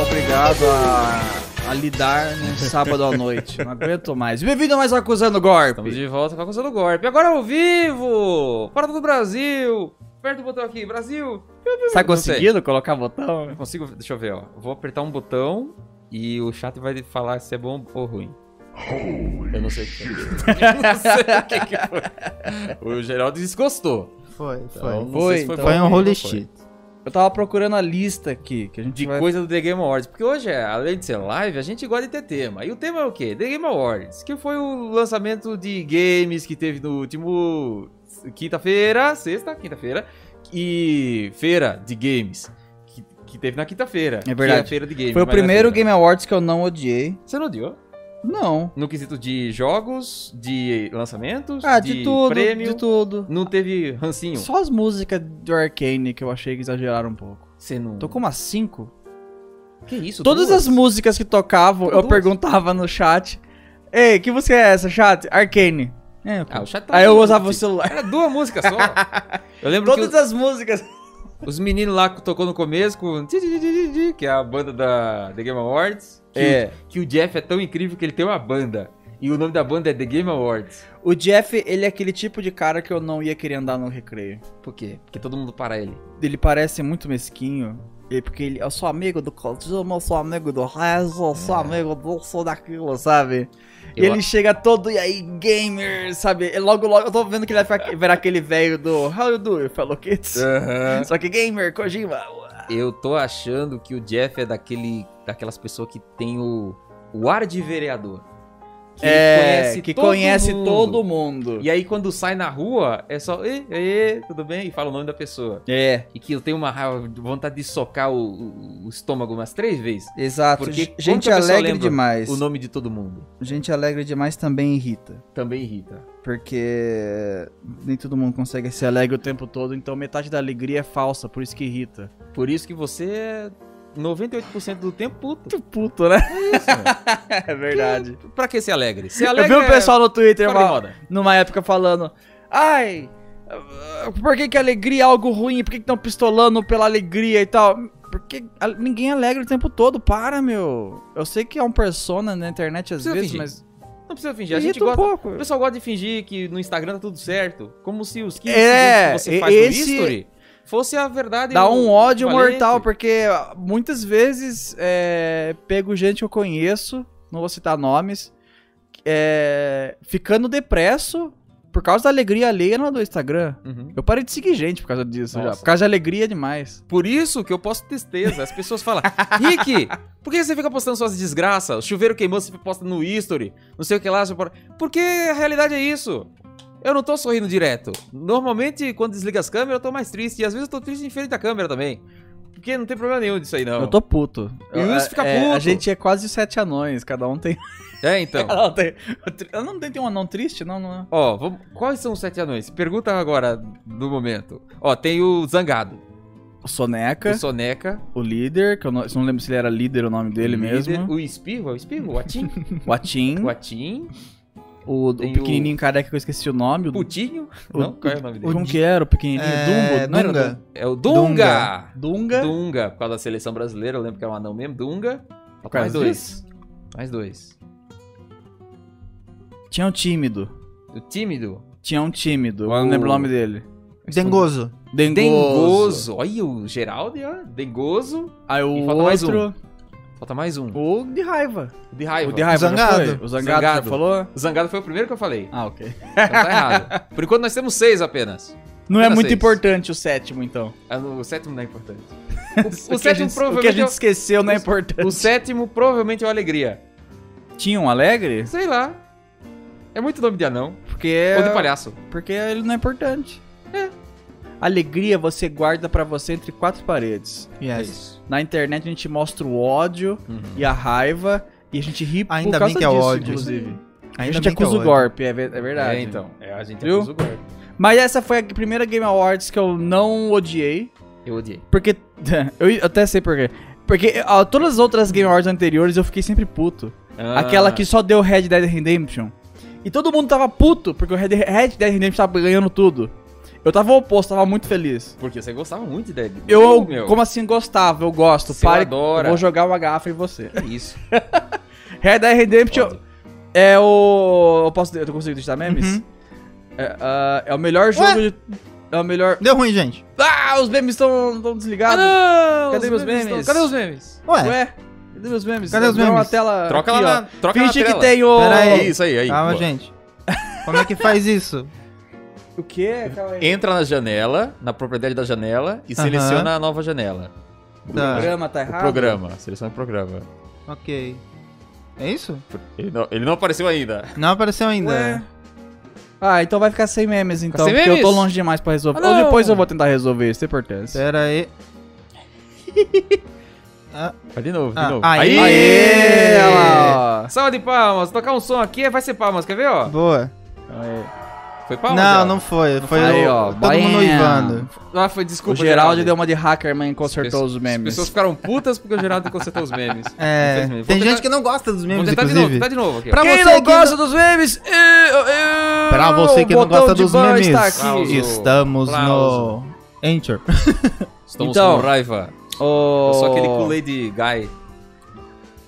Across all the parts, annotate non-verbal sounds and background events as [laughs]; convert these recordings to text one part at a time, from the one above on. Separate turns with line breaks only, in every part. obrigado a, a lidar
[laughs]
num sábado à noite. Não aguento mais. Bem-vindo a mais um Acusando
Estamos
Golpe.
de volta com a coisa do golpe. Agora ao vivo! Para todo o Brasil! Aperta o botão aqui, Brasil!
Tá
Não sei.
conseguindo colocar botão?
Eu consigo, deixa eu ver, ó. Vou apertar um botão e o chat vai falar se é bom ou ruim. eu não sei o que foi. [laughs] Eu não sei o que, que foi. O Geraldo desgostou.
Foi, foi.
Então, não
Foi,
sei se
então.
bom
Foi um
ou não
holy
foi.
shit.
Eu tava procurando a lista aqui, que a gente
De
vai...
coisa do The Game Awards. Porque hoje, é, além de ser live, a gente gosta de ter tema. E o tema é o quê? The Game Awards. Que foi o lançamento de games que teve no último. Quinta-feira, sexta, quinta-feira. E. Feira de games. Que, que teve na quinta-feira.
É verdade.
Que a feira de games.
Foi o
mas é
primeiro
feira.
Game Awards que eu não odiei.
Você não odiou?
Não.
No quesito de jogos, de lançamentos,
Ah, de, tudo,
prêmio.
de tudo.
Não teve rancinho.
Só as músicas do Arcane que eu achei que exageraram um pouco.
Você não.
Tocou umas cinco.
Que isso?
Todas
duas?
as músicas que tocavam, eu
Duas?
perguntava no chat. Ei, que música é essa, chat? Arcane. É, eu-
Ah, o chat tá
Aí eu
louco,
usava o
filho.
celular.
Era duas
[laughs]
músicas só. Eu lembro que.
Todas as músicas.
Os meninos lá que tocou no começo com. ti, ti, ti, ti, ti, Que é a banda da The Game Awards. Que,
É.
o, que o Jeff é tão incrível que ele tem uma banda. E o nome da banda é The Game Awards.
O Jeff, ele é aquele tipo de cara que eu não ia querer andar no recreio.
Por quê? Porque todo mundo para ele.
Ele parece muito mesquinho. E porque ele, eu sou amigo do Kojima, eu sou amigo do Rezo, eu sou amigo do, sou daquilo, sabe? E
É. Eu
ele chega todo, e aí, gamer, sabe? E logo, logo, eu tô vendo que ele vai ficar- virar aquele velho do How you do, fellow kids?
É.
Só que gamer, Kojima,
Eu tô achando que o Jeff é daquele, daquelas pessoas que tem o, o ar de vereador. É, Que
É, que conhece todo mundo.
E aí quando sai na rua, é só, ei, ei, tudo bem? E fala o nome da pessoa.
É,
E que eu tenho uma raiva, vontade de socar o, o- o estômago umas três vezes.
exato.
Porque
Ge-
como
gente
que a pessoa
alegre
lembra
demais.
O nome de todo mundo.
Gente alegre demais também irrita.
Também irrita.
Porque nem todo mundo consegue ser alegre o tempo todo, então metade da alegria é falsa, por isso que irrita.
Por isso que você é 98% do tempo puto.
Muito puto, né?
Isso, mano.
[laughs] É verdade.
pra que ser alegre? Ser
Eu
alegre
vi um pessoal no
é...
Twitter
fora de
uma,
moda.
numa época falando: Ai, ah, por que, que alegria é algo ruim? Por que estão pistolando pela alegria e tal? Porque a- ninguém é alegre o tempo todo, para, meu. Eu sei que é um persona na internet às
Precisa
vezes,
fingir.
mas.
Não precisa fingir, a gente
irrita um
gosta...
pouco.
O pessoal gosta de fingir que no Instagram tá tudo certo. Como se os 15
É,
segundos que você faz
esse-
no history fosse a verdade.
Dá um ódio
valente.
mortal, porque muitas vezes é, pego gente que eu conheço, não vou citar nomes, é, ficando depresso por causa da alegria alheia no do Instagram.
Uhum.
Eu parei de seguir gente por causa disso já.
Nossa.
Por causa de alegria demais.
Por isso que eu posto tristeza. As pessoas falam, Rick, por que você fica postando suas desgraças? O chuveiro queimou, você posta no history, não sei o que lá. Você... pode-" Porque a realidade é isso. Eu não tô sorrindo direto. Normalmente, quando desliga as câmeras, eu tô mais triste. E às vezes eu tô triste em frente da câmera também. Porque não tem problema nenhum disso aí, não.
Eu tô puto.
E o Wilson fica
Então. É,
puto.
A gente é quase sete anões, cada um tem.
É,
[laughs]
então.
Cada um tem... Eu não tenho um anão triste, não, não. é?
Ó, vamos... quais são os sete anões? Pergunta agora, do momento. Ó, tem o Zangado,
O Soneca,
o Soneca,
o líder, que eu não, eu não lembro se ele era líder o nome dele
o líder,
mesmo.
o Espirro, é o Espirro, o Atim,
[laughs] O Atim.
o Atim,
O, o
Tem
pequenininho careca que eu esqueci o nome. O,
Putinho, não, qual é o nome dele?
como que era o pequenininho?
É,
Dumbo? Não era
Dunga.
É o Dunga!
Dunga?
Dunga, por causa da seleção brasileira, eu lembro que é um anão mesmo, Dunga.
causa
Mais dois,
disso?
mais dois.
Tinha um tímido.
O Tímido,
Tinha um tímido. Eu
O-
não lembro o nome dele.
Dengoso.
Dengoso.
Dengoso, olha o Geraldo, ó, Dengoso.
Aí o
E
outro...
falta mais Falta mais um,
O de raiva.
de raiva.
O de raiva
Zangado.
já foi? O zangado,
Zangado.
Já falou?
Zangado foi o primeiro que eu falei,
Ah, ok.
então tá
[laughs]
errado. Por enquanto nós temos seis apenas.
Não é
Era
muito
seis.
importante o sétimo, então.
Ah, no- O sétimo não é importante.
[laughs] O, que a gente, o que a gente esqueceu não é importante.
O sétimo provavelmente é o Alegria.
Tinha um alegre?
Sei lá. É muito nome de anão.
Porque... é
Ou de palhaço.
Porque ele não é importante. É. Alegria você guarda pra você entre quatro paredes.
É
Yes.
isso.
Na internet a gente mostra o ódio e a raiva e a gente ri por
Ainda
causa
bem que é
disso,
ódio.
inclusive. A
Ainda
gente
bem que é
acusa o
ódio.
golpe, é, ve- é verdade.
É, então. É, a gente
Viu?
acusa o gordo.
Mas essa foi a primeira Game Awards que eu não odiei,
Eu odiei.
porque... [laughs] eu até sei porquê. Porque ó, todas as outras Game Awards anteriores eu fiquei sempre puto.
Ah.
Aquela que só deu Red Dead Redemption. E todo mundo tava puto, porque o Red Red Dead Redemption tava ganhando tudo. Eu tava oposto, tava muito feliz.
Porque você gostava muito de Dead.
Eu, como assim, gostava, eu gosto.
Você
Pare,
adora.
vou jogar uma garrafa em você.
Que isso?
Red Dead Redemption
Foda.
é o... Eu, posso, eu consigo digitar memes?
Uhum.
É, ah, é o melhor jogo de... É o melhor...
Deu ruim, gente.
Ah, os memes estão estão desligados.
Ah, não!
Cadê
os
meus
estão-
memes?
Cadê os memes?
Ué,
Ué, cadê meus memes?
Cadê os
Dá Uma
memes?
tela
Troca
assim? aqui,
lá
ó.
na, troca
Finge
na
que
tela. É
tem um- o...
Pera aí.
Isso aí, aí.
calma,
boa.
gente. Como é que faz isso?
O quê? Calma aí.
Entra na janela, na propriedade da janela e
Aham.
seleciona a nova janela.
O
Tá,
programa tá errado?
Programa, seleciona o programa.
ok. É isso?
Ele não, ele não apareceu ainda.
Não apareceu ainda.
Ué. Ah, então vai ficar sem memes, então.
sem
porque eu tô
memes?
longe demais pra resolver.
Ah,
Ou
não.
depois eu vou tentar resolver isso, tem importância.
Pera aí.
É, Vai de novo, de
Ah,
novo.
aí.
Aê! Olha lá, ó.
Salva de palmas, tocar um som aqui, vai ser palmas, quer ver, ó?
Boa.
Foi palmas?
não,
ó?
não foi. Foi
Aí,
o-
ó.
todo mundo
Bam.
noivando.
Ah, foi desculpa.
o Geraldo deu uma de Hackerman e consertou os
As pessoas- As
memes.
pessoas ficaram putas porque o Geraldo consertou os memes.
É,
Infelizmente.
tem
Vou
gente
tentar-
que não gosta dos
Vamos
memes,
tentar de
inclusive.
novo, tá de novo aqui. ó.
Pra
Quem
você
não
que não-
gosta dos memes, eu, eu...
Pra você que
Ah, o
não
botão
gosta
de
dos
ban
memes,
está
Aplausos.
aqui.
estamos
Aplauso.
no Anchor.
Estamos
Então.
com raiva.
O...
Eu sou aquele Kool-Aid guy.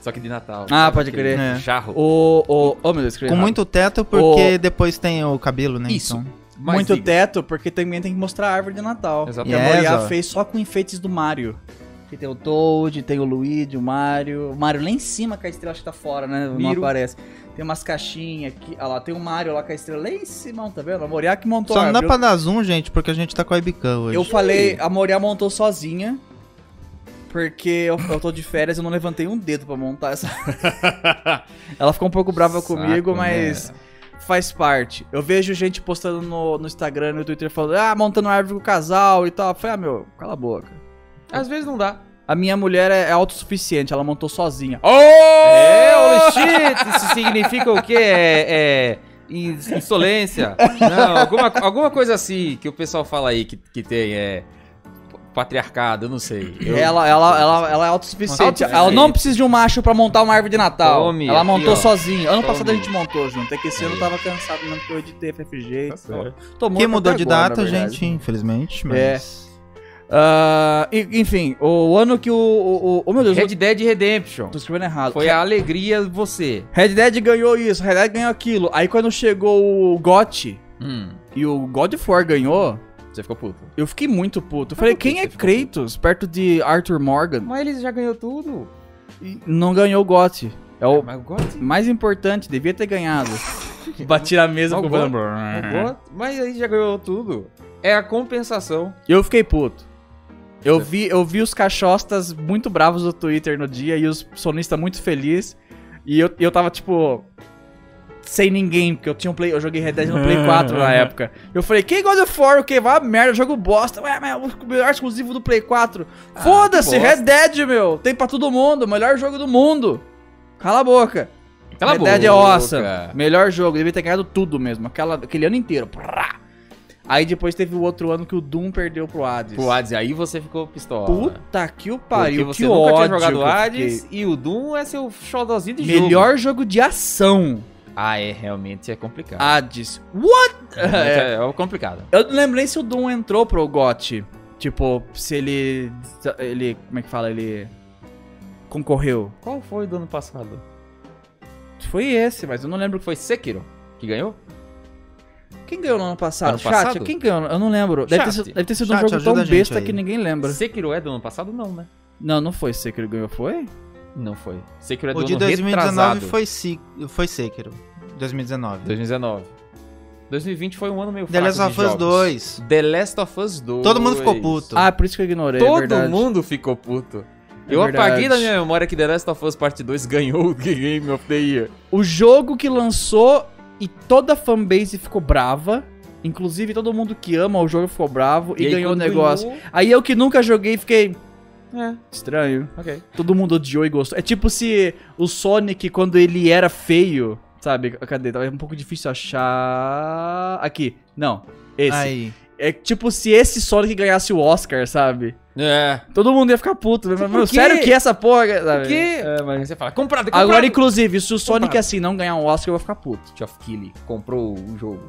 Só que de Natal.
Ah,
sabe?
pode
Aquele
crer.
Jarro.
O... o... Oh, meu Deus, escrevi
Com
errado.
muito teto, porque depois tem o cabelo, né?
Isso.
Então.
Mais
Muito
diga.
teto, porque também tem que mostrar a árvore de Natal.
Exatamente.
Que a
Yes,
Moriá
ó.
fez só com enfeites do Mario. Que tem o Toad, tem o Luigi, o Mario. O Mario lá em cima com a estrela acho que tá fora, né? Não
Miro.
aparece. Tem umas caixinhas aqui. Olha lá, tem o Mario lá com a estrela lá em cima, tá vendo? A Moriá que montou
Só
a
não dá
árvore.
pra dar zoom, gente, porque a gente tá com a webcam hoje.
Eu falei, a Moriá montou sozinha. Porque eu, eu tô de férias e eu não levantei um dedo pra montar
[laughs]
essa. Ela ficou um pouco brava
Saco,
comigo,
né?
mas faz parte. Eu vejo gente postando no, no Instagram e no Twitter falando, ah, montando árvore com o casal e tal. Eu falei, ah, meu, cala a boca.
Às vezes não dá.
A minha mulher é, é autossuficiente, ela montou sozinha.
Oh! É, holy shit! Isso significa o quê? É, é ins- insolência? Não, alguma, alguma coisa assim que o pessoal fala aí que, que tem é patriarcado, eu não sei. Eu-
Ela, ela, ela, ela é autossuficiente.
Autossuficiente.
Ela não precisa de um macho pra montar uma árvore de Natal.
Tome,
ela
aqui,
montou
ó.
sozinha. Ano passado a
Tome.
gente montou junto. É que esse ano eu
Aí.
tava cansado mesmo porque eu editei FFG.
Tá certo.
Tomou
Que mudou de data, gente, infelizmente, mas...
Ah, enfim, o ano que o. o, o- oh, meu Deus,
Red Dead Redemption.
eu tô escrevendo errado.
Foi a alegria de você.
Red Dead ganhou isso, Red Dead ganhou aquilo. Aí quando chegou o GOT
Hum,
e o God of War ganhou,
você ficou puto.
eu fiquei muito puto. Eu falei,
por que
quem é
você ficou puto?
Kratos perto de Arthur Morgan?
Mas ele já ganhou tudo.
E não ganhou o GOT. É o
Mas o God,
mais importante, devia ter ganhado. [laughs] Bati na mesa com
Mas o
o
God- o God, mas ele já ganhou tudo. É a compensação.
Eu fiquei puto. Eu vi, eu vi os cachostas muito bravos do Twitter no dia e os sonistas muito felizes. E eu, eu tava tipo. Sem ninguém, porque eu tinha um play. Eu joguei Red Dead no Play 4 [laughs] na época. Eu falei, quem God of War? O que? Vai a merda, jogo bosta. Ué, mas é o melhor exclusivo do Play 4.
Ah,
Foda-se,
que
Red Dead, meu. Tem pra todo mundo, melhor jogo do mundo. Cala a boca.
Cala a
Red Dead é
boca.
awesome. Melhor jogo, devia ter ganhado tudo mesmo. Aquela, aquele ano inteiro. Prá. Aí depois teve o outro ano que o Doom perdeu pro Hades.
Pro Hades, aí você ficou pistola.
Puta que o pariu,
Porque
que
você nunca tinha
ódio que
jogado
eu
Hades
fiquei.
e o Doom é seu xodozinho de jogo.
Melhor jogo de ação,
Ah, é, realmente é complicado.
Hades. What? É.
Realmente é. é complicado.
Eu não lembro nem se o Doom entrou pro GOT. Tipo, se ele... Ele... Como é que fala? Ele... Concorreu.
Qual foi do ano passado?
Foi esse, mas eu não lembro.
Foi Sekiro que ganhou?
Quem ganhou no ano passado?
Ano passado?
Chat, quem ganhou? Eu não lembro. Deve ter,
Chat.
sido- deve ter sido
Chat,
um jogo
ajuda
tão
a gente
besta
aí.
que ninguém lembra.
Sekiro é do ano passado? Não, né?
Não, não foi esse que ele ganhou, foi?
Não foi. Sekiro é do
O de
ano 2019
2019
retrasado.
foi, si... foi Sekiro. 2019.
2019. 2020 foi um ano meio
The
fraco
Last
de
of Us
jogos.
2.
The Last of Us 2.
Todo mundo ficou puto.
Ah, por isso que eu ignorei, é
Todo
verdade.
mundo ficou puto.
É
Eu
verdade.
apaguei da minha memória que The Last of Us Parte 2 ganhou o [laughs] Game of the Year.
O jogo que lançou e toda a fanbase ficou brava. Inclusive, todo mundo que ama o jogo ficou bravo e,
aí,
ganhou o
quando
negócio.
ganhou-
Aí eu que nunca joguei fiquei.
É,
Estranho.
ok.
Todo mundo odiou e gostou. É tipo se o Sonic, quando ele era feio, sabe? Cadê? Tava um pouco difícil achar. Aqui. Não. Esse.
Aí.
É tipo se esse Sonic ganhasse o Oscar, sabe?
É.
Todo mundo ia ficar puto. né? Mas,
Por
meu,
quê?
sério que essa porra. Sabe?
Por quê? Aí você fala, comprado, comprado.
Agora, inclusive, se o Sonic
Comparado.
assim não ganhar um Oscar, eu vou ficar puto.
Geoff Keighley comprou o jogo.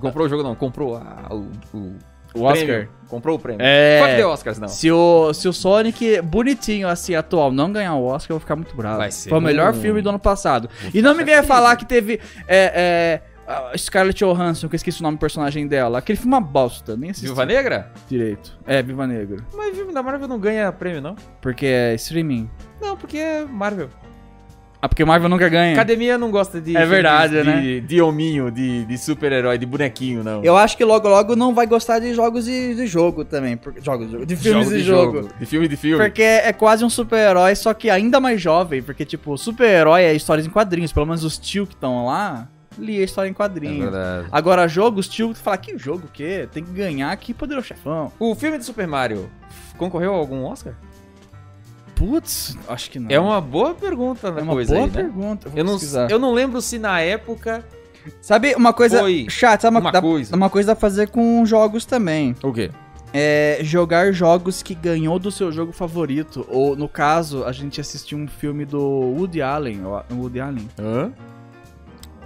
Comprou o jogo, não. Comprou a- o, o
O Oscar.
prêmio. Comprou o prêmio.
É.
Fuck the Oscars, não.
Se o, se o Sonic, bonitinho, assim, atual, não ganhar o Oscar, eu vou ficar muito bravo.
Vai ser
Foi o melhor
um-
filme do ano passado. E não me venha falar que teve é, é, a Scarlett Johansson, que eu esqueci o nome do personagem dela. Aquele filme é uma bosta, nem assisti
Viúva Negra?
direito. É, Viva Negra.
Mas filme da Marvel não ganha prêmio, não?
Porque é streaming.
Não, porque é Marvel.
Ah, porque Marvel nunca
É.
ganha.
Academia não gosta de.
É verdade,
de,
né?
De, de hominho, de, de super-herói, de bonequinho, não.
Eu acho que logo logo não vai gostar de jogos e de jogo também. Porque, jogos, de jogo, de
né? Jogo
filmes
de
e jogo.
De filme de filme.
Porque é quase um super-herói, só que ainda mais jovem. Porque, tipo, super-herói é histórias em quadrinhos. Pelo menos os tio que estão lá, lia história em quadrinhos.
É verdade.
Agora, jogo, os tio falam, que jogo o quê? Tem que ganhar aqui, poderoso chefão.
O filme de Super Mario concorreu a algum Oscar?
Putz, acho que não.
É uma boa pergunta,
É
na
uma
coisa
boa
aí, né?
pergunta. vou
Eu não,
pesquisar.
eu não lembro se na época.
Sabe uma coisa
Foi
chata? Sabe uma,
uma
dá-
coisa.
uma coisa dá pra fazer com jogos também.
O quê?
É jogar jogos que ganhou do seu jogo favorito. Ou, no caso, a gente assistiu um filme do Woody Allen. ó, Woody Allen?
Hã?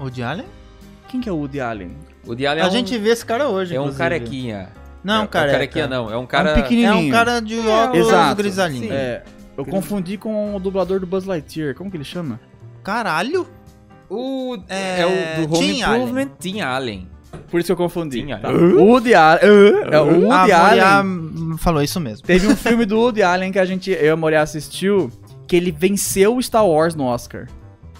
O de Alien?
Quem que é o Woody Allen?
O de Alien é
a
um,
gente vê esse cara hoje,
é um
inclusive.
carequinha.
Não,
é,
cara.
É um carequinha, não. É um cara.
é um pequenininho.
É um cara de óculos
Exato,
grisalhinho.
sim.
É, eu confundi com o dublador do Buzz Lightyear. Como que ele chama?
Caralho!
O, é,
É,
o do Home
Tim
Improvement. Tim Allen.
Por isso que eu confundi.
Sim,
Tá.
é.
O Woody Allen. é, o Woody
Ah,
Allen.
Moriá hum, falou isso mesmo.
Teve um filme do Woody Allen que a gente, eu e a Moriá assistiu, que ele venceu o Star Wars no Oscar.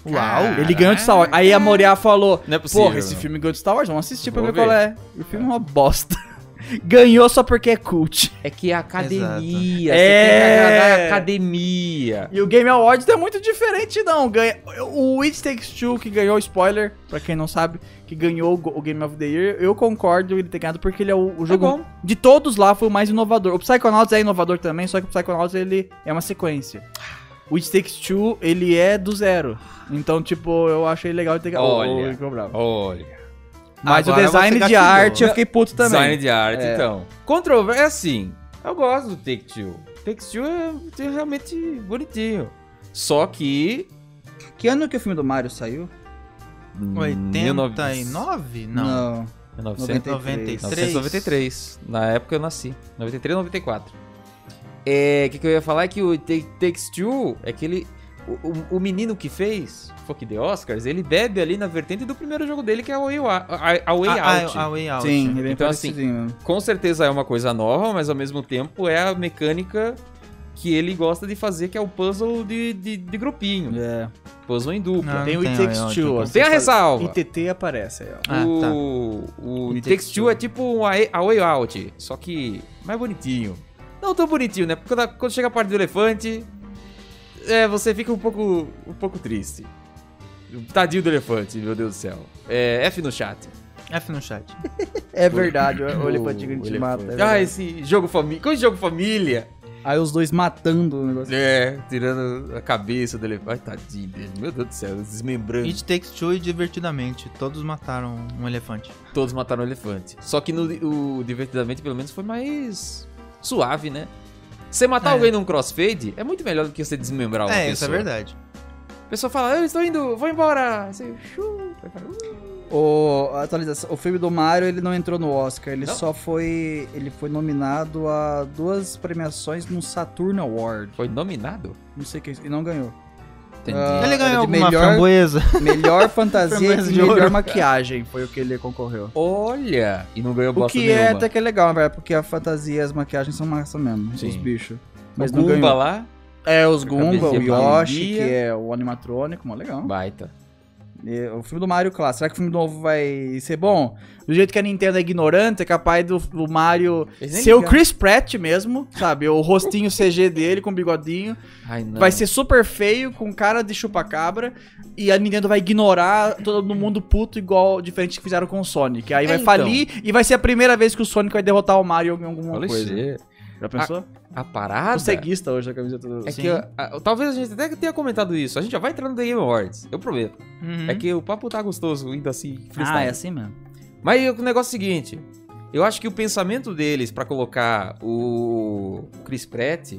Uau!
Ele ganhou de Star Wars. Aí a Moriá falou:
Não é possível.
Porra, esse filme ganhou de Star Wars, vamos assistir pra
Vou
ver qual
ver.
é. E o filme é uma bosta. [laughs] Ganhou só porque é cult.
É que é academia.
Exato.
Você tem que agradar
É.
a academia.
E o Game Awards não é muito diferente, não. Ganha... O It Takes Two, que ganhou spoiler, pra quem não sabe, que ganhou o go- o Game of the Year, eu concordo ele ter ganhado porque ele é o, o jogo
Tá bom.
de todos lá foi o mais inovador. O Psychonauts é inovador também, só que o Psychonauts ele é uma sequência. O It Takes Two, ele é do zero. Então, tipo, eu achei legal ele ter ganhado.
Olha.
Ele ficou bravo.
Olha.
Mas
Agora
o
você
design de
gatilhou.
arte eu fiquei puto também.
Design de arte, então. Controver é assim. Eu gosto do Take Two. Take Two é, é realmente bonitinho. Só que.
Que ano que o filme do Mario saiu?
hum,
89? Não.
1900
93.
1993. Na época eu nasci. 93 94. É. O que, que eu ia falar é que o Take, Takes Two é aquele. O, o, o menino que fez Fuck the Oscars, ele bebe ali na vertente do primeiro jogo dele, que é a Way, Wa- a- a Way
Ah,
Out.
ah, A Way Out.
Sim, ele é
Então, assim,
parecidinho.
com certeza é uma coisa nova, mas ao mesmo tempo é a mecânica que ele gosta de fazer, que é o puzzle de, de, de grupinho. né?
É.
Puzzle em dupla.
Não,
Tem o It
tem,
Takes
ó, tem
Two.
como.
ó.
Tem a
Você fala-
ressalva.
ITT aparece aí, ó.
Ah, tá.
o o
It
It Takes
Takes
Two é tipo um A A Way Out, só que mais bonitinho. Não tão bonitinho, né? Porque quando, quando chega a parte do elefante, é, você fica um pouco, um pouco triste. Tadinho do elefante, meu Deus do céu. É, F no chat.
F no chat.
É verdade, eu olhei pra
O
Tigre te
elefante.
mata. é
ah,
verdade.
esse jogo família. Coisa de jogo família.
Aí os dois matando o negócio.
É, tirando a cabeça do elefante. Ai, tadinho dele. Meu Deus do céu, desmembrando.
It Takes Two e Divertidamente. Todos mataram um elefante.
Todos mataram o elefante. Só que no o Divertidamente, pelo menos, foi mais suave, né? Você matar
É.
alguém num crossfade é muito melhor do que você desmembrar uma
é,
pessoa.
isso é verdade.
A pessoa fala, eu estou indo, vou embora. Você... chu, vai pra-
O, a atualização, o filme do Mario ele não entrou no Oscar, ele
Não?
só foi. Ele foi nominado a duas premiações no Saturn Award.
Foi nominado?
Não sei o que é isso, e não ganhou.
Entendi.
Ah,
ele ganhou
era de
alguma
melhor-
framboesa.
Melhor fantasia
Framboesa
e
de
melhor
ouro.
maquiagem foi o que ele concorreu.
Olha! E não ganhou
O
bosta
que
nenhuma.
é até que é legal, na verdade, porque a fantasia e as maquiagens são massa mesmo,
Sim.
os bichos.
O
Mas não
Goomba
ganhou.
lá,
É, os
Cabecinha
Goomba, o
pra
Yoshi,
Maria.
que é o animatrônico, mó legal.
baita.
E o filme do Mario clássico.
Será que o filme novo vai ser bom? Do jeito que a Nintendo é ignorante, é capaz do, do Mario
Eles nem
ser o
ligaram.
Chris Pratt mesmo, sabe? O rostinho CG dele com o bigodinho.
Ai, não.
Vai ser super feio, com cara de chupacabra. E a Nintendo vai ignorar todo mundo puto, igual diferente que fizeram com o Sonic. Aí
Hum. É,
vai
então.
falir e vai ser a primeira vez que o Sonic vai derrotar o Mario em alguma
Olha
coisa.
isso. tá
Já pensou?
A
Ah,
parada...
o ceguista hoje a camiseta do.
É
Sim.
que ah, talvez a gente até tenha comentado isso. A gente já vai entrar no The Game Awards, eu prometo.
Uhum.
É que o papo tá gostoso, indo
Ah,
assim,
é
freestyle.
assim mesmo.
Mas o negócio é o seguinte: eu acho que o pensamento deles pra colocar o Chris Pratt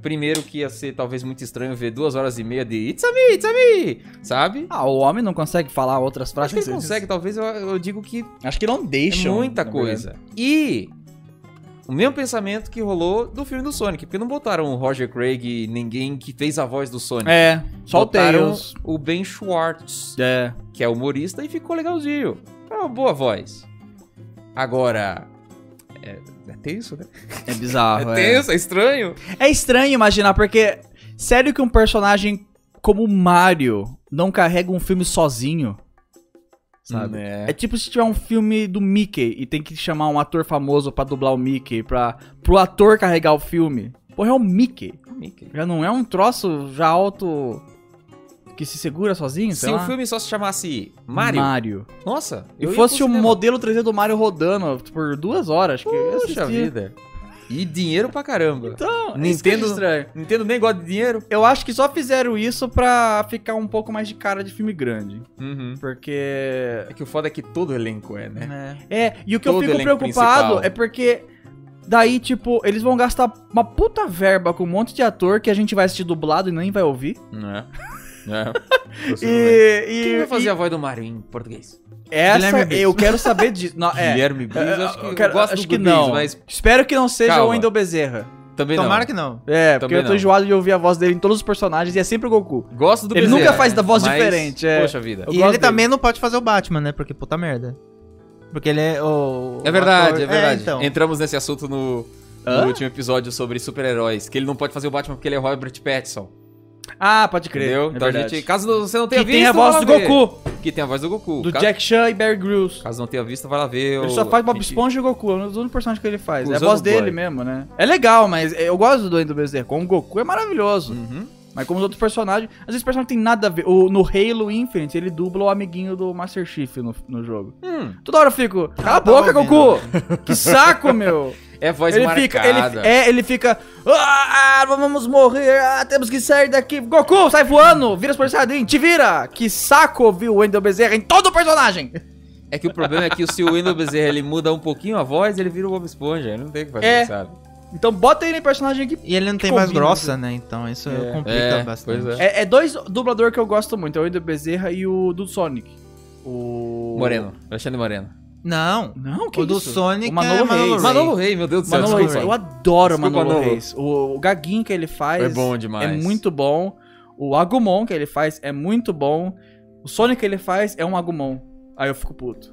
Primeiro que ia ser talvez muito estranho ver duas horas e meia de It's a me, it's a me, sabe?
Ah, o homem não consegue falar outras frases.
Acho que ele
sem ser-
consegue, talvez eu, eu digo que
Acho que não
é
deixa.
muita coisa. E o mesmo pensamento que rolou do filme do Sonic, porque não botaram o Roger Craig e ninguém que fez a voz do Sonic.
É, só o
Botaram
Tails.
o Ben Schwartz,
É.
que é humorista, e ficou legalzinho. É uma boa voz. Agora. É, é tenso, né?
É bizarro,
[laughs] é
é.
tenso, é estranho.
É estranho imaginar, porque sério que um personagem como o Mario não carrega um filme sozinho, sabe?
Né?
É tipo se tiver um filme do Mickey e tem que chamar um ator famoso pra dublar o Mickey, pra, pro ator carregar o filme. Porra, é o Mickey.
Mickey.
Já não é um troço já alto que se segura sozinho, sei
Se o
lá?
filme só se chamasse Mario,
Então, ah. Mario.
nossa,
E
eu ia
fosse
pro
o
cinema.
modelo 3D do Mario rodando por duas horas, acho que eu
Poxa
assistia.
vida. E dinheiro pra caramba.
Então,
Nintendo-
isso que é estranho.
Nintendo nem gosta de dinheiro.
Eu acho que só fizeram isso pra ficar um pouco mais de cara de filme grande.
Uhum.
Porque.
É que o foda é que todo elenco é, né?
É, e o que
Todo
eu fico
elenco
preocupado
principal.
é porque. Daí, tipo, eles vão gastar uma puta verba com um monte de ator que a gente vai assistir dublado e nem vai ouvir.
Não é? Não
[laughs]
é?
E, e-
Quem vai fazer
e
a voz do Mario em português?
essa,
Guilherme Briggs?
eu quero saber disso. Não, é,
Guilherme Briggs,
É,
eu acho que
eu quero-
eu gosto
acho
do
que
Briggs,
não.
mas
Espero que não seja
Calma.
o Wendel Bezerra.
também
Tomara
não.
que não.
É, porque
Também
eu tô
não.
enjoado de ouvir a voz dele em todos os personagens e é sempre o Goku.
Gosto do
Ele
Bezerra,
nunca faz da voz
mas,
diferente, é.
Poxa vida.
Eu
e
gosto
ele
dele.
também não pode fazer o Batman, né? Porque puta merda. Porque ele é o.
É
o
verdade,
ator-
é verdade.
então.
Entramos nesse assunto no, no último episódio sobre super-heróis, que ele não pode fazer o Batman porque ele é Robert Pattinson,
Ah, pode crer.
entendeu?
é
então a
verdade.
gente, caso você não tenha
que
visto,
tem a voz
vai
do
lá ver.
Goku,
Que tem a voz do Goku.
do
Ca-
Jack Chan e Barry Grylls.
Caso não tenha visto, vai lá ver.
Ele
o-
só faz Bob
Enfim.
Esponja e Goku, é um dos únicos personagens que ele faz. é
Usando
a voz
o
dele
boy.
mesmo, né? É legal, mas eu gosto do Endo Bezerra. Como Goku é maravilhoso.
Uhum.
Mas como os outros personagens. Às vezes o personagem tem nada a ver. O, no Halo Infinite, ele dubla o amiguinho do Master Chief no, no jogo.
Hum, tá
Toda hora eu fico. Cala a
tava
boca,
ouvindo.
Goku!
[laughs]
Que saco, meu!
É voz
ele
marcada.
fica. Ele, é, ele fica. Ah, vamos morrer! Ah, temos que sair daqui! Goku, sai voando! Vira Super Saiyajin, te vira! Que saco ouvir o Wendel Bezerra em todo o personagem!
É que o problema é que se o Wendel Bezerra ele muda um pouquinho a voz, ele vira o Bob Esponja. Ele não tem o que fazer,
É.
sabe?
Então bota ele em personagem que
E ele não tem
Combina,
mais grossa, né? Então isso
É.
complica
É,
bastante.
pois
É, é dois dublador que eu gosto muito, é o Edu Bezerra e o do Sonic. O.
Moreno. Alexandre Moreno.
Não.
Não, que
O do
isso?
Sonic
O Manolo
é
Reis.
Manolo Reis.
Manolo Rei, meu Deus do céu.
Manolo Reis.
desculpa.
Eu adoro o
Desculpa,
Manolo
Manolo.
Reis. O, o gaguinho que ele faz
É bom demais.
é muito bom. O Agumon que ele faz é muito bom. O Sonic que ele faz é um Agumon. Aí eu fico puto.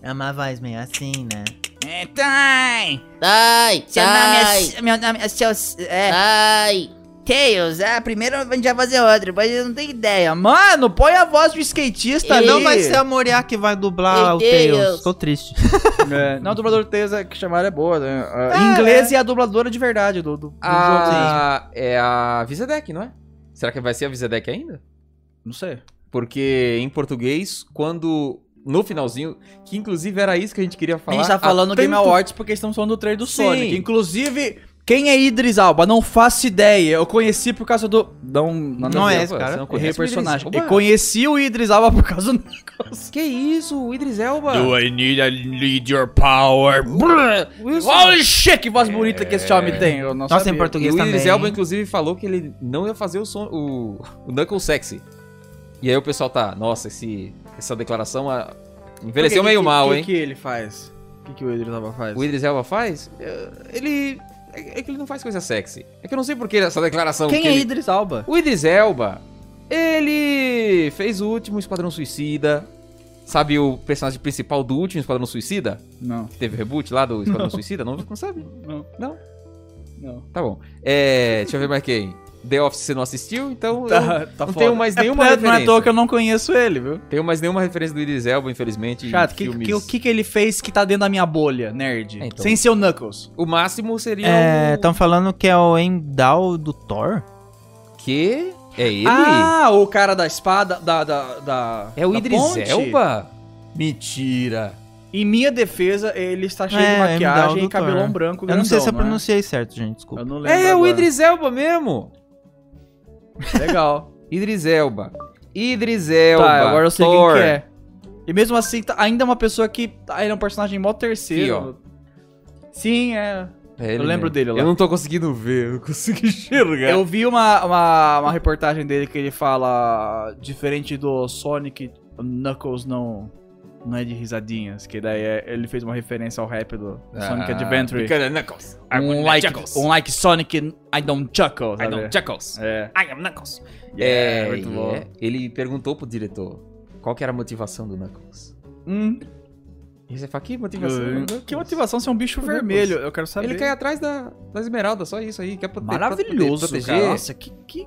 É uma voz meio assim, né?
É, tem!
Ai, ai,
Meu nome é seu. É.
ai.
Tails, ah, primeiro a gente vai fazer outro, mas eu não tenho ideia. Mano, põe a voz do skatista ali.
Não vai ser a Moriá que vai dublar
Meu
o Tails.
Deus.
Tô triste.
É, não, a dubladora Tesa que chamaram é boa, né? Ah, em inglês é. Ah. a dubladora de verdade do, do, do jogo.
A, é a Visadec, não é? Será que vai ser a Visadec ainda?
Não sei.
Porque em português, quando. No finalzinho, que inclusive era isso que a gente queria
A
falar.
gente tá falando
há
Game
tanto
Awards porque estamos falando do trailer do
Sim.
Sonic. Inclusive, quem é Idris Alba? Não faço ideia. Eu conheci por causa do... Não, não,
Não é
eu
esse cara.
Errei
Não
o
conhece o Idris
personagem. É
Elba?
E conheci o Idris Alba por causa do...
Que isso, o Idris Elba?
I need, I need your power.
Wilson.
Olha que voz bonita que esse homem tem. Eu não
Nossa,
sabia.
em
E
português
o
também.
Idris Elba, inclusive, falou que ele não ia fazer o som, o, o Knuckle Sexy. E aí o pessoal tá, nossa, esse, essa declaração ah, envelheceu
Que-
meio
que-
mal,
que-
hein?
é O que ele faz? O que, que o Idris Alba faz?
O Idris Elba faz, eh, ele... É é que ele não faz coisa sexy. É que eu não sei por que essa declaração.
Quem
que
é
ele...
Idris Alba?
O Idris Elba, ele fez o último Esquadrão Suicida. Sabe o personagem principal do último Esquadrão Suicida?
Não,
Que teve reboot lá
[laughs]
do Esquadrão Suicida? Não, não sabe?
não.
Não?
Não.
Tá bom. É, deixa eu ver mais quem. The Office você não assistiu, então eu
Tá, tá
não
foda.
tenho mais nenhuma
é, porque Não é à
referência.
toa que eu não conheço ele, viu?
Tenho mais nenhuma referência do Idris Elba, infelizmente. em
Chato, o que,
filmes.
que, que, que ele fez que tá dentro da minha bolha, nerd?
É, então.
Sem ser o Knuckles.
O máximo seria
É,
o...
tão falando que é o Endal do Thor?
Que? É ele?
Ah, o cara da espada, da. da, da
é o
da
Idris
ponte.
Elba? Mentira.
Em minha defesa, ele está cheio
É,
de
me dá
maquiagem
o
e cabelão
doutor.
branco.
eu não sei se eu
grandão, né?
pronunciei certo, gente. Desculpa.
Eu não lembro.
É o
agora.
Idris Elba mesmo.
[laughs] Legal.
Idris Elba. Idris Elba.
tá, agora eu sei
Thor.
quem que é. E mesmo tá, assim, tá- ainda é uma pessoa que. ah, Ele é um personagem mó terceiro. Sim, é.
É ele
Eu lembro
mesmo.
dele lá. É
Eu não tô conseguindo ver, eu não consigo [laughs] enxergar.
Eu vi uma, uma, uma reportagem dele que ele fala. Diferente do Sonic, o Knuckles não. Não é de risadinhas, que daí é- ele fez uma referência ao rap do do Sonic
Ah,
Adventure.
Because Knuckles. I'm
Um
like
like,
Knuckles.
um like Sonic, I don't chuckle.
I
sabe?
don't chuckles.
É.
I am Knuckles.
Yeah,
É,
muito
e
bom.
é, ele perguntou pro diretor qual que era a motivação do Knuckles.
Hum,
E você fala, que motivação? do Knuckles?"
Uh, que motivação ser um bicho
Knuckles.
vermelho, eu quero saber.
Ele cai atrás da, da esmeralda, só isso aí. Quer prote-
Maravilhoso,
prote-
cara. Nossa, que... que...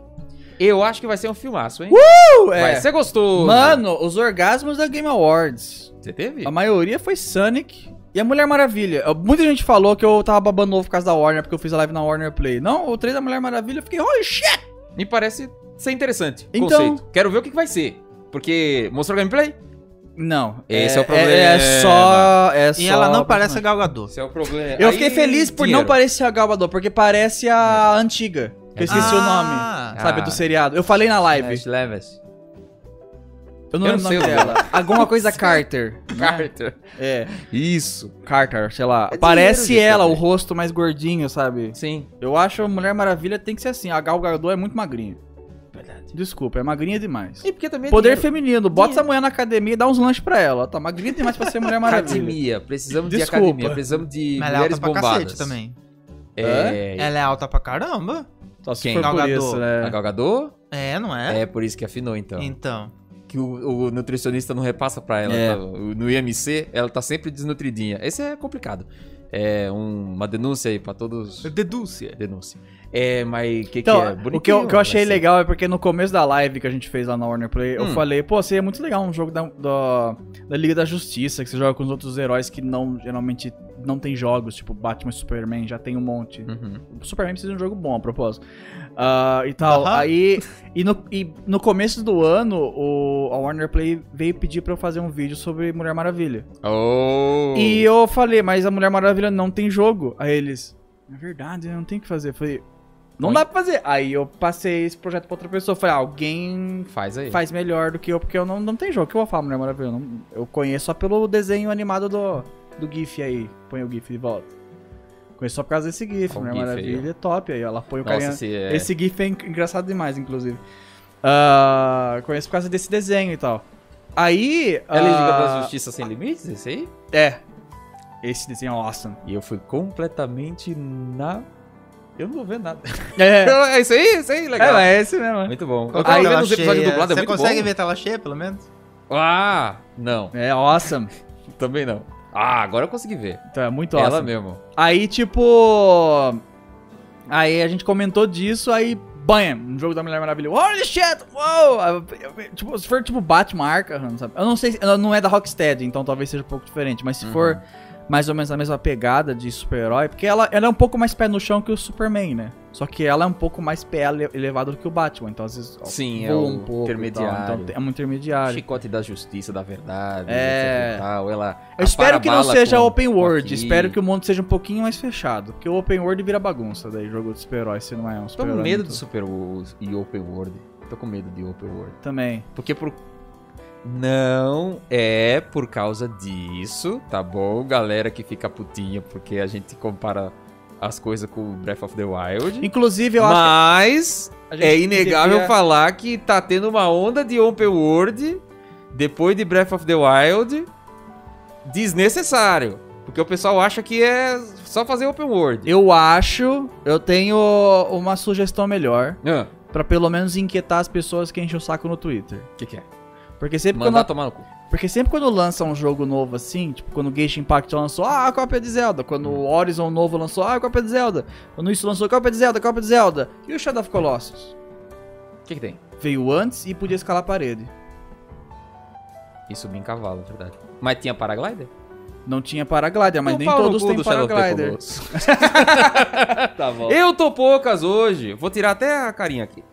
Eu acho que vai ser um filmaço, hein?
Uh,
Vai
é.
ser gostoso.
Mano, os orgasmos da Game Awards.
Você teve?
A maioria foi Sonic e a Mulher Maravilha. Eu- Muita gente falou que eu tava babando ovo por causa da Warner, porque eu fiz a live na Warner Play. Não, o trailer da Mulher Maravilha, eu fiquei, holy shit!
Me parece ser interessante.
Então-
Conceito. Quero ver o que, que vai ser. Porque mostrou gameplay?
Não.
Esse é o problema.
É, só. É só
E ela não parece a Gal Gadot.
Esse é o problema.
Eu
Aí,
fiquei feliz por
dinheiro.
não parecer a Galbador, porque parece a antiga. Que eu esqueci o nome.
Ah,
Sabe,
Ah.
do seriado. Eu falei na live. Eu não
Eu
lembro
não
o nome
sei o nome.
dela. Alguma
[laughs]
coisa Carter.
Carter.
É,
Isso.
Carter, sei lá.
É dinheiro,
Parece
gente,
ela, o
também.
rosto mais gordinho, sabe?
Sim.
Eu acho a Mulher Maravilha tem que ser assim. A Gal Gadot é muito magrinha. Desculpa, é magrinha demais.
E porque também. é
Poder
dinheiro.
feminino, bota essa mulher na academia e dá uns lanches pra ela. Ela Tá magrinha demais pra ser
[laughs]
Mulher Maravilha.
Academia. Precisamos
Desculpa.
de academia. Precisamos de
Mas ela é
mulheres
alta pra
bombadas.
cacete também.
É.
Ela é alta pra caramba.
Só se
Quem?
for
Gal
por
Gadot.
isso,
A
né?
Galgador?
É, não é?
É? por isso que afinou, então.
Então.
Que o, o nutricionista não repassa pra ela.
É.
tá? O- No IMC, ela tá sempre desnutridinha. Esse é complicado. É um- uma denúncia aí pra todos.
Dedúcia.
Denúncia. É, mas o que,
Então,
que é?
o que eu, o que eu
vai
achei
ser.
legal é porque no começo da live que a gente fez lá na Warner Play, eu
Hum.
falei, pô, seria muito legal um jogo da, da, da Liga da Justiça, que você joga com os outros heróis que não geralmente não tem jogos, tipo Batman e Superman, já tem um monte.
Uhum.
O Superman precisa de um jogo bom, a propósito. Ah, e tal.
Aham.
[laughs] Aí, e no, e no começo do ano, o, a Warner Play veio pedir pra eu fazer um vídeo sobre Mulher Maravilha.
Oh.
E eu falei, mas a Mulher Maravilha não tem jogo. Aí eles, é verdade, não tem o que fazer. Eu falei, não dá pra fazer. Aí eu passei esse projeto pra outra pessoa. Eu Falei, ah, alguém
Faz aí.
faz melhor do que eu, porque eu não, não tenho jogo. O que eu vou falar, Mulher Maravilha? Eu, não- eu conheço só pelo desenho animado do, do GIF aí. Põe o GIF de volta. Conheço só por causa desse GIF.
Qual
Mulher
GIF aí,
Maravilha é top aí. Ela põe o
Nossa,
carinha...
esse é...
Esse GIF é en- engraçado demais, inclusive. Ah, conheço por causa desse desenho e tal. Aí...
É a Liga
ah,
da Justiça Sem Limites, esse aí?
É. Esse desenho é awesome.
E eu fui completamente na... Eu não vou ver nada.
É,
É isso aí? Isso aí,
[laughs] é,
legal.
mas é esse mesmo.
Muito bom.
Qual
Eu
que é a
tava
tela
vendo os episódios
cheia?
dublados, é
Você
muito bom.
consegue ver tela cheia, pelo menos?
Ah, não.
É awesome.
Também não. Ah, agora eu consegui ver.
Então é muito
Ela
awesome.
mesmo.
Aí, tipo. Aí a gente comentou disso, aí. Bam! Um jogo da Mulher Maravilha. Holy shit! Wow! Aí, Tipo, se for tipo Batman Arkham, sabe? Eu não sei, se- ela não é da Rocksteady, então talvez seja um pouco diferente, mas se
Uhum.
for mais ou menos a mesma pegada de super-herói, porque ela, ela é um pouco mais pé no chão que o Superman, né? Só que ela é um pouco mais pé ele- elevado do que o Batman, então às vezes ó,
Sim, é
voa um
o
e tal,
intermediário.
então é um intermediário.
Chicote da justiça, da verdade.
É.
etc e Tal. Ela
Eu espero que não
apara a bala
seja
com-
open
com
world.
aqui.
Espero que o mundo seja um pouquinho mais fechado. Porque o open world vira bagunça. Daí jogo de super-herói, se não é um
Tô
super-herói.
com medo
muito-
do Super World e Open World. Tô com medo de Open World.
Também.
Porque por... Não é por causa disso, tá bom? Galera que fica putinha porque a gente compara as coisas com Breath of the Wild.
Inclusive, eu acho
Mas
que. a gente
é inegável
devia-
falar que tá tendo uma onda de Open World depois de Breath of the Wild desnecessário. Porque o pessoal acha que é só fazer Open World.
Eu acho. Eu tenho uma sugestão melhor.
Ah,
Pra pelo menos inquietar as pessoas que enchem o saco no Twitter.
O que, que é?
Porque sempre,
Mandar
quando,
tomar no cu.
porque sempre quando lança um jogo novo assim, tipo quando o Genshin Impact lançou, ah, a cópia de Zelda. Quando o Horizon novo lançou, ah, a cópia de Zelda. Quando isso lançou, cópia de Zelda, cópia de Zelda. E o Shadow of Colossus?
O que, que tem?
Veio antes e podia escalar a parede.
E subir em cavalo, é verdade. Mas tinha paraglider?
Não tinha paraglider, mas
Então,
nem
pau no
todos
cu
têm
do Shadow of the
paraglider.
Colossus. [laughs]
Tá bom.
Eu tô poucas hoje. Vou tirar até a carinha aqui.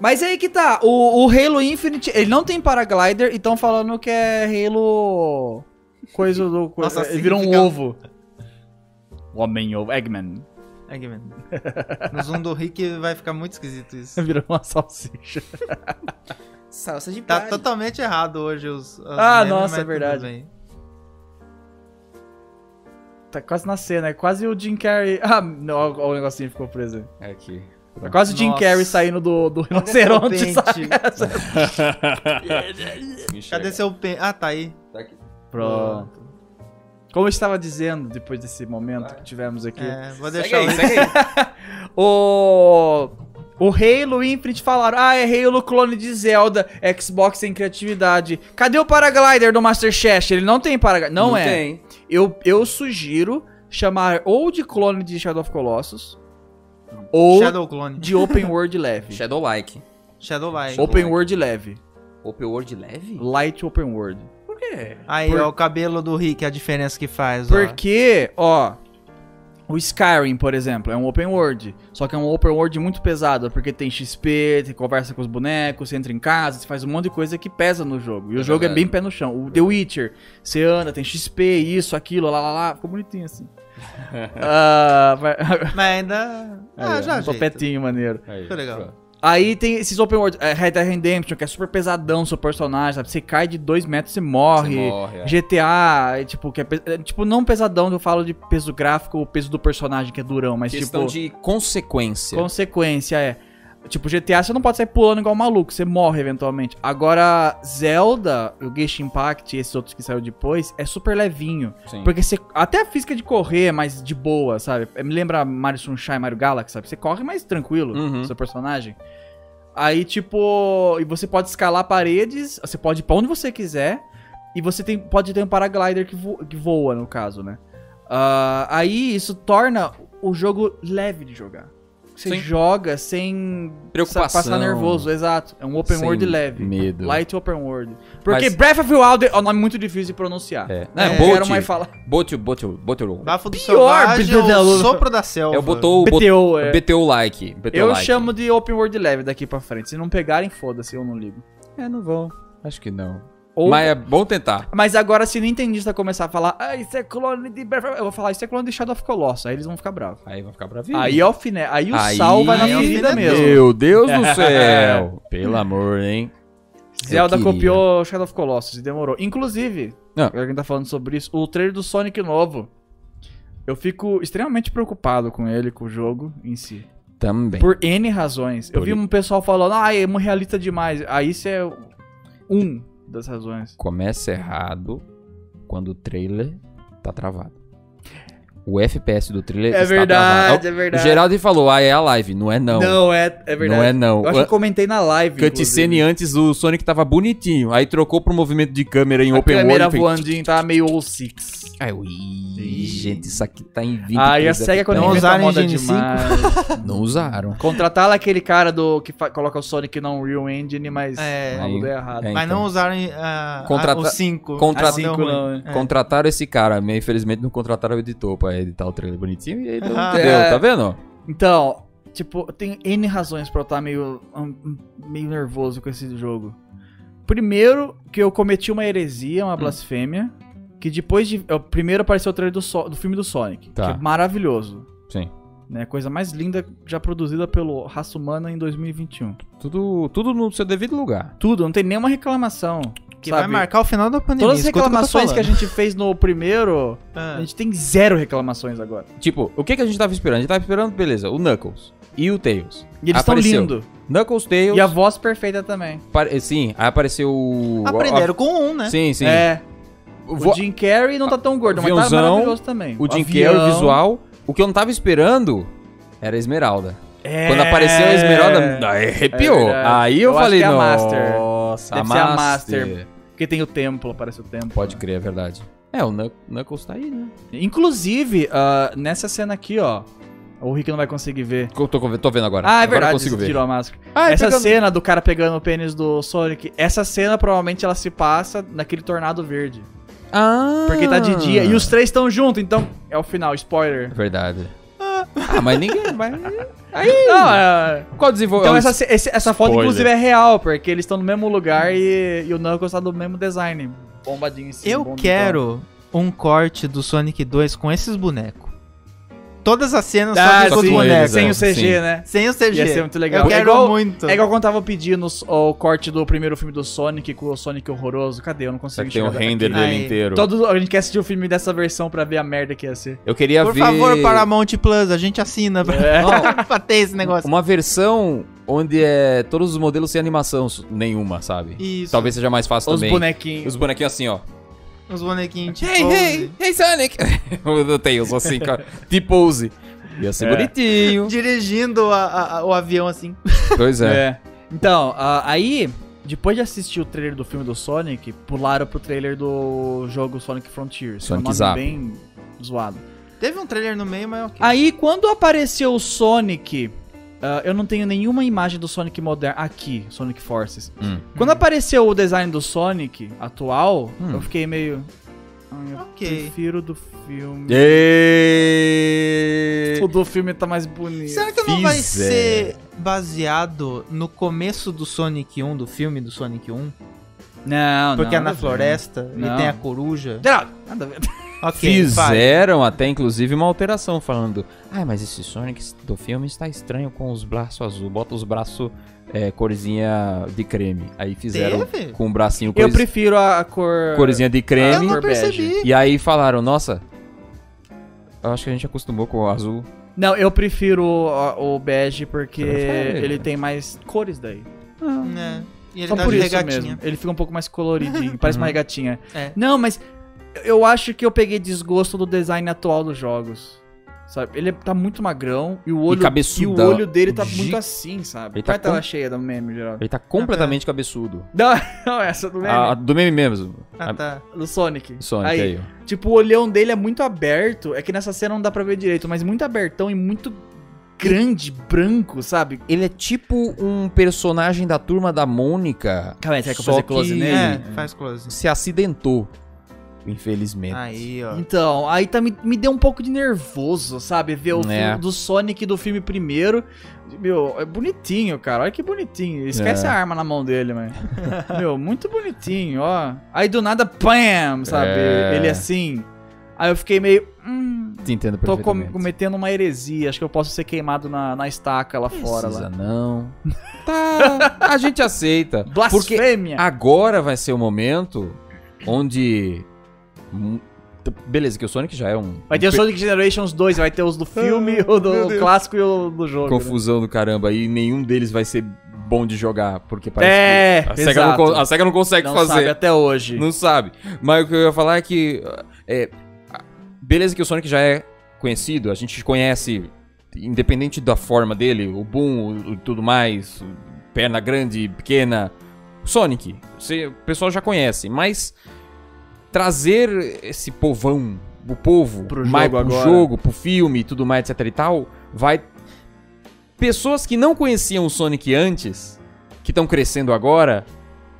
Mas aí que tá, o, o Halo Infinite, ele não tem paraglider e tão falando que é Halo... Coisa do... Coisa,
Nossa,
ele
assim
virou um
fica-
ovo. Um O Homem-Ovo, Eggman.
Eggman. É, No zoom do Rick vai ficar muito esquisito isso.
Virou uma salsicha.
Salsa de
Tá totalmente errado hoje os. os
Ah, nossa,
mas
é verdade.
tudo bem.
Tá quase na cena, é quase o Jim Carrey. Ah, não, ó, ó o negocinho ficou preso. aí.
É aqui.
É quase o Jim
Nossa.
Carrey saindo do, do rinoceronte, sabe?
Cadê seu pente? Ah, tá aí.
Tá aqui.
Pronto. Como eu estava dizendo depois desse momento que tivemos aqui,
É,
Segue
vou deixar
aí,
o link.
segue aí.
o. O Halo e Infinite falaram: Ah, é Halo clone de Zelda, Xbox sem criatividade. Cadê o paraglider do Master Chef? Ele não tem paraglider. Não, é.
tem.
Eu, eu sugiro chamar ou de clone de Shadow of Colossus ou
Shadow Clone.
de Open World leve.
[laughs] Shadow Like.
Shadow Light.
open World leve.
Open World leve?
Light Open World.
Por quê?
Aí,
Por-
ó, o cabelo do Rick, a diferença que faz, ó.
Porque, ó, o Skyrim, por exemplo, é um open world. Só que é um open world muito pesado, porque tem XP, você conversa com os bonecos, você entra em casa, você faz um monte de coisa que pesa no jogo. E o
É
jogo é
verdade.
bem pé no chão. O The Witcher, você anda, tem XP, isso, aquilo, lá, lá, lá. Ficou bonitinho
[laughs]
assim. Ah, vai- [laughs]
Mas ainda... Ah,
Aí, ó,
já
um
ajeita.
topetinho maneiro.
Aí,
Ficou legal.
pronto.
Aí tem esses open world, é, Red Dead Redemption, que é super pesadão seu personagem, sabe? Você cai de dois metros, você morre.
Você morre, é.
GTA, é, tipo, que é, pe- é, tipo, não pesadão, eu falo de peso gráfico ou peso do personagem, que é durão, mas
Questão
tipo,
de consequência.
consequência é. Tipo, GTA você não pode sair pulando igual maluco, você morre eventualmente. Agora, Zelda, o Genshin Impact e esses outros que saiu depois, é super levinho.
Sim.
Porque você. Até a física de correr é mais de boa, sabe? É, Me lembra Mario Sunshine, Mario Galaxy, sabe? Você corre mais tranquilo,
Uhum.
seu personagem. Aí, tipo. E você pode escalar paredes, você pode ir pra onde você quiser. E você tem, pode ter um paraglider que, vo- que voa, no caso, né? Ah, aí isso torna o jogo leve de jogar. Você
Sim.
joga sem
Preocupação.
passar nervoso, exato. É um open
Sem
world leve.
medo.
Light open world. Porque
Mas-
Breath of the Wild é um nome muito difícil de pronunciar.
É.
Não
É,
quero
Bolt.
mais falar.
Bote, bote, bote.
Bafo do
Pior
selvagem, é
bebida
o
louca.
sopro da selva.
É o botou, botou
BTO, é.
BTO like. BTO
Eu
like.
chamo de open world leve daqui pra frente. Se não pegarem, foda-se, eu não ligo.
É, não vão. Acho que não.
Ou-
Mas é bom tentar.
Mas agora, se Nintendista começar a falar, ah, isso é clone de Breath of... Eu vou falar, isso é clone de Shadow of Colossus. Aí eles vão ficar bravos.
Aí vai ficar pra
Aí, é o fine... aí o
Aí-
sal vai na
aí é o
ferida
finedor.
mesmo.
Meu Deus
[laughs]
do céu. Pelo amor, hein?
Zelda
Eu queria.
copiou Shadow of Colossus e demorou. Inclusive,
Ah.
alguém tá falando sobre isso, o trailer do Sonic novo. Eu fico extremamente preocupado com ele, com o jogo em si.
Também.
Por N razões. Eu
Por
vi
i-
um pessoal falando, ah, é um realista demais. Aí isso é um das razões.
Começa errado quando o trailer tá travado. O FPS do trailer está travado.
é
O Geraldo falou, ah, é a live. Não é não.
Não, é, é verdade.
Não é não.
Eu acho que eu comentei na live.
Cutscene
inclusive.
antes o Sonic tava bonitinho, aí trocou pro movimento de câmera em
A
open
câmera
world. fez-
voandinha tá meio All Six.
Ai, ui, gente, isso aqui tá em 20.
Aí é a SEGA quando
Não
inventa
usaram
moda
Engine cinco.
demais.
Não usaram.
[laughs] Contratar lá aquele cara do que fa- coloca o Sonic no Unreal Engine, mas
É.
o maluco deu errado.
É,
Mas
então.
não usaram ah,
Contrata-
ah, o Assim, 5.
Contra-
Ah, cinco não, né?
Contrataram esse cara, mas infelizmente não contrataram o editor pra editar o trailer bonitinho e
[laughs]
aí não
Ah,
deu,
é.
tá vendo?
Então, tipo, eu tenho N razões pra eu estar meio, hum, meio nervoso com esse jogo. Primeiro, que eu cometi uma heresia,
Hum.
uma blasfêmia. Que depois de. eu- Primeiro apareceu o trailer do, So- do filme do Sonic.
Tá.
Que é maravilhoso.
Sim.
Né, coisa mais linda já produzida pela raça humana em 2021.
Tudo, tudo no seu devido lugar.
Tudo, não tem nenhuma reclamação.
Que
sabe?
vai marcar o final da pandemia.
Todas as
escuta o eu tô
reclamações que a
falando.
gente fez no
[laughs]
primeiro, a
Ah,
gente tem zero reclamações agora.
Tipo, o que, que a gente tava esperando? A gente tava esperando, beleza, o Knuckles e o Tails.
E eles estão
Apareceu.
lindo.
Knuckles, Tails.
E a voz perfeita também.
apare- Sim, aí apareceu o.
Aprenderam com um,
a-
né?
Sim, sim.
É.
o,
O
vo-
Jim Carrey não tá tão gordo, mas tá
aviãozão,
maravilhoso também.
o Jim
avião.
Carrey, o visual. O que eu não tava esperando era a Esmeralda.
É.
Quando apareceu a Esmeralda, aí arrepiou.
verdade.
aí eu,
Eu acho
falei,
que é a Master.
nossa,
Deve ser a Master. Porque tem o templo, aparece o templo.
Pode crer, é verdade. É, o Knuck- Knuckles tá aí, né?
Inclusive, ah, nessa cena aqui, ó. O Rick não vai conseguir ver.
Eu tô, con- tô vendo agora.
Ah, é
agora
verdade,
Eu consigo
você
ver.
tirou a máscara.
Ah, é
essa
pegando-
cena do cara pegando o pênis do Sonic, essa cena provavelmente ela se passa naquele tornado verde.
Ah.
Porque tá de dia e os três estão juntos, então é o final, spoiler.
Verdade. Ah, mas ninguém. Mas...
Não, é-
Qual desenvolveu?
Então essa, ce- esse- essa foto,
Spoiler.
inclusive, é real, porque eles estão no mesmo lugar e, e o Knuckles tá do mesmo design. Bombadinho em cima.
Eu
bombidão.
quero um corte do Sonic 2 com esses bonecos. todas as cenas
Ah,
só com os
sim,
bonecos.
eles,
Sem o
é.
CG,
Sim.
né?
Sem o CG.
Ia ser muito legal.
Eu
É
quero
igual-
muito.
É igual quando tava pedindo os- o corte do primeiro filme do Sonic com o Sonic horroroso. Cadê? Eu não
Só
consigo
que tem o
enxergar
render
daqui.
dele
Aí,
inteiro.
Todo, a gente quer assistir o filme dessa versão pra ver a merda que ia ser.
Eu queria
Por
ver
favor, Paramount Plus, a gente assina pra,
É.
[laughs] pra ter esse negócio.
uma versão onde é todos os modelos sem animação s- nenhuma, sabe?
Isso.
Talvez seja mais fácil
Os
também.
bonequinhos.
Os bonequinhos assim, ó. [laughs]
Os bonequinhos de
Hey,
pose.
hey, hey, Sonic! o Tails, assim, cara. De pose. Ia ser
É.
bonitinho.
Dirigindo a- a- a- o avião assim.
Pois é.
É. Então, a- aí, depois de assistir o trailer do filme do Sonic, pularam pro trailer do jogo Sonic Frontiers. que é
Sonic
um
Zap.
nome bem zoado.
Teve um trailer no meio, mas ok.
Aí, quando apareceu o Sonic, ah, eu não tenho nenhuma imagem do Sonic moderno aqui, Sonic Forces.
Hum.
Quando apareceu o design do Sonic atual,
Hum.
eu fiquei meio. "Ah, eu
Ok.
prefiro do filme.
E-
O do filme tá mais bonito.
Será que não vai
Fizer.
ser baseado no começo do Sonic 1, do filme do Sonic 1?
Não,
Porque é
não,
na
não.
floresta
Não.
e tem a coruja.
Geraldo, nada a ver.
Ok, vai.
Fizeram até, inclusive, uma alteração falando. Ai, mas esse Sonic do filme está estranho com os braços azul. Bota os braços é, corzinha de creme. Aí fizeram
Teve?
com o bracinho
Eu
cores-
prefiro a a cor.
corzinha de
Eu
creme.
não
Cor bege.
percebi.
E aí falaram, nossa. Eu acho que a gente acostumou com o azul.
Não, eu prefiro o, o bege porque
Prefere.
ele tem mais cores daí.
né? E ele
Só
tá
por
de
isso
regatinha.
mesmo. Ele fica um pouco mais [laughs] coloridinho, parece uma regatinha.
É.
Não, mas eu acho que eu peguei desgosto do design atual dos jogos. Sabe? Ele tá muito magrão e o olho, e o
cabeçudão.
olho dele tá
Gi-
muito assim, sabe?
Ele tá
Vai tela
com-
cheia do meme, Geraldo.
Ele tá completamente cabeçudo.
[laughs] Não, não, essa do meme.
Ah, do meme mesmo.
Ah, tá.
Do Sonic.
A- Sonic aí.
Tipo, o olhão dele é muito aberto. É que nessa cena não dá pra ver direito, mas muito abertão e muito grande, branco, sabe?
Ele é tipo um personagem da turma da Mônica.
Calma aí, será que eu
Só
vou fazer close
que-
nele?
É, faz close.
Se acidentou. Infelizmente.
Aí, ó.
Então, aí tá, me, me deu um pouco de nervoso, sabe? Ver o
É.
filme do Sonic do filme primeiro. Meu, é bonitinho, cara. Olha que bonitinho. Esquece
É.
a arma na mão dele, mano. [laughs] Meu, muito bonitinho, ó. Aí do nada, pam, sabe?
É.
Ele assim. Aí eu fiquei meio. Hum,
Te entendo
tô com-
perfeitamente.
cometendo uma heresia. Acho que eu posso ser queimado na, na estaca lá fora.
Precisa
Lá.
não. [laughs] Tá, a gente aceita. Porque
Blasfêmia!
agora vai ser o momento onde... Hum, t- Beleza, que o Sonic já é um...
Vai ter
um
o Sonic Generations 2, vai ter os do filme, o do clássico e o do jogo. né?
confusão do caramba e nenhum deles vai ser bom de jogar, porque parece
É,
que a SEGA, não,
exato.
con- a SEGA não consegue
Não
fazer.
sabe até hoje.
Não sabe. Mas o que eu ia falar é que. é, a- beleza que o Sonic já é conhecido, a gente conhece, independente da forma dele, o boom o- e tudo mais, o- perna grande, pequena. Sonic, você- o pessoal já conhece, mas trazer esse povão, o povo,
Pro
mais
jogo
pro
agora.
jogo, pro filme e tudo mais, etc e tal, vai. Pessoas que não conheciam o Sonic antes, que estão crescendo agora,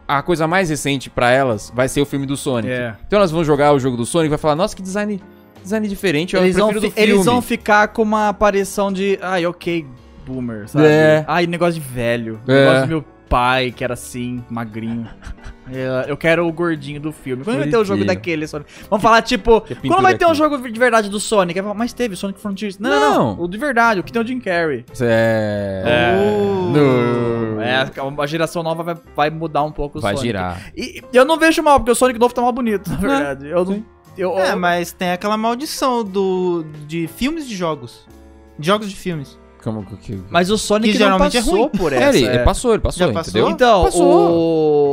a coisa mais recente pra elas vai ser o filme do Sonic.
É.
Então elas vão jogar o jogo do Sonic e vai falar, nossa, que design, design diferente, Tipo, eu
Eles vão,
prefiro do
fi-
filme.
eles vão ficar com uma aparição de. Ai, ok, boomer, sabe?
É.
Ai, negócio de velho.
É.
Negócio do meu pai, que era assim,
[laughs]
magrinho. É, eu quero o gordinho do filme. Quando vai ter o jogo
Bonitinho.
daquele, Sonic? Vamos falar, tipo,
que é pintura
quando vai ter um
aqui.
jogo de verdade do Sonic? Aí fala, Mas teve Sonic Frontiers. Não, não,
Não.
O de verdade, o que tem o Jim Carrey.
É...
Uh.
No-
É, a geração nova vai, vai mudar um pouco o
Hum. Vai
Sonic.
girar. Né?
E e eu não vejo mal, porque o Sonic novo tá mal bonito, na verdade. Eu não. Eu,
É,
eu-
mas tem aquela maldição do de filmes de jogos. De jogos de filmes.
Como que- que...
Mas o Sonic
Que
não
geralmente é
passou
ruim.
por
É,
essa.
ele,
é.
ele passou, ele passou,
Já
entendeu?
passou?
Então,
Passou.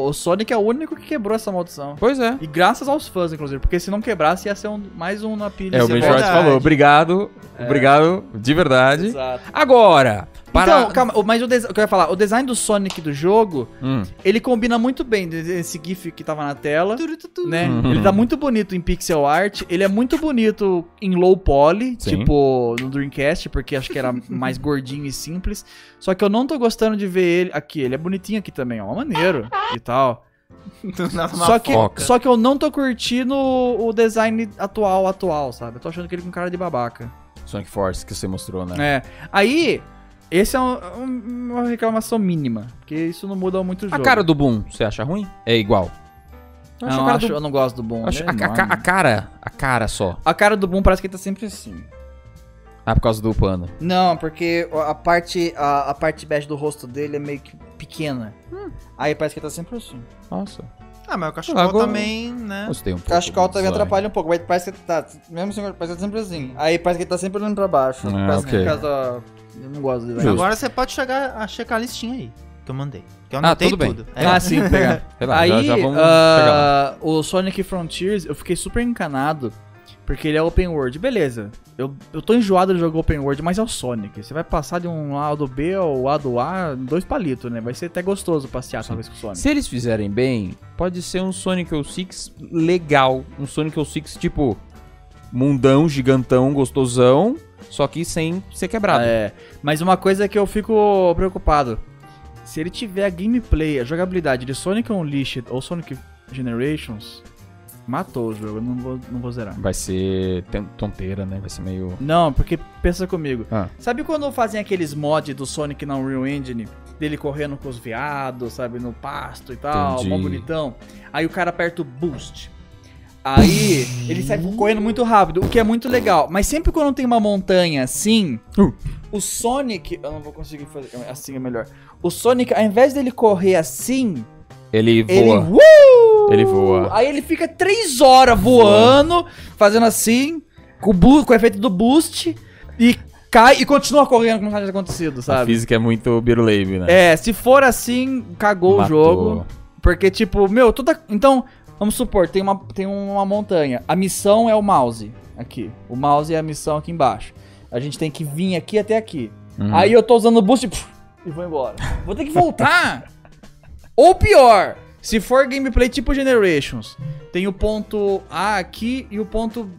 o... o Sonic é o único que quebrou essa maldição.
Pois é.
E graças aos fãs, inclusive, porque se não quebrasse ia ser um- mais um na pilha.
É, o
Isso é
Ben
verdade.
Short falou, obrigado, obrigado, de verdade.
Exato.
Agora, para...
Então, calma, o- mas o, des- o que eu ia falar, o design do Sonic do jogo,
Hum,
ele combina muito bem de- esse GIF que tava na tela,
[laughs]
né?
Uhum.
Ele tá muito bonito em pixel art, ele é muito bonito em low poly,
Sim.
tipo no Dreamcast, porque acho que era mais gordinho e simples. Só que eu não tô gostando de ver ele aqui, ele é bonitinho aqui também, ó, maneiro e tal. Só que,
foca.
só que eu não tô curtindo o o design atual, atual, sabe? Eu tô achando que ele com cara de babaca.
Sonic Force que você mostrou, né?
É. Aí, esse é um- um- uma reclamação mínima. Porque isso não muda muito o
A
jogo.
cara do Boom, você acha ruim? É igual. Eu acho
não,
a cara
acho-
do-
eu não gosto do Boom.
acho-
ele
a-
é
a- a
enorme.
cara, a cara só.
A cara do Boom parece que ele tá sempre assim.
Ah, por causa do panda.
Não, porque a parte, a, a parte bege do rosto dele é meio que pequena.
Hum.
Aí parece que ele tá sempre assim.
Nossa.
Ah, mas o
Ah,
cachecol
agora-
também, né?
Gostei um pouco.
O cachecol também
do design.
atrapalha um pouco, mas parece que ele tá. Mesmo assim, parece que ele tá sempre assim. Aí parece que ele tá sempre olhando pra baixo.
Ah,
parece que
ok.
por causa da. Eu não gosto dele.
Justo.
Agora você pode chegar a checar a listinha aí que eu mandei. Que eu
Ah,
anotei
tudo bem.
tudo. É.
Ah, sim, pegar.
um
Sei lá,
Aí,
Tá, já, já vamos pegar lá.
ah, o Sonic Frontiers, eu fiquei super encanado, porque ele é open world. Beleza, eu, eu tô enjoado de jogo open world, mas é o Sonic. Você vai passar de um A do B ao A do A, em dois palitos, né? Vai ser até gostoso passear talvez com o Sonic.
Se eles fizerem bem, pode ser um Sonic 06 legal. Um Sonic 06 tipo mundão, gigantão, gostosão, só que sem ser quebrado.
É, mas uma coisa que eu fico preocupado, se ele tiver a gameplay, a jogabilidade de Sonic Unleashed ou Sonic Generations, matou o jogo, eu não vou, não vou zerar.
Vai ser tem- tonteira, né? Vai ser meio.
Não, porque pensa comigo.
Ah.
Sabe quando fazem aqueles mods do Sonic na Unreal Engine? Dele correndo com os veados, sabe? No pasto e tal,
Entendi.
mó bonitão. Aí o cara aperta o boost. Aí ele sai correndo muito rápido, o que é muito legal. Mas sempre quando tem uma montanha assim,
Uh.
o Sonic. Eu não vou conseguir fazer. Assim é melhor. O Sonic, ao invés dele correr assim,
Ele voa.
ele. Uh!
Ele voa.
Aí ele fica três horas voando, fazendo assim, com o, bu- com o efeito do boost, e cai e continua correndo como se nada tivesse acontecido,
A
sabe?
física é muito biruleibe, né?
É, se for assim, cagou
Matou.
o jogo. Porque, tipo, meu, toda. Então, vamos supor, tem uma, tem uma montanha. A missão é o mouse aqui. O mouse é a missão aqui embaixo. A gente tem que vir aqui até aqui.
Uhum.
Aí eu tô usando o boost e, puf, e vou embora. Vou ter que
[laughs]
voltar. Ou pior, se for gameplay tipo Generations, tem o ponto A aqui e o ponto,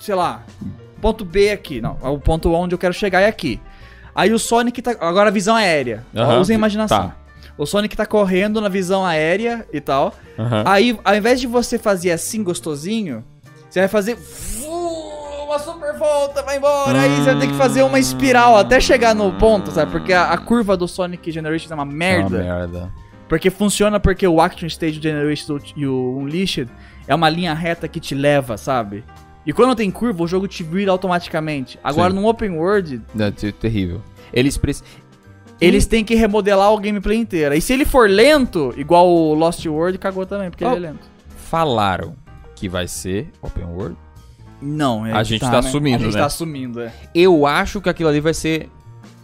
sei lá, ponto B aqui. Não, é o ponto onde eu quero chegar é aqui. Aí o Sonic tá. Agora a visão aérea.
Aham.
Usem a imaginação.
Tá.
O Sonic tá correndo na visão aérea e tal.
Aham.
Aí, ao invés de você fazer assim gostosinho, você vai fazer fu- uma super volta, vai embora. Aí você vai ter que fazer uma espiral até chegar no ponto, sabe? Porque a, a curva do Sonic Generations é uma merda.
Ah, merda.
Porque funciona porque o Action Stage Generations e o Unleashed é uma linha reta que te leva, sabe? E quando tem curva, o jogo te vira automaticamente. Agora,
Sim.
num Open World,
Não, ter- né, terrível. Eles precisam.
eles têm que remodelar o gameplay inteiro. E se ele for lento, igual o Lost World, cagou também, porque ele é lento.
Falaram que vai ser open world.
Não, é
A
que
gente tá assumindo,
A gente
né?
tá assumindo, é.
Eu acho que aquilo ali vai ser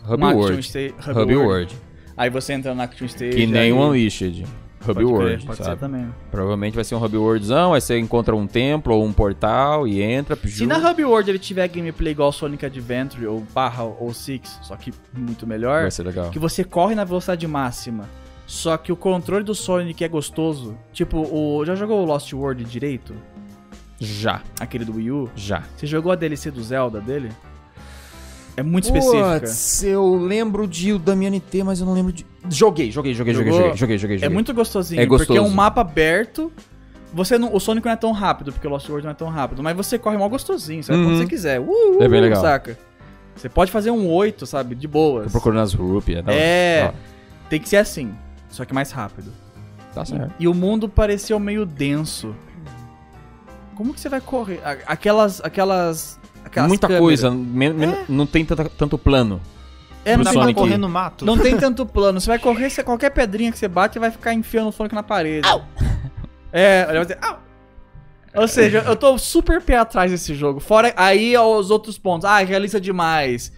Hub
Um Action
World.
Stage- Hub
Hub
World.
World.
Aí você entra na Action Stage.
Que nem
aí-
o Unleashed. Hub
um- Pode crer,
World,
é pode ser
sabe?
também.
Provavelmente vai ser um Hub Worldzão, aí você encontra um templo ou um portal e entra,
Se
piju,
na Hub World ele tiver gameplay igual Sonic Adventure ou barra ou Six, só que muito melhor,
vai ser legal.
que você corre na velocidade máxima. Só que o controle do Sonic é gostoso. Tipo, o já jogou o Lost World direito?
Já,
Aquele do Wii U?
já.
Você jogou a DLC do Zelda dele? É muito específica.
Putz, eu lembro de o Damiani T, mas eu não lembro de... Joguei, joguei, joguei, joguei,
Jogou?
joguei, joguei, joguei.
É
joguei.
muito gostosinho,
É
porque é um
gostoso.
mapa aberto. Você não, o Sonic não é tão rápido, porque o Lost World não é tão rápido, mas você corre mó gostosinho, sabe? Quando
Uhum.
você quiser. Uh, uh,
É bem
uh,
legal.
Saca? Você pode fazer um 8, sabe? De boa.
Tô procurando as rúpias. tá-
É.
Tá,
Tem que ser assim, só que mais rápido.
tá certo.
E o mundo pareceu meio denso. Como que você vai correr? A- Aquelas. Aquelas. aquelas
Muita
câmeras.
coisa, men- men- não tem tanta- tanto plano.
É,
pro
não
Dá
tem
pra
Sonic.
correr no tá mato?
Não
[laughs]
tem tanto plano. Você vai correr, você, qualquer pedrinha que você bate vai ficar enfiando o Sonic na parede.
Au!
É, olha, vai dizer, au! Ou seja, eu tô super pé atrás desse jogo. Fora aí os outros pontos. Ah, realista demais.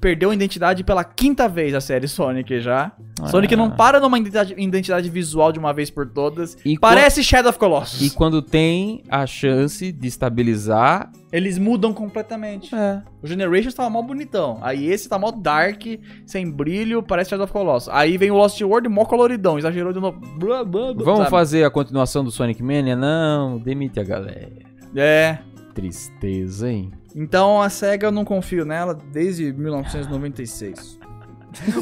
Perdeu a identidade pela quinta vez a série Sonic já. Sonic
Ah.
não para numa identidade, identidade visual de uma vez por todas.
E
Parece Shadow of Colossus.
E quando tem a chance de estabilizar,
Eles mudam completamente.
É.
O Generations tava mó bonitão. Aí esse tá mó dark, sem brilho, parece Shadow of Colossus. Aí vem o Lost World mó coloridão, exagerou de novo. Blá, blá, blá,
vamos
sabe?
fazer a continuação do Sonic Mania? Não, demite a galera.
É.
Tristeza, hein?
Então a SEGA eu não confio nela desde 1996.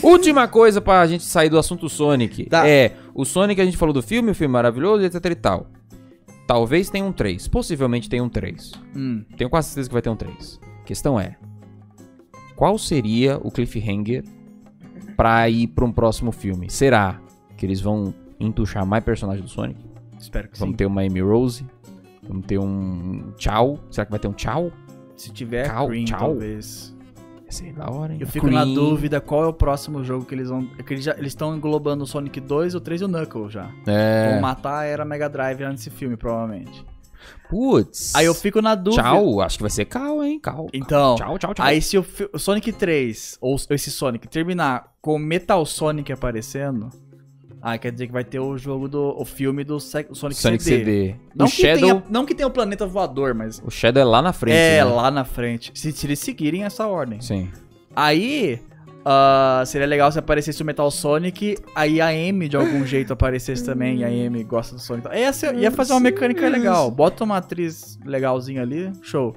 Última coisa pra gente sair do assunto Sonic.
Tá.
É, o Sonic a gente falou do filme, o filme maravilhoso, etc e tal. Talvez tenha um 3, possivelmente tenha um 3.
Hum.
Tenho quase certeza que vai ter um 3. Questão é, qual seria o cliffhanger pra ir pra um próximo filme? Será que eles vão entuchar mais personagens do Sonic?
Espero que
Vamos
sim.
ter uma Amy Rose. Vamos ter um tchau. Será que vai ter um tchau?
Se tiver,
Tchau,
Green,
tchau.
talvez.
Sei da hora, hein?
Eu fico na dúvida qual é o próximo jogo que eles vão. que eles já- eles estão englobando o Sonic 2, o 3 e o Knuckles já. Vão
É.
matar a era Mega Drive já nesse filme, provavelmente.
Putz.
Aí eu fico na dúvida.
Tchau, acho que vai ser cal, hein? Cal.
Então,
Tchau, tchau, tchau.
Aí se o, fi- o Sonic 3, ou s- esse Sonic, terminar com o Metal Sonic aparecendo, ah, quer dizer que vai ter o jogo do. o filme do Se- o Sonic,
Sonic
CD.
CD.
Não,
o
que
Shadow.
tenha, não que tenha o planeta voador, mas.
O Shadow é lá na frente.
é,
né?
lá na frente. Se, se eles seguirem essa ordem.
Sim.
Aí. ah, seria legal se aparecesse o Metal Sonic, aí a Amy de
[laughs]
algum jeito aparecesse também, e a Amy gosta do Sonic. Ia, ser- ia fazer uma mecânica legal. Bota uma atriz legalzinha ali, show.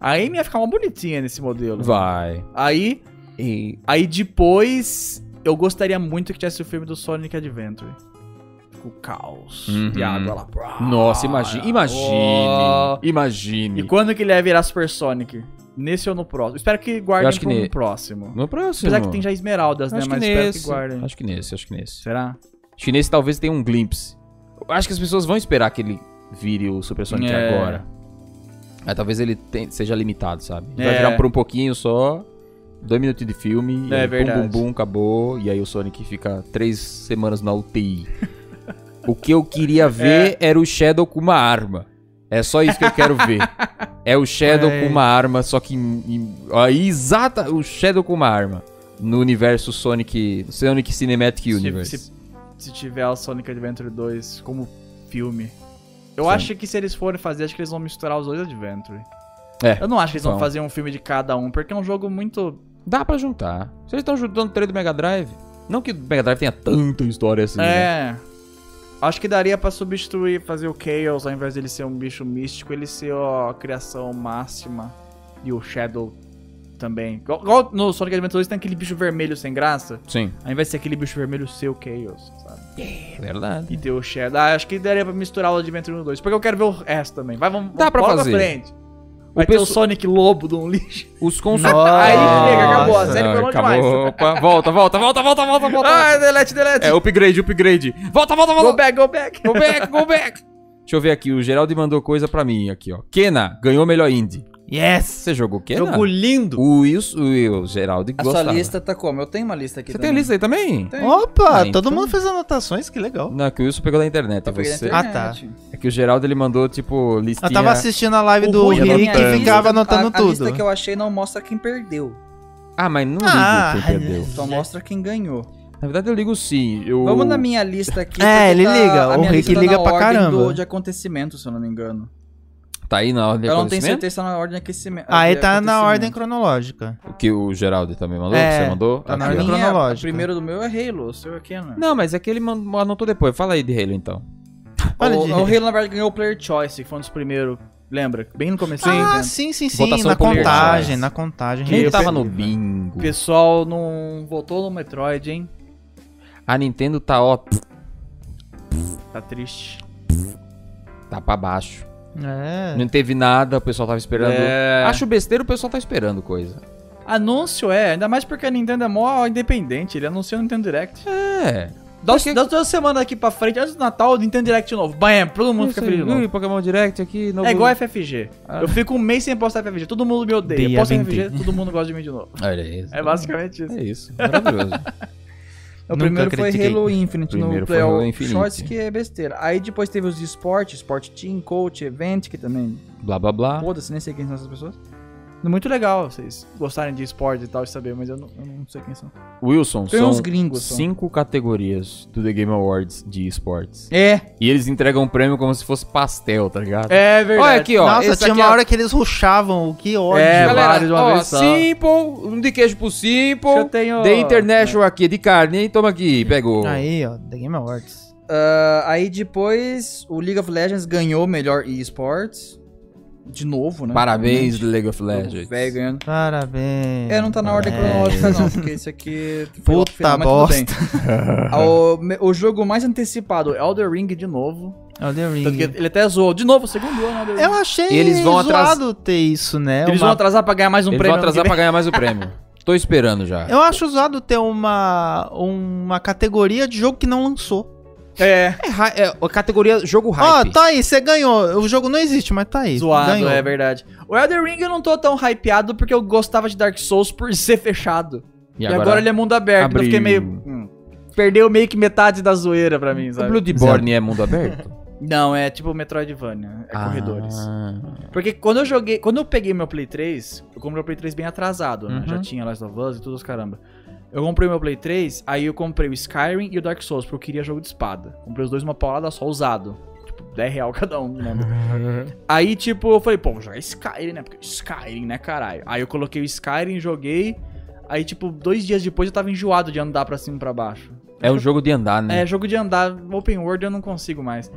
A Amy ia ficar uma bonitinha nesse modelo.
Vai.
Aí,
E.
aí depois, eu gostaria muito que tivesse o filme do Sonic Adventure. O caos
Uhum.
e a água lá. Brá.
Nossa, imagine. Imagine.
Oh. Ah, E
Imagine.
quando que ele ia virar Super Sonic? Nesse ou no próximo? Espero que guardem
Eu acho que
pro
ne-
próximo.
No próximo.
Apesar que tem já esmeraldas, né?
Acho que
Mas espero que
nesse.
guardem.
Acho que nesse, acho que nesse.
Será?
Acho que nesse talvez tenha um glimpse. Eu acho que as pessoas vão esperar que ele vire o Super Sonic
É.
agora. Aí talvez ele ten- seja limitado, sabe? Ele Vai
É.
virar por um pouquinho só. Dois minutos de filme, e
É
aí
verdade.
bum bum bum, acabou, e aí o Sonic fica três semanas na UTI. [laughs] o que eu queria ver
É.
era o Shadow com uma arma. É só isso que eu quero
[laughs]
ver. É o Shadow
É.
com uma arma, só que. em- em- aí, exata. O Shadow com uma arma. No universo Sonic. Sonic Cinematic
Se-
Universe.
Se, se tiver o Sonic Adventure 2 como filme. Eu
Sim.
acho que se eles forem fazer, acho que eles vão misturar os dois Adventure.
É.
Eu não acho que eles vão
Vão.
fazer um filme de cada um, porque é um jogo muito
Dá pra juntar. Vocês estão juntando o trailer do Mega Drive? Não que o Mega Drive tenha tanta história assim. né?
É. Acho que daria pra substituir, fazer o Chaos, ao invés dele ser um bicho místico, ele ser ó, a criação máxima. E o Shadow também. Igual- Igual no Sonic Adventure 2 tem aquele bicho vermelho sem graça.
Sim.
Ao invés de ser aquele bicho vermelho, ser o Chaos, sabe?
É verdade.
E ter o Shadow. Ah, acho que daria pra misturar o Adventure 1 e 2. Porque eu quero ver o resto também. Vai, vamos.
Dá pra
bola
fazer.
Pra frente. Vai ter o
perso-
Sonic Lobo de um lixo.
Os cons...
Aí chega, acabou. A
Nossa,
série foi longe
acabou.
demais.
Opa, volta, volta, volta, volta, volta, volta.
Ah, delete, delete.
É, upgrade, upgrade. Volta, volta,
Go
volta.
back, go back.
Go back, go back. Deixa eu ver aqui, o Geraldo mandou coisa pra mim aqui, ó. Kena, ganhou o melhor indie.
Yes!
Você jogou Kena?
Jogo lindo!
O Wilson, o Will, Geraldo
A
gostava.
sua lista tá como? Eu tenho uma lista aqui
Você tem
também.
a lista aí também?
Tem.
Opa,
Ah,
todo
então.
mundo fez anotações, que legal.
Não, é que o Wilson pegou da internet.
Eu peguei na
Você...
internet.
Ah, tá.
É que o Geraldo, ele mandou, tipo, listinha...
Eu tava assistindo a live
O
do
ruim é
Rick
que a
e
lista-
ficava anotando
a, A
tudo.
é
lista que eu achei não mostra quem perdeu.
Ah, mas não
Ah,
ligo quem perdeu.
é.
Só mostra quem ganhou.
Na verdade, eu ligo sim. Eu...
Vamos na minha lista aqui. porque
É,
tá
ele liga.
a
O
minha
Rick
lista
liga
na
pra
ordem
caramba.
Do, de acontecimento, se eu não me engano.
Tá aí na ordem de
eu não tenho
acontecimento?
certeza se tá na ordem de aquecimento.
Aí
de
tá na
né?
acontecimento.
ordem cronológica.
O que o Geraldo também mandou?
É,
que você mandou?
tá
Aqui,
na
A
ordem
ó.
minha-
cronológica.
O primeiro do meu é Halo, o seu é Kenan.
Não, mas é que ele mandou, anotou depois. Fala aí de Halo, então.
Olha
o,
de-
o Halo, na verdade, ganhou o Player Choice, que foi um dos primeiros. Lembra? Bem no começo. né?
Ah, sim, sim, sim.
Votação
na
popular.
contagem, na contagem.
Que
Quem
eu
tava
perdi,
no
velho.
bingo?
O pessoal não voltou no Metroid, hein?
A Nintendo tá, ó, pf,
Tá triste.
tá pra baixo.
É.
Não teve nada, o pessoal tava esperando.
É.
Acho besteira, o pessoal tá esperando coisa.
Anúncio é, ainda mais porque a Nintendo é mó independente, ele anunciou o Nintendo Direct.
É.
Dá,
Porque-
dá duas semanas aqui pra frente, antes do Natal, o Nintendo Direct de novo. Bam, todo mundo
Você
fica feliz de
viu
novo.
Pokémon Direct aqui. novo-
É igual FFG.
Ah.
Eu fico um mês sem postar FFG, todo mundo me odeia.
Dei
Eu posto
a vinte.
FFG, todo mundo gosta de mim de novo.
Olha isso.
É basicamente isso.
É isso. Maravilhoso.
O
Nunca
primeiro foi
critiquei.
Halo Infinite
Primeiro
no
foi Halo
Player
Infinite.
Choice, que é besteira. Aí depois teve os de esporte, Sport Team, Coach, Event, que também.
blá, blá, blá.
Foda-se, nem sei quem são essas pessoas.
Muito legal vocês gostarem de esporte e tal, e saber, mas eu não, eu não sei quem são.
Wilson,
Tem
são
uns gringos só.
cinco categorias do The Game Awards de esportes.
É,
E eles entregam o prêmio como se fosse pastel, tá ligado?
É verdade.
Olha aqui, ó.
Nossa,
esse
tinha
aqui
uma
é-
hora que eles ruxavam, o que ódio.
É, vários de
Galera,
uma
ó,
vez só.
Simple, um de queijo pro Simple.
Eu tenho-
The International aqui, de carne, hein? Toma aqui, pegou.
Aí, ó, The Game Awards.
ah, aí depois o League of Legends ganhou o melhor eSports. De novo, né?
Parabéns, League of
Legends.
Legends.
Velho ganhando.
Parabéns.
É, não tá na ordem
É.
cronológica, não, porque esse aqui. foi lá pro
Puta
mas tudo
bosta.
bem.
[laughs]
Ah, o, me- o jogo mais antecipado, Elder Ring de novo.
Elden Ring.
Tanto que ele até zoou. De novo, segundo ano, Elder Ring.
Eu achei
E eles vão atras-
zoado ter isso, né?
Eles
Uma-
vão atrasar pra ganhar mais um
Eles vão
prêmio. ano
atrasar
que
pra ganhar mais o prêmio.
[laughs]
Tô esperando já.
Eu acho zoado ter uma, uma categoria de jogo que não lançou.
É,
É, ra- é, a categoria jogo
Ó,
hype.
tá aí, você ganhou. O jogo não existe, mas tá aí.
zoado,
ganhou.
é verdade. O Elden Ring eu não tô tão hypeado porque eu gostava de Dark Souls por ser fechado. E, agora, ele é mundo aberto, então eu fiquei meio...
abriu.
hum, perdeu meio que metade da zoeira pra mim,
O
sabe?
Bloodborne é mundo aberto?
Não, é tipo Metroidvania, [laughs] é corredores.
Ah.
Porque quando eu joguei, quando eu peguei meu Play 3, eu comprei o Play 3 bem atrasado, né?
Uhum.
Já tinha Last of Us e tudo os caramba. Eu comprei meu Play 3, aí eu comprei o Skyrim e o Dark Souls, porque eu queria jogo de espada. Comprei os dois uma paulada só usado. Tipo, 10 real cada um, né? Aí, tipo, eu falei, pô, vou jogar Skyrim, né? Porque Skyrim, né, caralho? Aí eu coloquei o Skyrim, joguei. Aí, tipo, dois dias depois eu tava enjoado de andar pra cima e pra baixo.
É um jogo de andar, né?
É, jogo de andar, open world eu não consigo mais.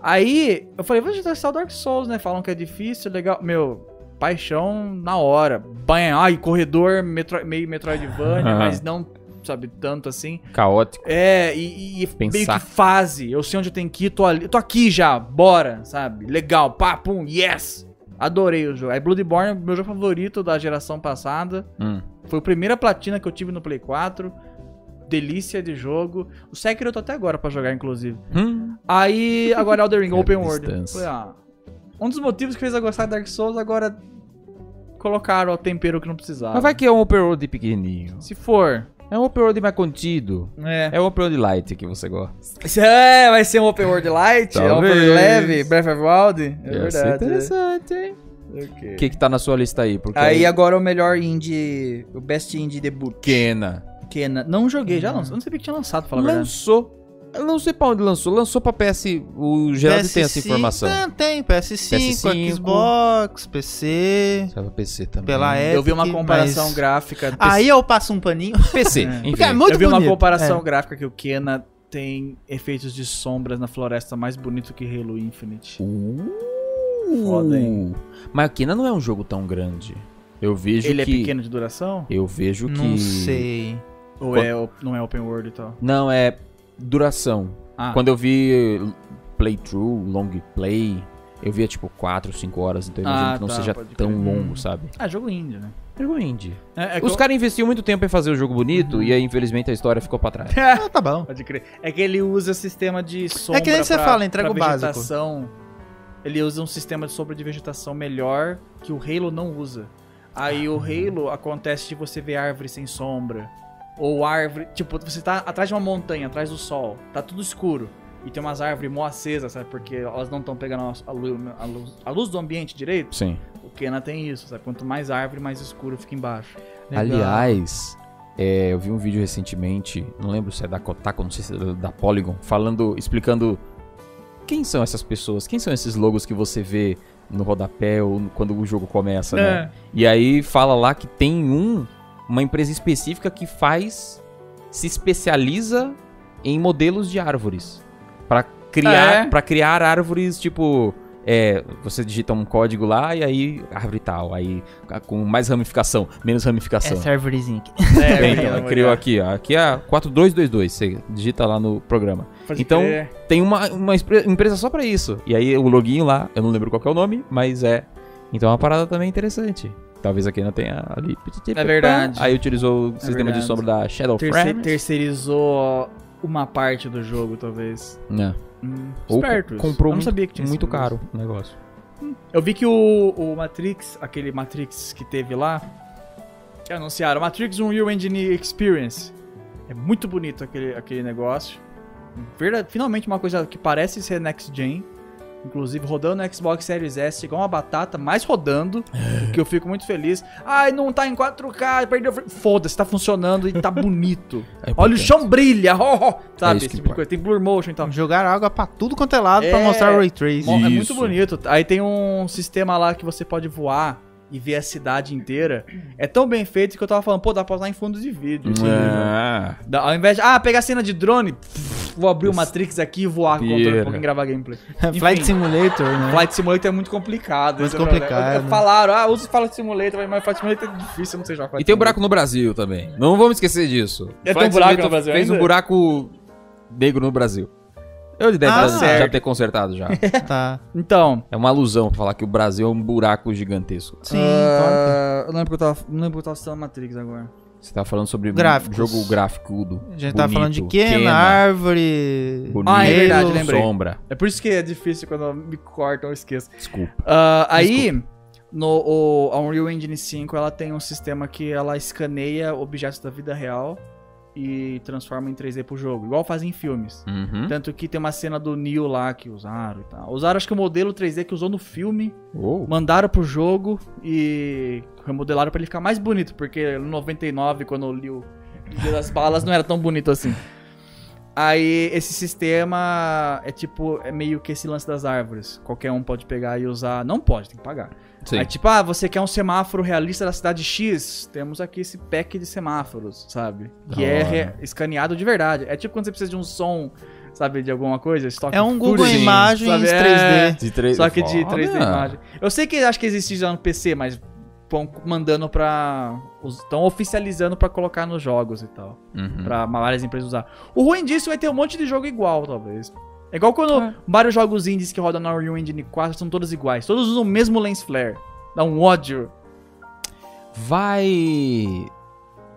Aí, eu falei, vou testar o Dark Souls, né? Falam que é difícil, legal. Meu, paixão na hora. Bem, ai, corredor, metro- meio Metroidvania,
Aham.
mas não, sabe, tanto assim.
Caótico.
É, e, e meio
Pensar.
que fase. Eu sei onde eu tenho que ir, tô ali, tô aqui já, bora, sabe? Legal, pá, pum, yes! Adorei o jogo. Aí Bloodborne, meu jogo favorito da geração passada.
Hum.
Foi a primeira platina que eu tive no Play 4. Delícia de jogo. O Sekiro eu tô até agora pra jogar, inclusive.
Hum.
Aí, agora Elden Ring,
[laughs] É
Open
a
World.
distância.
Foi, ah, um dos motivos que fez eu gostar de Dark Souls, agora colocaram o tempero que não precisava.
Mas vai que é um open world pequenininho.
Se for.
É um open world mais contido.
É.
É um open world light que você gosta.
[laughs] É, vai ser um Open World Light, é um Open World
Talvez.
Leve, Breath of the Wild. É
Ia ser
verdade.
interessante, hein?
Ok.
O que que tá na sua lista aí? Porque é
Aí agora o melhor indie, o best indie debut.
Kena
Kena.
Não joguei,
Hum.
já lançou. Não sabia que tinha lançado, pra falar a verdade.
lançou... Eu não sei pra onde lançou. Lançou pra PS... O Geraldo tem essa
PS5,
informação.
Tem, né, tem. PS5,
PS5.
Xbox, PC,
Saiu pra PC também.
pela Epic.
Hum, Eu vi uma comparação
mas-
gráfica. desse-
Aí eu passo um paninho.
PC, enfim.
Porque [laughs] é muito
eu vi uma
bonito. É.
comparação gráfica que o Kena tem efeitos de sombras na floresta mais bonito que Halo Infinite.
Uh,
Foda, hein?
Mas o Kena não é um jogo tão grande. Eu vejo
Ele
que...
é pequeno de duração?
Eu vejo que...
Não sei.
Ou é, o- não é open world e tal?
Não, é duração.
Ah,
Quando eu vi playthrough, long play, eu via tipo 4, 5 horas, então eu imagino
Ah,
que não
tá,
seja
pode
tão
crer.
longo, sabe?
ah jogo indie, né?
Jogo indie.
É, é que
Os
eu-
caras investiam muito tempo em fazer o jogo bonito e aí infelizmente a história ficou pra trás.
Ah, tá bom.
Pode crer. É que ele usa sistema de sombra.
É que nem você
pra-
fala, entrega
pra
o básico.
vegetação. Ele usa um sistema de sombra de vegetação melhor que o Halo não usa. Aí
Ah.
o Halo acontece de você ver árvore sem sombra. Ou árvore. Tipo, você tá atrás de uma montanha, atrás do sol. Tá tudo escuro. E tem umas árvores mó acesas, sabe? Porque elas não estão pegando a luz, a, luz, a luz do ambiente direito.
Sim.
O Kena tem isso, sabe? Quanto mais árvore, mais escuro fica embaixo.
Legal.
Aliás, é, eu vi um vídeo recentemente, não lembro se é da Kotaku, não sei se é da- da Polygon, falando, explicando quem são essas pessoas, quem são esses logos que você vê no rodapé ou no- quando o jogo começa, né? E aí fala lá que tem um, uma empresa específica que faz, se especializa em modelos de árvores Pra
Ah, é?
criar, para criar árvores tipo é, você digita um código lá e aí árvore tal, aí a- com mais ramificação, menos ramificação.
Essa árvorezinha aqui.
[laughs] É,
Tem,
eu
então, ela
lembro,
criou
cara.
aqui, ó. Aqui é 4222, você digita lá no programa.
Pode
Então,
crer.
Tem uma, uma espre- empresa só pra isso. E aí o loginho lá, eu não lembro qual que é o nome, mas é. Então é uma parada também interessante. Talvez a Kena tenha ali.
É verdade. É
Aí utilizou o sistema
verdade.
de sombra da Shadow
Terce-
Frames.
terceirizou uma parte do jogo, talvez.
Né.
Hum,
Ou
espertos.
co- comprou
Eu não
muito-
sabia que tinha esse
Muito
negócio.
caro o negócio.
Eu vi que o, o Matrix, aquele Matrix que teve lá, que anunciaram Matrix Unreal Engine Experience. É muito bonito aquele, aquele negócio. Verda- finalmente uma coisa que parece ser next gen. Inclusive rodando no Xbox Series S igual uma batata, mas rodando,
É.
o que eu fico muito feliz. Ai, não tá em 4K, perdeu. o fr- Foda-se, tá funcionando e
[laughs]
tá bonito. Olha, o chão brilha, [laughs] ho, ho,
É
sabe?
isso
esse
que
tipo de
importa.
coisa. Tem Blur Motion e tal.
Jogaram água pra tudo quanto é lado pra
É.
mostrar o Ray Trace.
Mo- É muito
Isso.
bonito. Aí tem um sistema lá que você pode voar e ver a cidade inteira. É tão bem feito que eu tava falando, pô, dá pra usar em fundos de vídeo.
Ah,
Dá- ao invés de, ah, pegar cena de drone, vou abrir o Matrix aqui e voar com o controle
Pira.
um pouquinho e gravar gameplay.
[laughs] Flight
Enfim.
Simulator, né?
Flight Simulator é muito complicado.
Muito
esse é o problema.
complicado.
Eu- Falaram, ah, usa o Flight Simulator, mas Flight Simulator é difícil, eu não sei jogar Flight
E tem um
Simulator.
buraco no Brasil também. Não vamos esquecer disso.
É, tem um
Flight
buraco
Simulator
no Brasil
Fez um
ainda?
buraco negro no Brasil. Eu de 10
Ah,
anos já
certo.
ter consertado já.
Tá.
Então,
É uma alusão pra falar que o Brasil é um buraco gigantesco.
[laughs]
Sim, claro.
Ah, eu não lembro que eu tava, não lembro que eu tava assistindo Matrix agora.
Você tá falando sobre
Gráficos.
jogo gráfico.
A gente tava falando de Kena, árvore.
Bonito,
Ah, é verdade,
Halo.
lembrei.
sombra.
É por isso que é difícil quando me cortam, eu esqueço.
Desculpa.
Ah, aí, no, o, a Unreal Engine 5, ela tem um sistema que ela escaneia objetos da vida real e transforma em 3D pro jogo, igual fazem em filmes.
Uhum.
Tanto que tem uma cena do Neo lá que usaram e tal. Usaram, acho que o modelo 3D que usou no filme,
Uou.
mandaram pro jogo e remodelaram pra ele ficar mais bonito, porque no 99, quando eu li o Dia das Balas, não era tão bonito assim. Aí, esse sistema é tipo, é meio que esse lance das árvores. Qualquer um pode pegar e usar. Não pode, tem que pagar.
Sim.
Aí, tipo, ah, você quer um semáforo realista da cidade X? Temos aqui esse pack de semáforos, sabe? Que
Da
é
hora.
re- escaneado de verdade. É tipo quando você precisa de um som, sabe, de alguma coisa. Stock
É um Google
footage,
Imagens
sabe? É,
3D.
De tre-
só que de
Foda.
3D imagem. Eu sei que acho que existe já no PC, mas estão mandando pra. Estão oficializando pra colocar nos jogos e tal.
Uhum.
Pra várias empresas usar. O ruim disso vai ter um monte de jogo igual, talvez. É igual quando vários jogos indies que rodam na Unreal Engine 4 são todos iguais. Todos usam o mesmo lens flare. Dá um ódio.
Vai.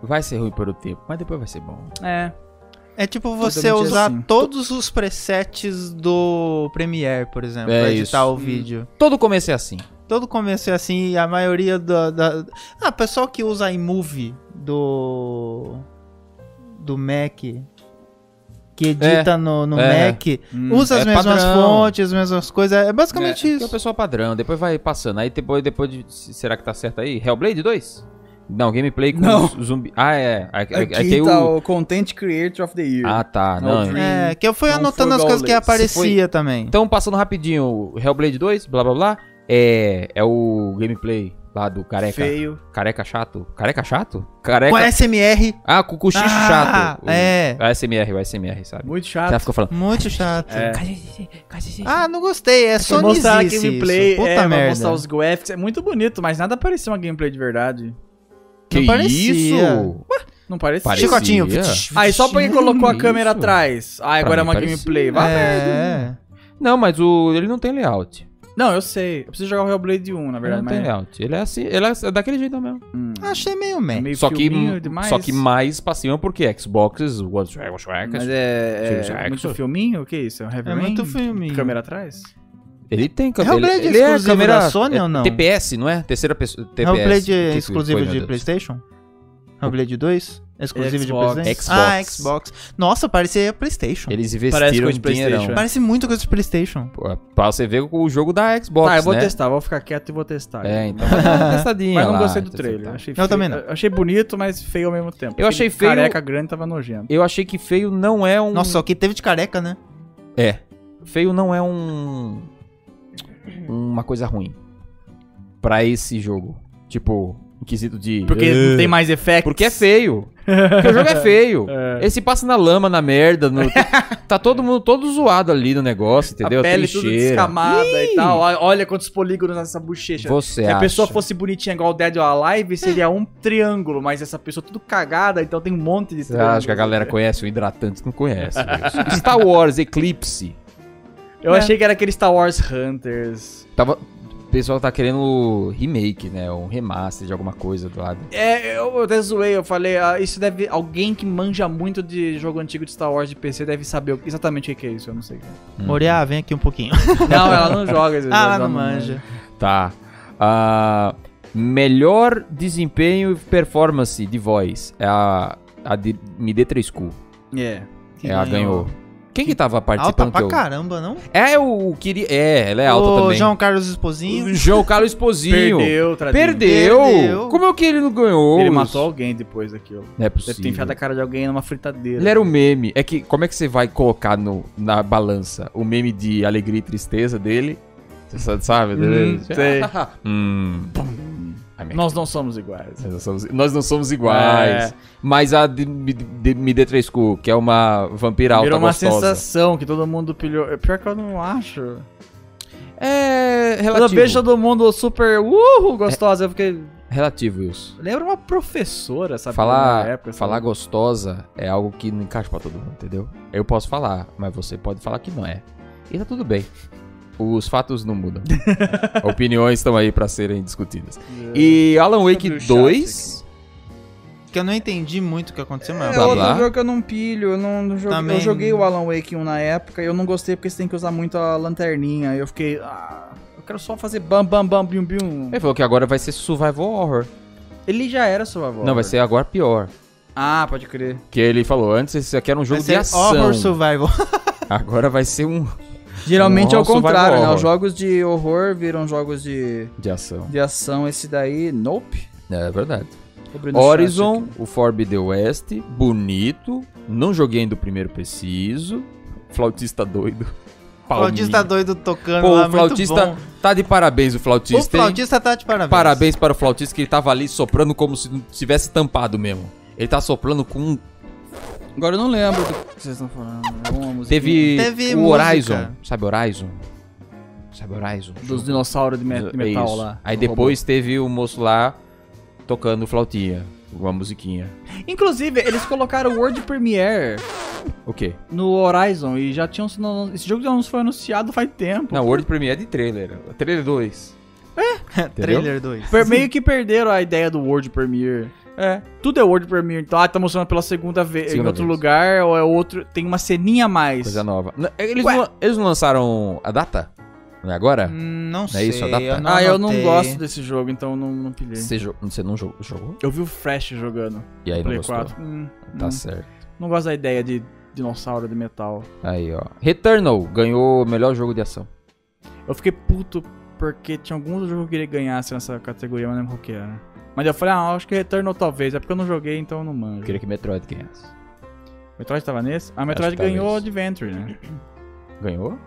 Vai ser ruim por um tempo, mas depois vai ser bom.
É.
É tipo você
Totalmente
usar
assim.
todos os presets do Premiere, por exemplo,
É
pra editar
isso.
o vídeo.
Todo começo é assim.
Todo começo é assim, e a maioria da, da... Ah, pessoal que usa iMovie do... do Mac, que edita no, no
é.
Mac, usa as
é
mesmas
padrão.
fontes, as mesmas coisas, é basicamente
É, que é o
isso.
pessoal padrão, depois vai passando. Aí depois, depois de. se- Será que tá certo aí? Hellblade 2? Não, gameplay com
Não.
z- zumbi. Ah, é. Aí, aí- aí
Aqui
tem
tá
o.
o Content Creator of the Year.
Ah, tá.
Não,
Não.
Dream.
É, que eu fui
Não
anotando
foi
as coisas que
igual
Lace.
aparecia também.
Então, passando rapidinho, Hellblade 2, blá blá blá. É, é o gameplay lá do careca.
Feio.
Careca chato. Careca chato? Careca.
Com SMR.
Ah, com o cochicho
Ah,
chato. O-
é.
A SMR, o SMR, sabe?
Muito
Ela
chato.
ficou falando.
Muito chato.
É.
Ah, não gostei, é
Vai
Sony
mostrar a
isso.
gameplay,
Puta
é, vai
merda.
mostrar os graphics. É muito bonito, mas nada parecia uma gameplay de verdade.
Que
parecia.
isso?
Não parecia.
Parecia.
Chicotinho.
Aí só porque colocou a câmera
Isso.
atrás. Ah, agora é
mim
uma
parecia.
gameplay. Vai
É.
Não, mas o, ele não tem layout.
Não, eu sei. Eu preciso jogar o Hellblade 1, na
Ele
verdade.
não tem
Mas...
layout. Ele é assim, ele é daquele jeito mesmo.
Hum,
Achei meio
é
meh.
meio
Só que,
filminho demais.
só que mais pra cima porque Xbox, One Track,
Mas é, é-
Jackson.
É muito filminho? O que é isso? É, um heavy
É
rain?
muito filminho.
Câmera atrás?
Ele tem câmera.
Hellblade
ele,
é
ele
exclusivo da Sony ou não?
TPS, não é? Terceira pessoa. TPS.
Hellblade
Que-
é
que-
exclusivo
foi, meu
de
Deus.
PlayStation? É um Hellblade 2? Exclusivo
Xbox.
de PlayStation?
Xbox.
Ah, Xbox. Nossa, parecia PlayStation.
Eles
Parece
investiram
coisa de
um dinheirão.
PlayStation, né?
Parece muito coisa de PlayStation.
Pô, é Pra você ver o jogo da Xbox,
tá, eu vou
né?
testar. Vou ficar quieto e vou testar. [laughs]
É, então. vai dar uma testadinha
Mas não
lá,
gostei do
tá,
trailer.
tá.
Achei
Eu também não.
Achei bonito, mas feio ao mesmo tempo.
Eu
Aquele
achei feio-
Careca grande tava nojento.
Eu achei que feio não é um.
Nossa, só que teve de careca, né?
É. Feio não é um. Uma coisa ruim. Pra esse jogo. Tipo, em quesito de.
Porque não tem mais efeitos.
Porque é feio. Porque o jogo
[laughs]
é feio. Ele se passa na lama, na merda. no- tá todo mundo todo zoado ali no negócio, entendeu?
A pele
Aquele
tudo
cheiro.
descamada
Ih!
e tal. Olha- Olha quantos polígonos nessa bochecha.
Você
Se É a
acha?
pessoa fosse bonitinha igual o Dead or Alive, seria um triângulo, mas essa pessoa tudo cagada, então tem um monte de
Você acha que a galera conhece o hidratante? Não conhece. isso. Star Wars Eclipse.
É.
Eu achei que era aquele Star Wars Hunters.
Tava... O pessoal tá querendo remake, né? Um remaster de alguma coisa do lado.
É, eu eu até zoei, eu falei, ah, isso deve. Alguém que manja muito de jogo antigo de Star Wars de PC deve saber o- exatamente o que que é isso, eu não
[laughs]
sei.
Uhum.
Moriá, vem aqui um pouquinho.
Não, ela não joga esses
[laughs] ah,
jogos,
ela não manja.
Tá. Ah, melhor desempenho e performance de voz. É a, a de MD3Q.
É.
Que
ela ah, ganhou. Quem que tava
Alta
participando?
pra
que eu-
caramba, não?
É, eu queria. É, ela é alta
o
também.
João Carlos Esposinho.
O João Carlos Esposinho.
Perdeu, tadinho.
Perdeu.
Perdeu.
Como é que ele não ganhou?
Ele matou alguém depois daquilo.
Não é
Deve
possível.
ter enfiado a cara de alguém numa fritadeira.
Ele era o meme. É que como é que você vai colocar no, na balança o meme de alegria e tristeza dele? Você sa- sabe?
Hum, sei.
Hum. Ai, minha
Nós não somos iguais.
Nós não somos, nós não somos
É.
iguais. Mas a de, de, me dê 3 cu, que é uma vampira alta
Virou uma
gostosa.
sensação que todo mundo pilhou. É Pior que eu não acho.
É
Quando eu
relativo.
vejo todo mundo super uhul, gostosa, eu fiquei.
Relativo isso.
Lembra uma professora, sabe?
falar
na época, sabe?
falar gostosa é algo que não encaixa pra todo mundo, entendeu? Eu posso falar, mas você pode falar que não é. E tá tudo bem. Os fatos não mudam.
É,
Opiniões estão aí pra serem discutidas. E Alan Wake
Deixa eu abrir o chat
2
que eu não entendi muito o que aconteceu, mas...
É
Blá,
outro
blá.
jogo que eu não pilho. Eu, não, não joguei,
Também-
eu joguei o Alan Wake 1 na época e eu não gostei porque você tem que usar muito a lanterninha. E eu fiquei. Ah, eu quero só fazer bam, bam, bam, bium, bium.
Ele falou que agora vai ser survival horror.
Ele já era sua avó.
Não, vai ser agora pior.
Ah, pode crer.
Que ele falou, antes isso aqui era um
Vai
jogo de
ser Horror
ação.
Survival.
Agora vai ser um
Geralmente é o
Nossa, vai
contrário, né?
horror.
Os jogos de horror viram jogos de,
de ação.
de ação. Esse daí, nope.
É verdade.
O Bruno
Horizon,
Chassi aqui.
o Forbidden West, bonito. Não joguei ainda o primeiro preciso. Flautista doido.
[laughs] Flautista
Palminho.
doido tocando
Pô,
lá,
o flautista
muito bom.
tá de parabéns, o
O
flautista. hein?
flautista tá de parabéns.
Parabéns para o flautista que ele tava ali soprando como se não tivesse tampado mesmo. Ele tá soprando com um
Agora eu não lembro do que vocês estão falando. É uma musiquinha
Teve,
Teve
o
música.
Horizon. Sabe Horizon? Sabe Horizon?
Dos dinossauros de me- de metal
É Isso.
lá.
Aí
do
depois teve o moço lá tocando flautinha. Uma musiquinha.
robô. Inclusive, eles colocaram o World Premiere
O quê?
no Horizon e já tinham. sido anun- Esse jogo já não foi anunciado faz tempo.
Não, World Premiere é de trailer. Trailer 2. Entendeu?
É, Trailer 2.
Per- meio que perderam a ideia do World Premiere. É. Tudo é World Premiere. Então, ah, tá mostrando pela segunda vez em
Segunda
outro
vez.
lugar, ou é outro. Tem uma ceninha a mais.
Coisa nova. N- eh, Eles
Ué.
não, eles não lançaram a data? Não é agora?
Hum, Não
Não
sei.
é isso, adapta.
eu
ah, eu não
anotei.
gosto desse jogo, então não, não pilhei.
Você, jo- você não jogou? jogou?
Eu vi o Fresh jogando.
E aí não
Play
gostou?
4. Hum,
Tá
hum.
certo.
Não gosto da ideia de dinossauro de metal.
Aí, ó. Returnal ganhou o melhor jogo de ação.
Eu fiquei puto porque tinha alguns jogos que eu queria que ganhasse nessa categoria, mas não lembro qual que era. Mas eu falei, ah, acho que Returnal talvez. É porque eu não joguei, então eu não
Eu
manjo.
queria que Metroid ganhasse.
Metroid tava nesse? Ah, Metroid
que tá
ganhou
nesse.
Adventure, né?
Ganhou?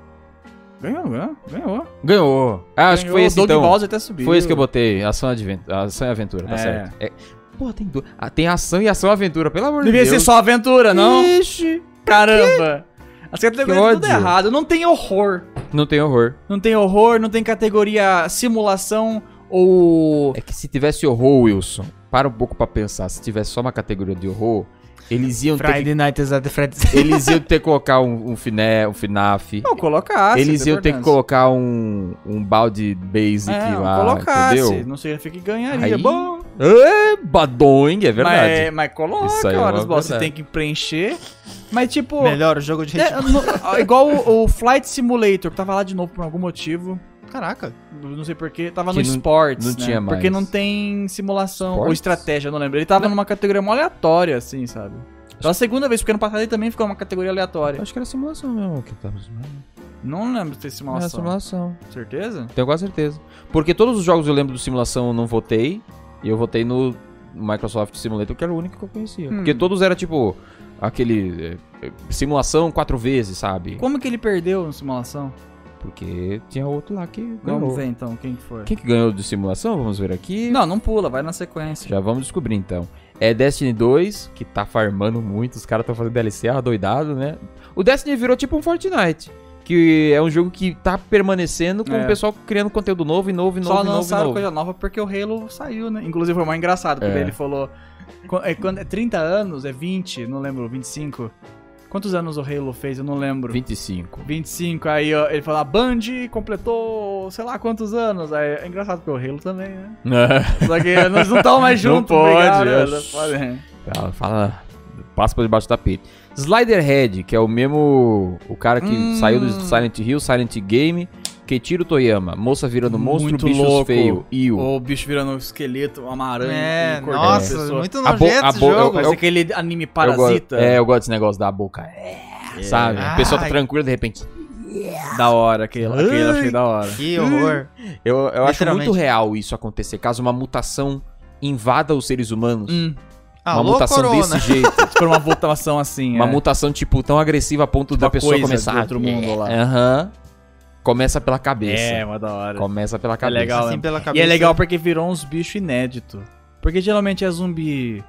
Ganhou, ganhou. Ganhou.
Ganhou. Ah, acho que foi
Ganhou,
esse
Doug
então.
Bowser até subiu.
Foi isso que eu botei, ação, adven- ação e aventura, tá
É.
certo. É... Pô, tem, do... ah, tem ação e ação e aventura, pelo amor de
Devia
Deus.
ser só aventura, não?
Ixi.
Caramba. As categorias tudo
ódio.
errado. Não tem horror.
Não tem horror.
Não tem horror, não tem categoria simulação ou...
É que se tivesse horror, Wilson, para um pouco pra pensar, se tivesse só uma categoria de horror, eles iam ter, que-
Friday Night is at the Freddy's.
eles iam ter que colocar um, um, finé, um FNAF.
Não, colocasse.
eles iam ter que
Borderlands.
colocar um, um balde basic
É,
lá,
colocasse.
entendeu?
Não significa que ganharia.
Aí,
Bom,
É, badoing, é verdade.
Mas, mas coloca,
Isso aí é uma
horas, bola, você
verdade.
tem que preencher. Mas tipo.
Melhor jogo de
é,
ritmo.
[laughs] no- ah, igual o, o Flight Simulator, que tava lá de novo por algum motivo.
Caraca.
Não sei porquê. Tava
Que
no
não-
esportes.
não
né?
tinha
Porque
mais.
não tem simulação ou
Sports?
estratégia, não lembro. Ele tava numa categoria mó aleatória, assim, sabe? Pela segunda vez, porque ano passado ele também ficou numa categoria aleatória.
Acho que era simulação mesmo que eu tava
Não lembro se tem É, simulação.
Era simulação.
Certeza?
Tenho quase certeza. Porque todos os jogos eu lembro do simulação eu não votei. E eu votei no Microsoft Simulator, que era o único que eu conhecia.
Hum.
Porque todos era tipo aquele. eh, eh, Simulação quatro vezes, sabe?
Como que ele perdeu na simulação?
Porque tinha outro lá que ganhou.
Vamos ver então quem que foi.
Quem que ganhou de simulação? Vamos ver aqui.
Não, não pula, vai na sequência.
Já vamos descobrir então. É Destiny 2, que tá farmando muito, os caras estão fazendo DLC doidado, né? O Destiny virou tipo um Fortnite. Que é um jogo que tá permanecendo com
É.
o pessoal criando conteúdo novo e novo e novo
Só
e
não
novo. e
lançaram
novo.
coisa nova porque o Halo saiu, né? Inclusive foi mais engraçado, porque
É.
ele falou. qu- É, quando, é 30 anos? É 20? Não lembro, 25? Quantos anos o Halo fez? Eu não lembro.
[laughs] 25.
25, aí ó, ele falou, a Band completou sei lá quantos anos. Aí, é engraçado porque o Halo também, né? Só que nós não estamos mais
[laughs] Não
juntos,
pode,
obrigado,
é.
não pode. né?
Ela fala. Passa por debaixo do tapete. Sliderhead, que é o mesmo. O cara que
Hum.
saiu do Silent Hill, Silent Game. Keitiro Toyama. Moça virando monstro,
Muito
bichos
louco.
feio. Io.
O bicho virando um esqueleto, uma aranha.
É,
cortando
nossa,
pessoa.
muito
A bo-
nojento
a
esse
bo-
jogo.
Parece
eu-
aquele anime
Eu gosto-
parasita.
é, eu gosto desse negócio da boca. É, sabe? A pessoa tá
Ai.
tranquila de repente.
Da hora, aquele, aquele eu achei da hora.
assim. Que horror.
Eu, eu acho
Literalmente.
muito real isso acontecer. Caso uma mutação invada os seres humanos.
Hum.
uma
Alô,
mutação
Corona.
desse
[laughs]
jeito.
Se for uma votação assim,
Uma
Ah, é.
mutação, tipo, tão agressiva a ponto da
uma
pessoa
coisa
começar.
do outro mundo lá.
Aham. Começa pela cabeça.
É, uma da hora.
Começa pela cabeça.
legal.
Assim pela
E
cabeça.
é legal porque virou uns bichos inéditos. Porque geralmente é zumbi.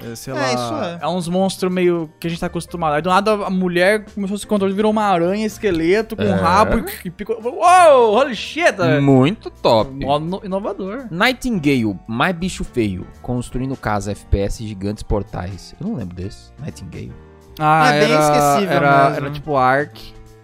é, Sei
É,
lá.
isso é.
uns monstros meio que a gente tá acostumado. Aí do nada a mulher começou a se controlar, virou uma aranha, esqueleto, com um
É.
rabo e, e picou. Uou, holy shit! É
Muito top.
Mó Inovador.
Nightingale, mais bicho feio. Construindo casa, FPS, gigantes portais. Eu não lembro desse. Nightingale.
Ah,
É bem
era-
esquecível
era,
mesmo.
era tipo Ark.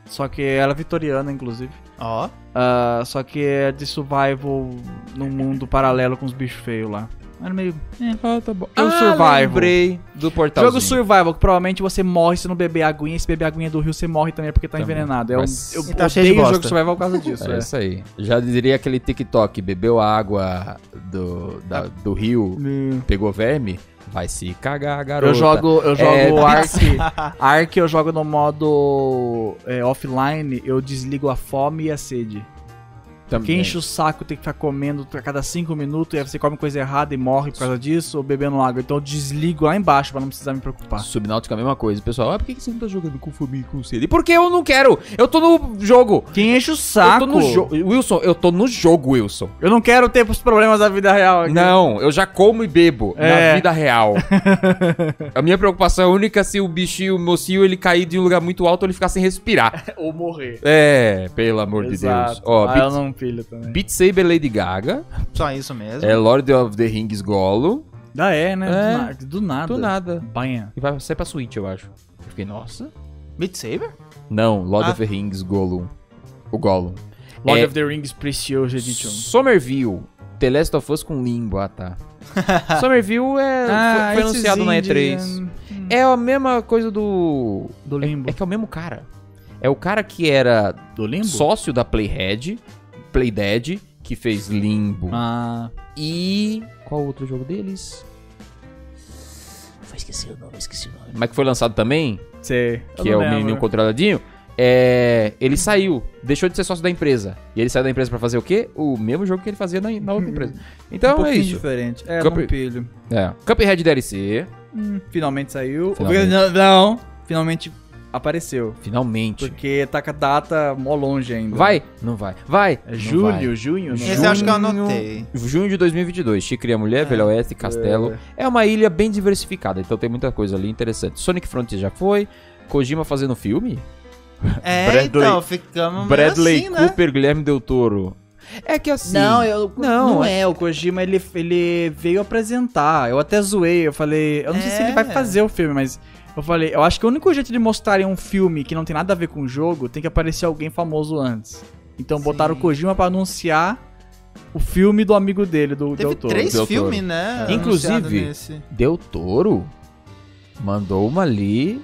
Só que ela é vitoriana, inclusive.
Ó,
Ah, só que é de survival num mundo paralelo com os bichos feios lá.
Era meio. é.
Ah, tá bom.
Eu
Eu survival.
lembrei do portal.
Jogo survival, que provavelmente você morre se não beber aguinha. Se beber aguinha do rio, você morre também porque tá
Também.
envenenado. Eu,
Mas-
eu
Tá cheio de
odeio o
bosta.
jogo survival por causa disso.
É
é.
isso aí. Já diria aquele TikTok, bebeu a água do, da- do rio,
é.
pegou verme, vai se cagar, garoto.
Eu jogo, eu jogo
É,
[laughs] Ark. Ark eu jogo no modo é, offline, eu desligo a fome e a sede. Porque enche o saco, tem que ficar comendo a cada 5 minutos, e aí você come coisa errada e morre por causa disso, ou bebendo água. Então eu desligo lá embaixo pra não precisar me preocupar.
Subnáutica é a mesma coisa. O Pessoal, ah, por que que você não tá jogando com fome e com sede? Porque eu não quero! Eu tô no jogo!
Quem enche o
Eu
saco?
tô no jogo. Wilson, eu tô no jogo, Wilson.
Eu não quero ter os problemas da vida real aqui.
Não, eu já como e bebo
É.
na vida
[laughs]
real. a minha preocupação é única se o bichinho, o mocinho, ele cair de um lugar muito alto, ele ficar sem respirar.
Ou morrer.
É, pelo amor de Deus. Ó,
ah,
Beat,
eu não filho também.
Beat Saber Lady Gaga,
Só isso mesmo.
é Lord of the Rings Gollum.
Ah, é, né?
É.
Do, na- do nada.
Do nada.
Banha.
E vai sair pra Switch, eu acho. Eu fiquei, nossa. [laughs]
Beat Saber?
Não, Lord
Ah.
of the Rings Gollum. O Gollum.
Lord
É.
of the Rings Precious
um.
Edition.
Somerville. The Last of Us com Limbo, ah [laughs] tá. Somerville é, foi- foi, anunciado na E3. É a mesma coisa do.
Do
É,
Limbo.
é que é o mesmo cara. É o cara que era
Do Limbo?
sócio da Playhead, Playdead, que fez Limbo.
Ah,
E. Qual outro jogo deles?
Vai esquecer o nome, esqueci o nome.
Mas que foi lançado também,
sei. Eu
que é
não
o
lembro.
menininho controladinho. É, ele saiu, deixou de ser sócio da empresa. E ele saiu da empresa pra fazer o quê? O mesmo jogo que ele fazia na, na
[laughs]
outra empresa.
Um
Então é
pouquinho
isso.
diferente. É,
Cup-
não pilho.
É. Cuphead DLC.
Hum, Finalmente saiu.
Finalmente.
Não, não, finalmente apareceu.
Finalmente.
Porque tá com a data mó longe ainda.
Vai? Não vai. Vai?
É
Não
julho, junho? né? não?
Esse eu acho que eu anotei. É,
vai. Junho de 2022. Chicria é Mulher, Velho Oeste, Castelo. É. uma ilha bem diversificada, então tem muita coisa ali interessante. Sonic Frontier já foi. Kojima fazendo filme.
É,
Bradley-
então, ficamos meio
Bradley
assim, né?
Cooper, Guilherme Del Toro. É que assim.
Não, eu, não,
Não,
é. O Kojima, ele, ele veio apresentar. Eu até zoei, eu falei... Eu não sei se ele vai
É.
fazer o filme, mas... Eu falei, eu acho que o único jeito de mostrarem um filme que não tem nada a ver com o jogo, tem que aparecer alguém famoso antes. Então botaram o
Sim.
Kojima pra anunciar o filme do amigo dele, do
Teve
Del Toro.
três
Del Toro.
filmes, né?
É. Inclusive-
anunciado nesse.
Del Toro mandou uma ali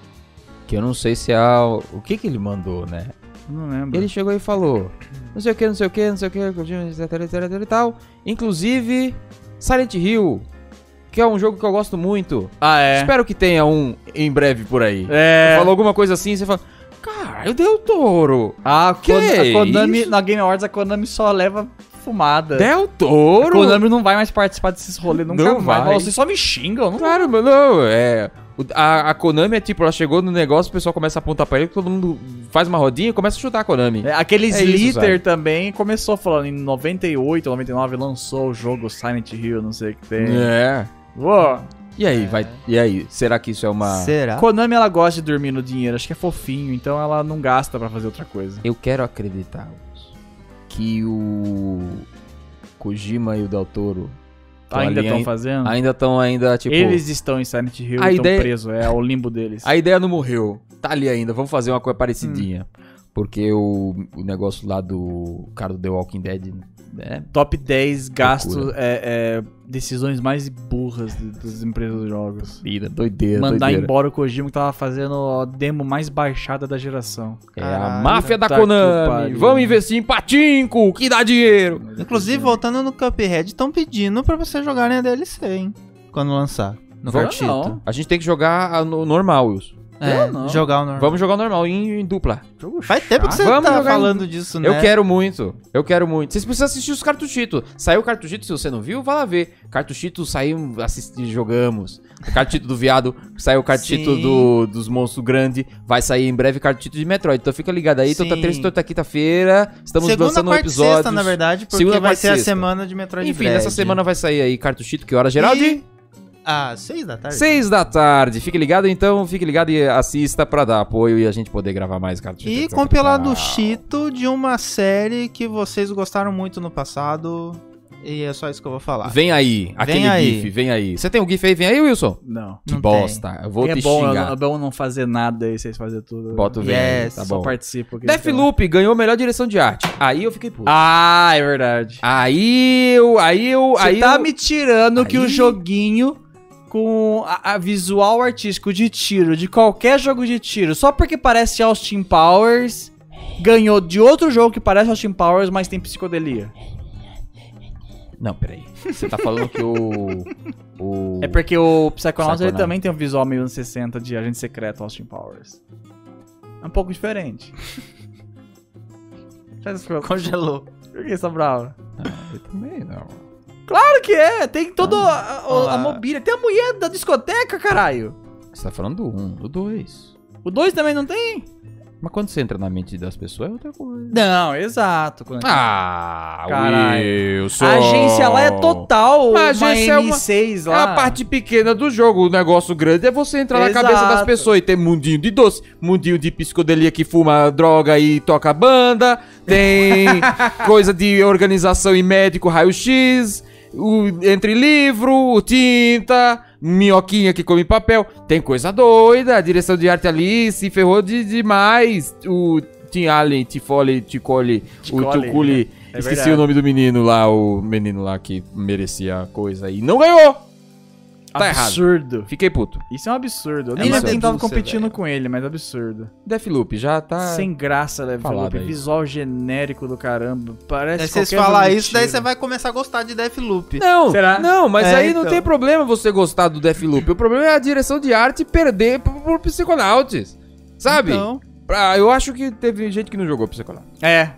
que eu não sei se é a- o que que ele mandou, né?
Não lembro.
Ele chegou e falou, não sei o que, não sei o que, não sei o que, etc, etc, etc e tal. Inclusive, Silent Hill, que é um jogo que eu gosto muito.
Ah, é.
Espero que tenha um em breve por aí.
É.
Falou alguma coisa assim, você fala, caralho, Del Toro,
Ah,
Que
Kon- a Konami,
isso?
na Game Awards, a Konami só leva fumada.
Del
É. A
Toro.
Konami não vai mais participar desses rolês, nunca
Não
mais.
vai.
Fala, Vocês só me xingam, não
Claro, mas não, é. o- A, a Konami é tipo, ela chegou no negócio, o pessoal começa a apontar pra ele, todo mundo faz uma rodinha e começa a chutar a Konami.
É, Aqueles
É isso,
Litter
sabe?
também começou falando em 98 ou 99 lançou o jogo Silent Hill, não sei o que tem.
É.
Uou.
E
É.
aí, vai. E aí, será que isso é uma.
Será?
A Konami ela gosta de dormir no dinheiro, acho que é fofinho, então ela não gasta pra fazer outra coisa.
Eu quero acreditar Augusto, que o Kojima e o Del Toro tão
ainda
ali, é
estão
ai-
fazendo?
ainda estão ainda tipo
Eles estão em Silent Hill
A
e estão
ideia-
presos, é o limbo deles.
a ideia não morreu, tá ali ainda, vamos fazer uma coisa parecidinha. Porque o, o negócio lá do cara do The Walking Dead, né?
É, Top 10 gastos, é, é, decisões mais burras de- das empresas de jogos.
Doideira, é doideira.
Mandar
doideira.
embora o Kojima que tava fazendo a demo mais baixada da geração.
É a
Caralho,
máfia da
tá que
Konami.
pariu.
Vamos investir em patinco, que dá dinheiro.
Inclusive, voltando no Cuphead, estão pedindo pra você jogarem a DLC, hein? Quando lançar. No
Vamos
cartucho.
não. A gente tem que jogar a no normal, Wilson.
É,
Eu não.
jogar o normal.
Vamos jogar o normal em- em dupla.
Faz tempo que você
Vamos
tá
jogar em-
falando disso, né?
Eu quero muito, eu quero muito. Vocês precisam assistir os cartuchitos. Saiu o cartuchito, se você não viu, vai lá ver. Cartuchito saiu, assisti, jogamos. O cartuchito do viado, saiu o cartuchito
Sim.
do- dos monstros grande, vai sair em breve cartuchito de Metroid. Então fica ligado aí, toda
Sim.
terça, toda quinta-feira, estamos
Segunda,
lançando
quarta e
episódios.
sexta, na verdade, porque
Segunda,
vai
quarta e
ser a
sexta.
semana de Metroid
Enfim, nessa
Dread.
semana vai sair aí cartuchito, que é hora, Geraldi?
E- Ah, seis da tarde.
Seis da tarde. Fique ligado então, fique ligado e assista pra dar apoio e a gente poder gravar mais cartuchito.
E
etc.
compilado do Chito de uma série que vocês gostaram muito no passado. E é só isso que eu vou falar.
Vem aí, aquele
aí.
GIF, vem aí. Você tem um GIF aí? Vem aí, Wilson.
Não.
Que
Não
bosta. Eu vou
é
te
bom,
xingar.
é bom não fazer nada e vocês fazer tudo.
Bota o vem aí,
Yes, é
tá
só
bom.
participo aqui.
Deathloop ganhou melhor direção de arte. Aí eu fiquei puto.
Ah, é verdade.
Aí eu, aí eu,
Você
aí
tá
eu...
me tirando que
Aí-
o joguinho com a, a visual artístico de tiro, de qualquer jogo de tiro, só porque parece Austin Powers, ganhou de outro jogo que parece Austin Powers, mas tem psicodelia.
Não, peraí. Você tá falando que o... o...
É porque o Psychonauts ele
Psychonauts.
também tem um visual meio anos 60 de agente secreto Austin Powers. É um pouco
[laughs]
diferente. Sabe esse jogo?
Congelou.
Por que você tá brava?
Eu também não.
Claro que é! Tem toda a, a- a
Ah.
mobília. Tem a mulher da discoteca, caralho!
Você tá falando do 1, um, do 2.
O 2 também não tem?
Mas quando você entra na mente das pessoas é outra coisa.
Não, exato. Quando-
Ah,
Caralho.
Wilson.
A agência lá é total
Mas
uma
agência é uma-
M6
É
lá.
a parte pequena do jogo. O negócio grande é você entrar na
Exato.
cabeça das pessoas e ter mundinho de doce, mundinho de psicodelia que fuma droga e toca banda,
[laughs]
tem coisa de organização e médico raio-x, o entre livro, o tinta, minhoquinha que come papel. Tem coisa doida, a direção de arte ali se ferrou de, demais. O Tim Allen, Tifole, Ticole, o
Ticoli,
Tuculi.
é
Esqueci
verdade.
o nome do menino lá, o menino lá que merecia a coisa e não ganhou! Tá errado.
absurdo.
Fiquei puto.
Isso é um absurdo. Ah. Eu
É
nem
uma
lembro quem tava
denúncia,
competindo
velho.
com ele, mas é um absurdo.
Deathloop, já tá.
Sem graça, Level
Falado
Up.
aí.
Visual genérico do caramba. Parece
Aí vocês
qualquer
falar
jogo de
isso, daí
tiro.
você vai começar a gostar de Deathloop.
Não,
Será?
não, mas
É,
aí não
então.
tem problema você gostar do Deathloop. O problema é a direção de arte perder pro, pro Psychonauts. Sabe?
Então,
Pra- eu acho que teve gente que não jogou Psychonauts.
É.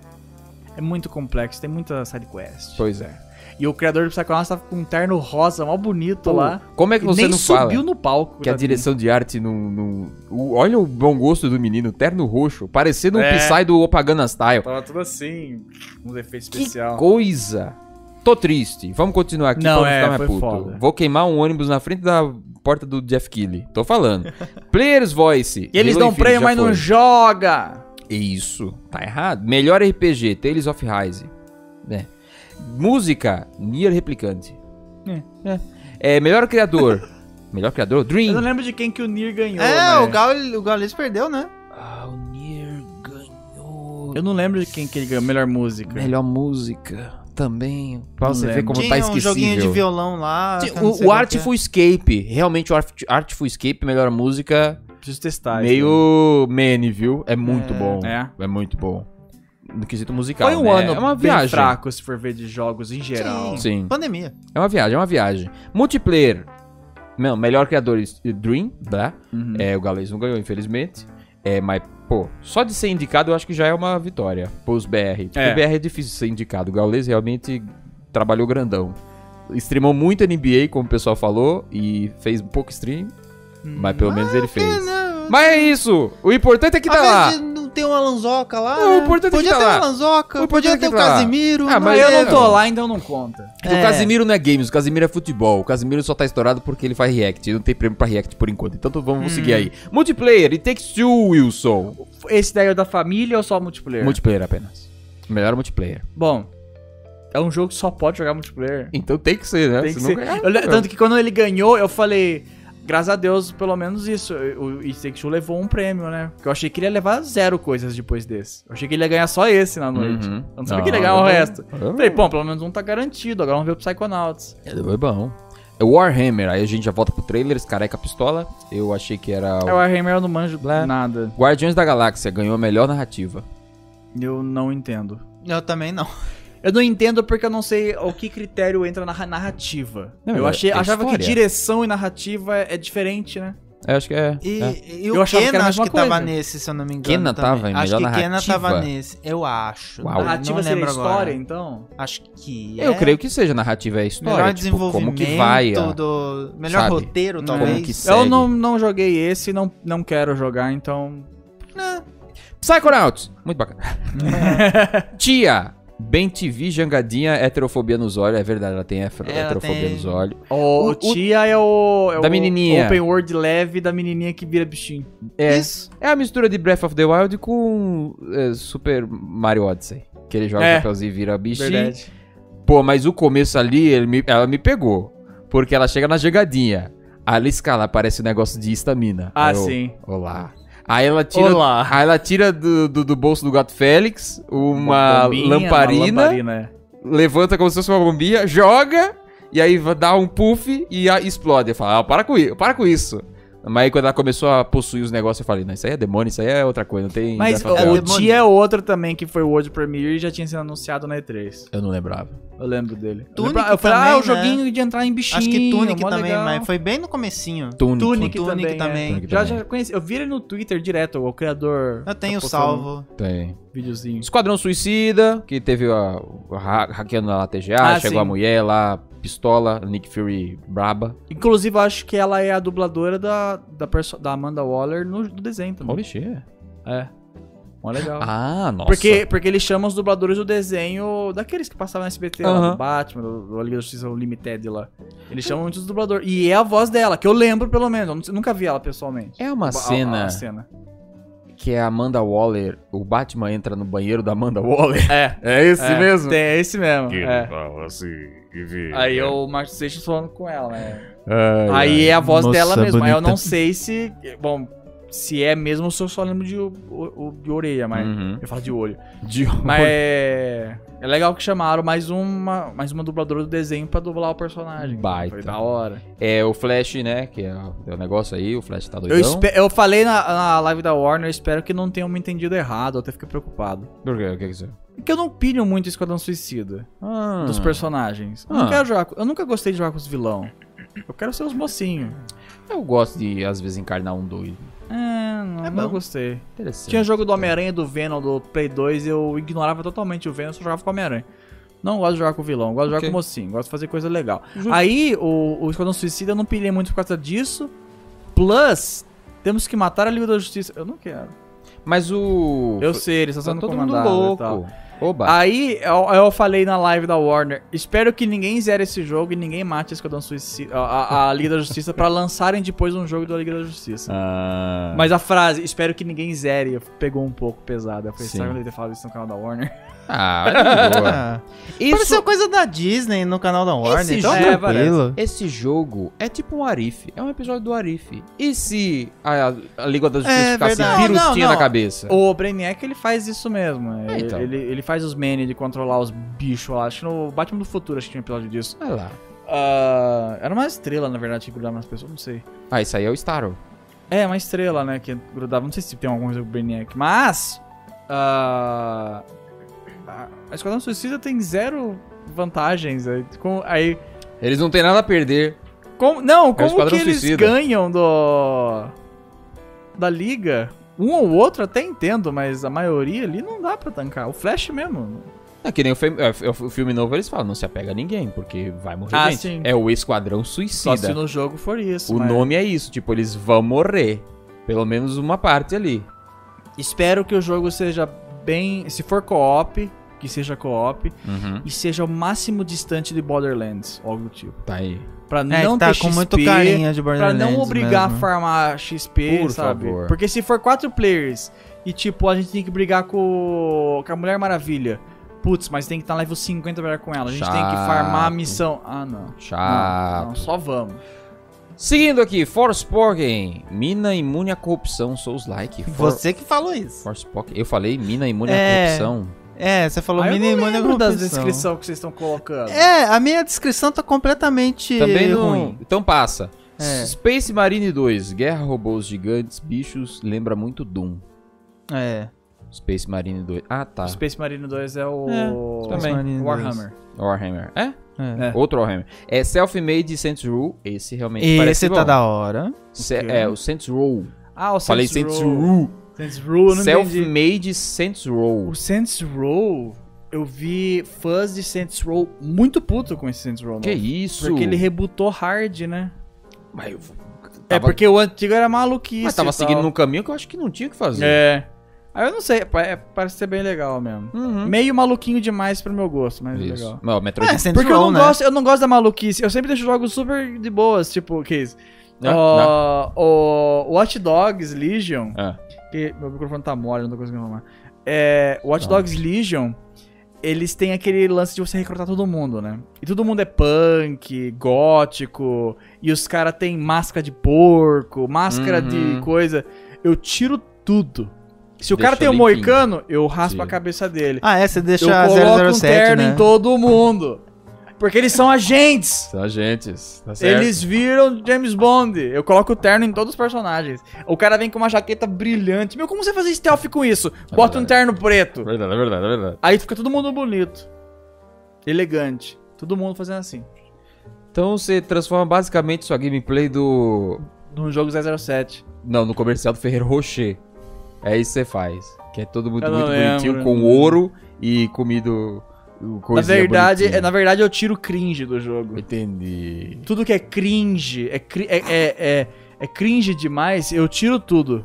É muito complexo, tem muita sidequest.
Pois é.
E o criador do Psychonauts tava com um terno rosa, mó bonito lá.
Como é que
E
você
nem
não
subiu
fala
no palco.
que a
tadinho.
direção de arte não. não- o- olha o bom gosto do menino, terno roxo, parecendo um
É.
Psy do Opagana Style.
Tava tudo assim, uns efeitos
Que coisa! Tô triste. Vamos continuar aqui
Não,
pra
é,
ficar mais
foi
puto.
foda.
Vou queimar um ônibus na frente da porta do Jeff Keighley. Tô falando. [laughs] Player's Voice.
E eles
Halo
dão
Infinite
prêmio,
já
mas não
foi.
joga!
Isso. Tá errado. Melhor RPG, Tales of Rise. É. Música, Nier Replicante. É. É, melhor [laughs] criador. melhor criador,
Eu não
Dream.
lembro de quem que o Nir ganhou. né?
é,
né?
mas-
o Gal, o Gaules perdeu, né?
Ah, o Nier ganhou.
Eu não lembro de quem que ele ganhou melhor música.
Melhor música também. Pra
Não
você ver
lembro.
como tá
Tinha um
esquecível.
joguinho de violão lá. que eu não sei
O, o
qual que é.
Artful Escape, realmente o Artful Artful Escape, melhor música,
Preciso
Tá,
testar. isso
meio Manny, viu? É muito bom.
aí. É.
É muito bom. No quesito musical.
Foi um
né?
ano
é uma
bem
viagem.
fraco se for ver de jogos em geral.
Sim.
Pandemia.
É uma viagem, é uma viagem. Multiplayer. Não, melhor criador eh, Dream, tá?
Uhum.
É, o Gales não ganhou, infelizmente. É, mas, pô, só de ser indicado eu acho que já é uma vitória. Pros BR. Tipo,
É.
O BR é difícil de ser indicado. O Gaules realmente trabalhou grandão. Streamou muito NBA, como o pessoal falou, e fez pouco stream, Hum. mas pelo menos ele fez.
Não,
Mas é isso! O importante é que tá lá!
não tem uma lanzoca lá.
Não, o
né?
importante é que
Podia
tá
ter
lá.
uma lanzoca,
O importante é
podia
que
ter o
tá lá.
Casimiro.
Ah, mas
Mas eu
é,
não tô
não.
lá, então não conta.
Porque O Casimiro não é games, o Casimiro é futebol. O Casimiro só tá estourado porque ele faz react. Não tem prêmio pra react por enquanto. Então tô- vamos seguir aí. Multiplayer, e Takes Two, Wilson.
Esse daí é o da família ou só multiplayer?
Multiplayer apenas. Melhor multiplayer.
Bom, é um jogo que só pode jogar multiplayer.
Então tem que ser, né?
Tem que
Senão
ser. Uhum.
ganha-
Eu le- tanto que quando ele ganhou, eu falei, graças a Deus, pelo menos isso. O It Takes Two levou um prêmio, né? Porque eu achei que ele ia levar zero coisas depois desse. Eu achei que ele ia ganhar só esse na noite.
Uhum.
Eu não sabia que ele ia ganhar o
eu-
resto.
eu-
Falei, bom, pelo menos um tá garantido, agora vamos ver o Psychonauts.
É, Foi bom. É o Warhammer, aí a gente já volta pro trailer, esse careca pistola. Eu achei que era
É o
o...
Warhammer, eu não manjo
Lá.
nada.
Guardiões da Galáxia ganhou a melhor narrativa.
Eu não entendo.
Eu também não.
Eu não entendo porque eu não sei o que critério entra na ra- narrativa.
Não,
eu
é-
achei,
é
achava que
história.
direção e narrativa é é diferente, né?
Eu acho que é.
E,
é.
e
Eu
o
achava que
Kena
era a
acho
mesma
que tava
coisa.
nesse, se eu não me engano.
Kena
também.
tava em
Acho
melhor
que Kena
narrativa?
tava nesse. Eu acho.
Uau.
Não
narrativa seria
lembro
história,
agora.
então?
Acho que
Eu
é.
creio que seja narrativa é história.
Melhor
tipo,
desenvolvimento
como que vai a-
do... Melhor
sabe?
roteiro,
Como
talvez.
que
Eu
Segue.
não, não joguei esse, não, não quero jogar, então.
Psychonauts!
[laughs]
Muito bacana. Tia! Bem TV, jangadinha, heterofobia nos olhos. É verdade, ela tem hef-
Ela
heterofobia
tem.
nos olhos.
O,
O-
o Tia é o. é
Da
o
menininha.
Open World leve da menininha que vira bichinho.
É,
Isso.
é a mistura de Breath of the Wild com é, Super Mario Odyssey. Que ele joga
É.
o papelzinho e vira bichinho. Pô, mas o começo ali, ele me- ela me pegou. Porque ela chega na jogadinha. A escala aparece um negócio de estamina.
Ah,
Aí eu,
sim.
Olá. Aí ela tira,
Olá.
Aí ela tira do, do- do bolso do gato Félix uma,
bombinha,
lamparina,
Uma lamparina. é.
levanta como se fosse uma bombinha, joga, e aí va- dá um puff e a- explode. Eu falo, ah, para com, i- para com isso. Mas aí quando ela começou a possuir os negócios, eu falei, não, isso aí é demônio, isso aí é outra coisa, não tem...
Mas
Death of
o
God."
demônio.
dia é outro também que foi o World Premiere e já tinha sido anunciado na E3.
Eu não lembrava.
Eu lembro dele. Eu,
Tunic
lembra- eu falei, ah, o
também, né?
joguinho de entrar em bichinho.
Acho que Tunic
mó
também,
legal.
mas foi bem no comecinho.
Tunic.
Tunic,
Tunic
também.
também.
é.
Tunic
Já,
também.
já conheci. Eu vi ele no Twitter direto, o criador.
Eu tenho
tá postando
salvo.
Tem.
Videozinho.
Esquadrão Suicida, que teve a, a ha- hackeando lá a TGA,
Ah,
chegou
sim.
a mulher lá, pistola, Nick Fury braba.
Inclusive, eu acho que ela é a dubladora da, da, perso- da Amanda Waller no do desenho também.
mexer.
É. Mó legal.
Ah, nossa.
Porque, porque eles chamam os dubladores do desenho daqueles que passavam na SBT lá,
Aham.
do Batman, do, do Liga da Justiça Limited lá. Eles chamam muitos dubladores. E é a voz dela, que eu lembro pelo menos. Eu nu- nunca vi ela pessoalmente.
É uma
A- a-
cena
a cena.
que é a Amanda Waller, o Batman entra no banheiro da Amanda Waller.
É.
[laughs] É esse
é,
mesmo?
tem- É esse mesmo. é.
fala assim e vê.
Aí é o Mark Seixas falando com ela, né?
Ai,
Aí é a voz
Nossa,
dela mesmo. Aí eu
bonita.
não sei se. Bom, se é mesmo, se eu só lembro de, o, o- de orelha, mas.
Uhum.
Eu falo de olho.
De-
Mas é... é legal que chamaram mais uma, mais uma dubladora do desenho pra dublar o personagem.
Baita.
Foi da hora.
É o Flash, né? Que é o, é o negócio aí, o Flash tá doidão.
Eu, espe- eu falei na, na live da Warner, eu espero que não tenham me entendido errado, eu até fiquei preocupado.
Por quê? O que é isso?
Porque eu não pilho muito Esquadrão Suicida
Ah,
dos personagens. Eu,
Ah.
não quero jogar, com- eu nunca gostei de jogar com os vilão. Eu quero ser os mocinhos.
Eu gosto de, às vezes, encarnar um doido.
É, não,
É
não
bom.
gostei.
Interessante.
Tinha jogo do Homem-Aranha, do Venom, do Play 2, eu ignorava totalmente o Venom, só jogava com o Homem-Aranha. Não gosto de jogar com o vilão, gosto de jogar
Ok.
com o mocinho, gosto de fazer coisa legal. Aí, o, o Esquadrão Suicida eu não pilhei muito por causa disso. Plus, temos que matar a Liga da Justiça. Eu não quero.
Mas o...
Eu sei, eles estão
tá
sendo
todo mundo
comandados e tal.
louco. Oba.
Aí eu, eu falei na live da Warner: espero que ninguém zere esse jogo e ninguém mate a Esquadrão Suicida, a, a-
[laughs]
a Liga da Justiça pra lançarem depois um jogo da Liga da Justiça.
Ah.
Mas a frase, espero que ninguém zere, pegou um pouco pesada. Eu falei,
Sim.
sabe quando ele ter falado isso no canal da Warner?
Ah, olha que
[laughs]
boa.
Ah,
[laughs] Isso-
Pareceu coisa da Disney no canal da Warner.
Esse
então
jogo-
é tranquilo.
Esse jogo é tipo um Arif. É um episódio do Arif. E se a, a Liga da Justiça
É
ficasse
verdade. Não,
virustinha
não,
na
não.
cabeça?
O Brainiac, ele faz isso mesmo.
É,
ele,
então.
ele, ele faz os mania de controlar os bichos lá. Acho que no Batman do Futuro, acho que tinha um episódio disso.
Olha lá.
Ah, era uma estrela, na verdade, que grudava nas pessoas, não sei.
Ah, isso aí é o Starro.
É, uma estrela, né? Que grudava. Não sei se tem alguma coisa com o Brainiac. Mas. ah, a a Esquadrão Suicida tem zero vantagens. Aí. com- aí
Eles não têm nada a perder.
como- não, como
É Esquadrão
que eles
Suicida.
ganham do. Da liga? Um ou outro até entendo, mas a maioria ali não dá pra tancar. O Flash mesmo.
É que nem o, filme- é, o filme novo eles falam, não se apega a ninguém, porque vai morrer
Ah,
gente.
sim.
É o Esquadrão
Só se
Suicida.
no jogo for isso.
O
mas-
nome é isso, tipo, eles vão morrer. Pelo menos uma parte ali.
Espero que o jogo seja bem. Se for co-op, que seja co-op.
Uhum.
E seja o máximo distante de Borderlands, ou algo do tipo.
Tá aí.
Pra
É,
não
tá
ter
com
XP,
muito carinha de
Pra
Borderlands.
não obrigar
mesmo.
a farmar XP,
Por
sabe?
favor.
Porque se for quatro players e, tipo, a gente tem que brigar com, com a Mulher Maravilha. Putz, mas tem que estar tá level 50 pra brigar com ela. A gente tem que farmar a
Chato.
missão. Ah, não.
Chato.
Não, não, só vamos.
Seguindo aqui, Forspoken. Mina imune à corrupção, Souls like.
Você que falou isso.
Forspoken. Eu falei mina imune
É.
à corrupção.
É, você falou
Ah, eu
mini
não
Money
lembro das
Corrupção.
descrições que vocês estão colocando.
É, a minha descrição tá completamente
Também não.
ruim.
Então passa.
É.
Space Marine 2, Guerra Robôs Gigantes, Bichos, lembra muito Doom.
É.
Space Marine 2. Ah, tá.
Space Marine 2 é o...
Space Marine
Warhammer.
Warhammer. É?
É.
É.
Outro Warhammer. É Self-Made Saints Row. Esse realmente
E
parece
Esse
bom.
tá da hora.
Se-
Ok.
é, o Saints Row.
Ah, o
Falei
Saints
Saints
Row.
Row.
Saints Row, eu não entendi.
Self-Made Saints Row.
O Saints Row, eu vi fãs de Saints Row muito puto com esse Saints Row.
Que
novo.
isso?
Porque ele rebootou hard, né?
Mas eu vou-
É
tava-
porque o antigo era maluquice.
Mas tava
e tal.
seguindo num caminho que eu acho que não tinha o que fazer.
É. Aí eu não sei, pa- é, parece ser bem legal mesmo.
Uhum.
Meio maluquinho demais pro meu gosto, mas é
Isso.
legal.
Mas, ó, Metroid
É, Saints
Porque eu
Row,
não,
né?
gosto, eu não gosto da maluquice. Eu sempre deixo jogos super de boas, tipo, que isso?
Né?
Ó, O Watch Dogs Legion.
É. Tá.
Que meu microfone tá mole, não tô conseguindo arrumar. É, Watch Dogs Legion. eles têm aquele lance de você recrutar todo mundo, né? E todo mundo é punk, gótico, e os caras têm máscara de porco, máscara
Uhum.
de coisa. Eu tiro tudo. Se o
Deixa
cara tem um
limpinho.
moicano, eu raspo a
Tira.
cabeça dele.
Ah, é, você
Eu
deixa
coloco um
007,
terno
né?
em todo mundo. Porque eles são agentes.
São agentes, tá certo?
Eles viram James Bond. Eu coloco o terno em todos os personagens. O cara vem com uma jaqueta brilhante. Meu, como você faz stealth com isso? Bota um terno preto.
Verdade, é verdade, é verdade.
Aí fica todo mundo bonito. Elegante. Todo mundo fazendo assim.
Então você transforma basicamente sua gameplay do.
Num jogo 007.
Não, no comercial do Ferreiro Rocher. É isso que você faz. Que é todo mundo
Eu não
muito bonitinho,
lembro. né?
com ouro e comido.
Na verdade, é, na verdade, eu tiro o cringe do jogo.
Entendi.
Tudo que é cringe, é, cri- é, é, é, é cringe demais, eu tiro tudo.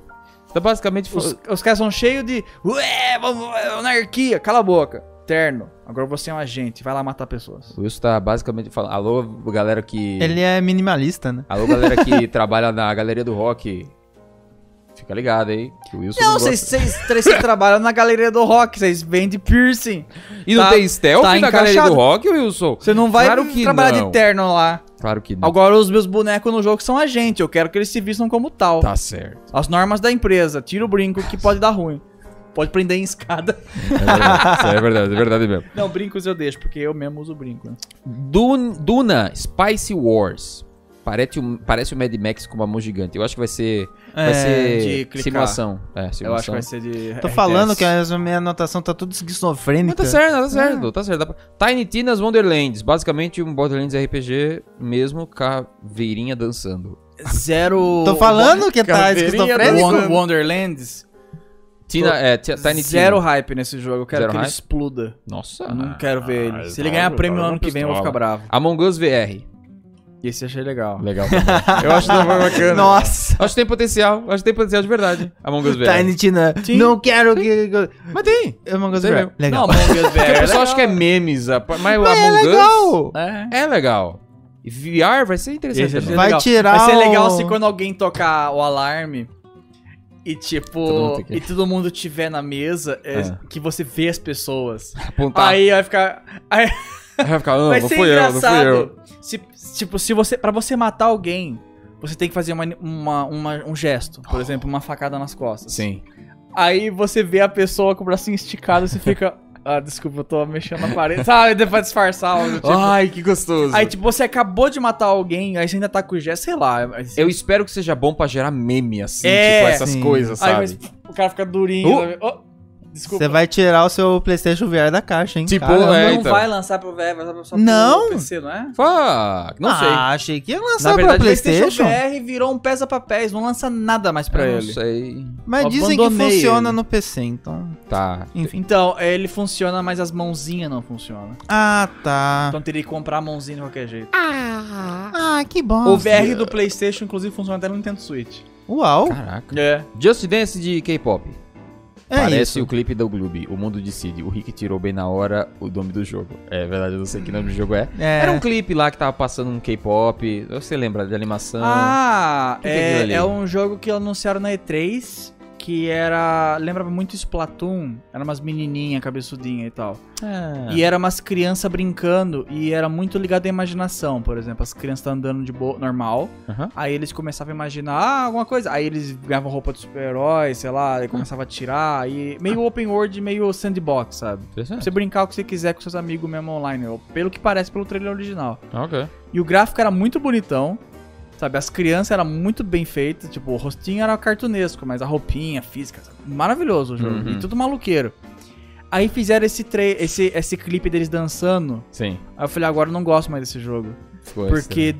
Então basicamente.
Os, os caras são cheios de. Ué, vamos- é anarquia, cala a boca. Terno. Agora você é um agente, vai lá matar pessoas.
O Wilson tá basicamente falando. Alô, galera que.
Ele é minimalista, né?
Alô, galera que [laughs] trabalha na galeria do rock. Fica ligado aí. que o Wilson não,
Não, vocês, vocês três que trabalham na galeria do rock, vocês vendem piercing.
gosta- E não
tá-
tem stealth
tá
na galeria
encaixado.
do rock, Wilson?
Você não vai
Claro que
trabalhar
não.
de terno lá.
Claro que não.
Agora os meus bonecos no jogo são a gente, eu quero que eles se vistam como tal.
Tá certo.
As normas da empresa, tira o brinco que pode dar ruim. Pode prender em escada.
É verdade, Isso é verdade, é verdade mesmo.
Não, brincos eu deixo, porque eu mesmo uso brinco. né?
Dun- Duna Spice Wars. Parece um, parece um Mad Max com uma mão gigante. Eu acho que vai ser. vai
É, de
ser
clicar.
simulação. É, simulação.
Eu acho que vai ser de.
Tô falando
RTS.
que a minha anotação tá tudo
Mas
esquizofrênica.
tá certo, tá certo, tá certo. Dá pra- Tiny Tina's Wonderlands. Basicamente um Borderlands RPG mesmo, caveirinha dançando.
Zero.
Tô falando que tá
Caveirinha
esquizofrênico.
do Won- Wonderlands.
Tina, é, Ti- Tiny
Zero
Tina.
hype nesse jogo. Eu quero
Zero
que ele
hype?
exploda.
Nossa.
Eu não quero ver
Ah,
ele. Se ele
tá,
ganhar
tá,
prêmio
tá,
no ano
tá,
que vem, eu vou ficar
pistola.
bravo.
Among Us VR.
Esse eu achei legal.
Legal. também. [laughs] eu acho que bacana.
Nossa,
Acho que tem potencial. Acho que tem potencial de verdade. Among Us VR.
Tá, Tiny Tina,
Sim.
não quero que...
Mas tem.
Eu não gosto
Tem
de-
mesmo.
Não,
Legal.
Among Us VR.
[laughs] Porque o
é
pessoal
legal.
acha que é memes. a- Mas, o
Mas é
Among Us...
legal.
É.
É legal. E VR vai ser interessante.
Esse é
também.
legal.
Vai tirar
Vai ser legal
o-
se quando alguém tocar o alarme e
Todo mundo
tipo.
tem que-
e todo mundo tiver na mesa, é,
É.
que você vê as pessoas.
Apontar.
Aí vai ficar. aí
Aí vai ficar, Ah. não,
vai
não
ser
fui eu, não fui
engraçado.
eu.
Se, tipo, se você. Pra você matar alguém, você tem que fazer uma, uma- uma- um gesto. Por exemplo, uma facada nas costas.
Sim.
Aí você vê a pessoa com o bracinho esticado e você fica. [laughs] Ah, desculpa, eu tô mexendo na parede. Sabe, dá pra disfarçar. algo do
[laughs]
Tipo.
Ai, que gostoso.
Aí, tipo, você acabou de matar alguém, aí você ainda tá com o gesto, sei lá. mas-
Eu espero que seja bom pra gerar meme, assim,
É,
tipo, essas
sim.
coisas,
Aí,
sabe?
mas o cara fica durinho.
Uh!
sabe? Oh, desculpa.
Você vai tirar o seu PlayStation VR da caixa, hein?
Tipo,
Caramba.
é,
Não
então.
vai lançar pro VR, vai lançar pro
Não.
PC, não é?
Fuck, não sei.
Ah, achei que ia lançar
Na
pra
verdade,
PlayStation.
VR virou um pesa papéis, não lança nada mais pra
Eu
ele.
Não sei.
Mas
Eu
dizem que
abandonei
funciona
ele.
no PC, então.
Tá.
Enfim.
Então, ele funciona, mas as mãozinhas não funcionam.
Ah, tá.
Então teria que comprar a mãozinha de qualquer jeito.
Ah, que bom.
o VR do PlayStation, inclusive, funciona até no Nintendo Switch.
Uau.
Caraca.
É.
Just Dance de K-pop.
É
Parece
isso.
o clipe do Gloob, O Mundo Decide. O Rick tirou bem na hora o nome do jogo. É verdade, eu não sei que nome do jogo é.
É.
Era um clipe lá que tava passando um K-pop. Você lembra de animação?
Ah,
que que é aquilo
é,
ali?
é um jogo que anunciaram na E3, que era. Lembrava muito Splatoon. Era umas menininhas, cabeçudinha e tal.
É.
E era umas crianças brincando e era muito ligado à imaginação, por exemplo. As crianças estão andando de boa, normal.
Aham.
Aí eles começavam a imaginar ah, alguma coisa. Aí eles ganhavam roupa de super-herói, sei lá, e começava a tirar. E
Ah.
meio open world, meio sandbox, sabe? Pra
Interessante.
você brincar o que você quiser com seus amigos mesmo online. ou Pelo que parece pelo trailer original.
Ah, Ok.
E o gráfico era muito bonitão. Sabe, as crianças eram muito bem feitas, tipo, o rostinho era cartunesco, mas a roupinha, a física, sabe? maravilhoso o jogo,
Uhum.
e tudo maluqueiro. Aí fizeram esse, tre esse, esse clipe deles dançando,
Sim.
aí eu falei, "Ah, agora eu não gosto mais desse jogo,
Ficou estranho.
porque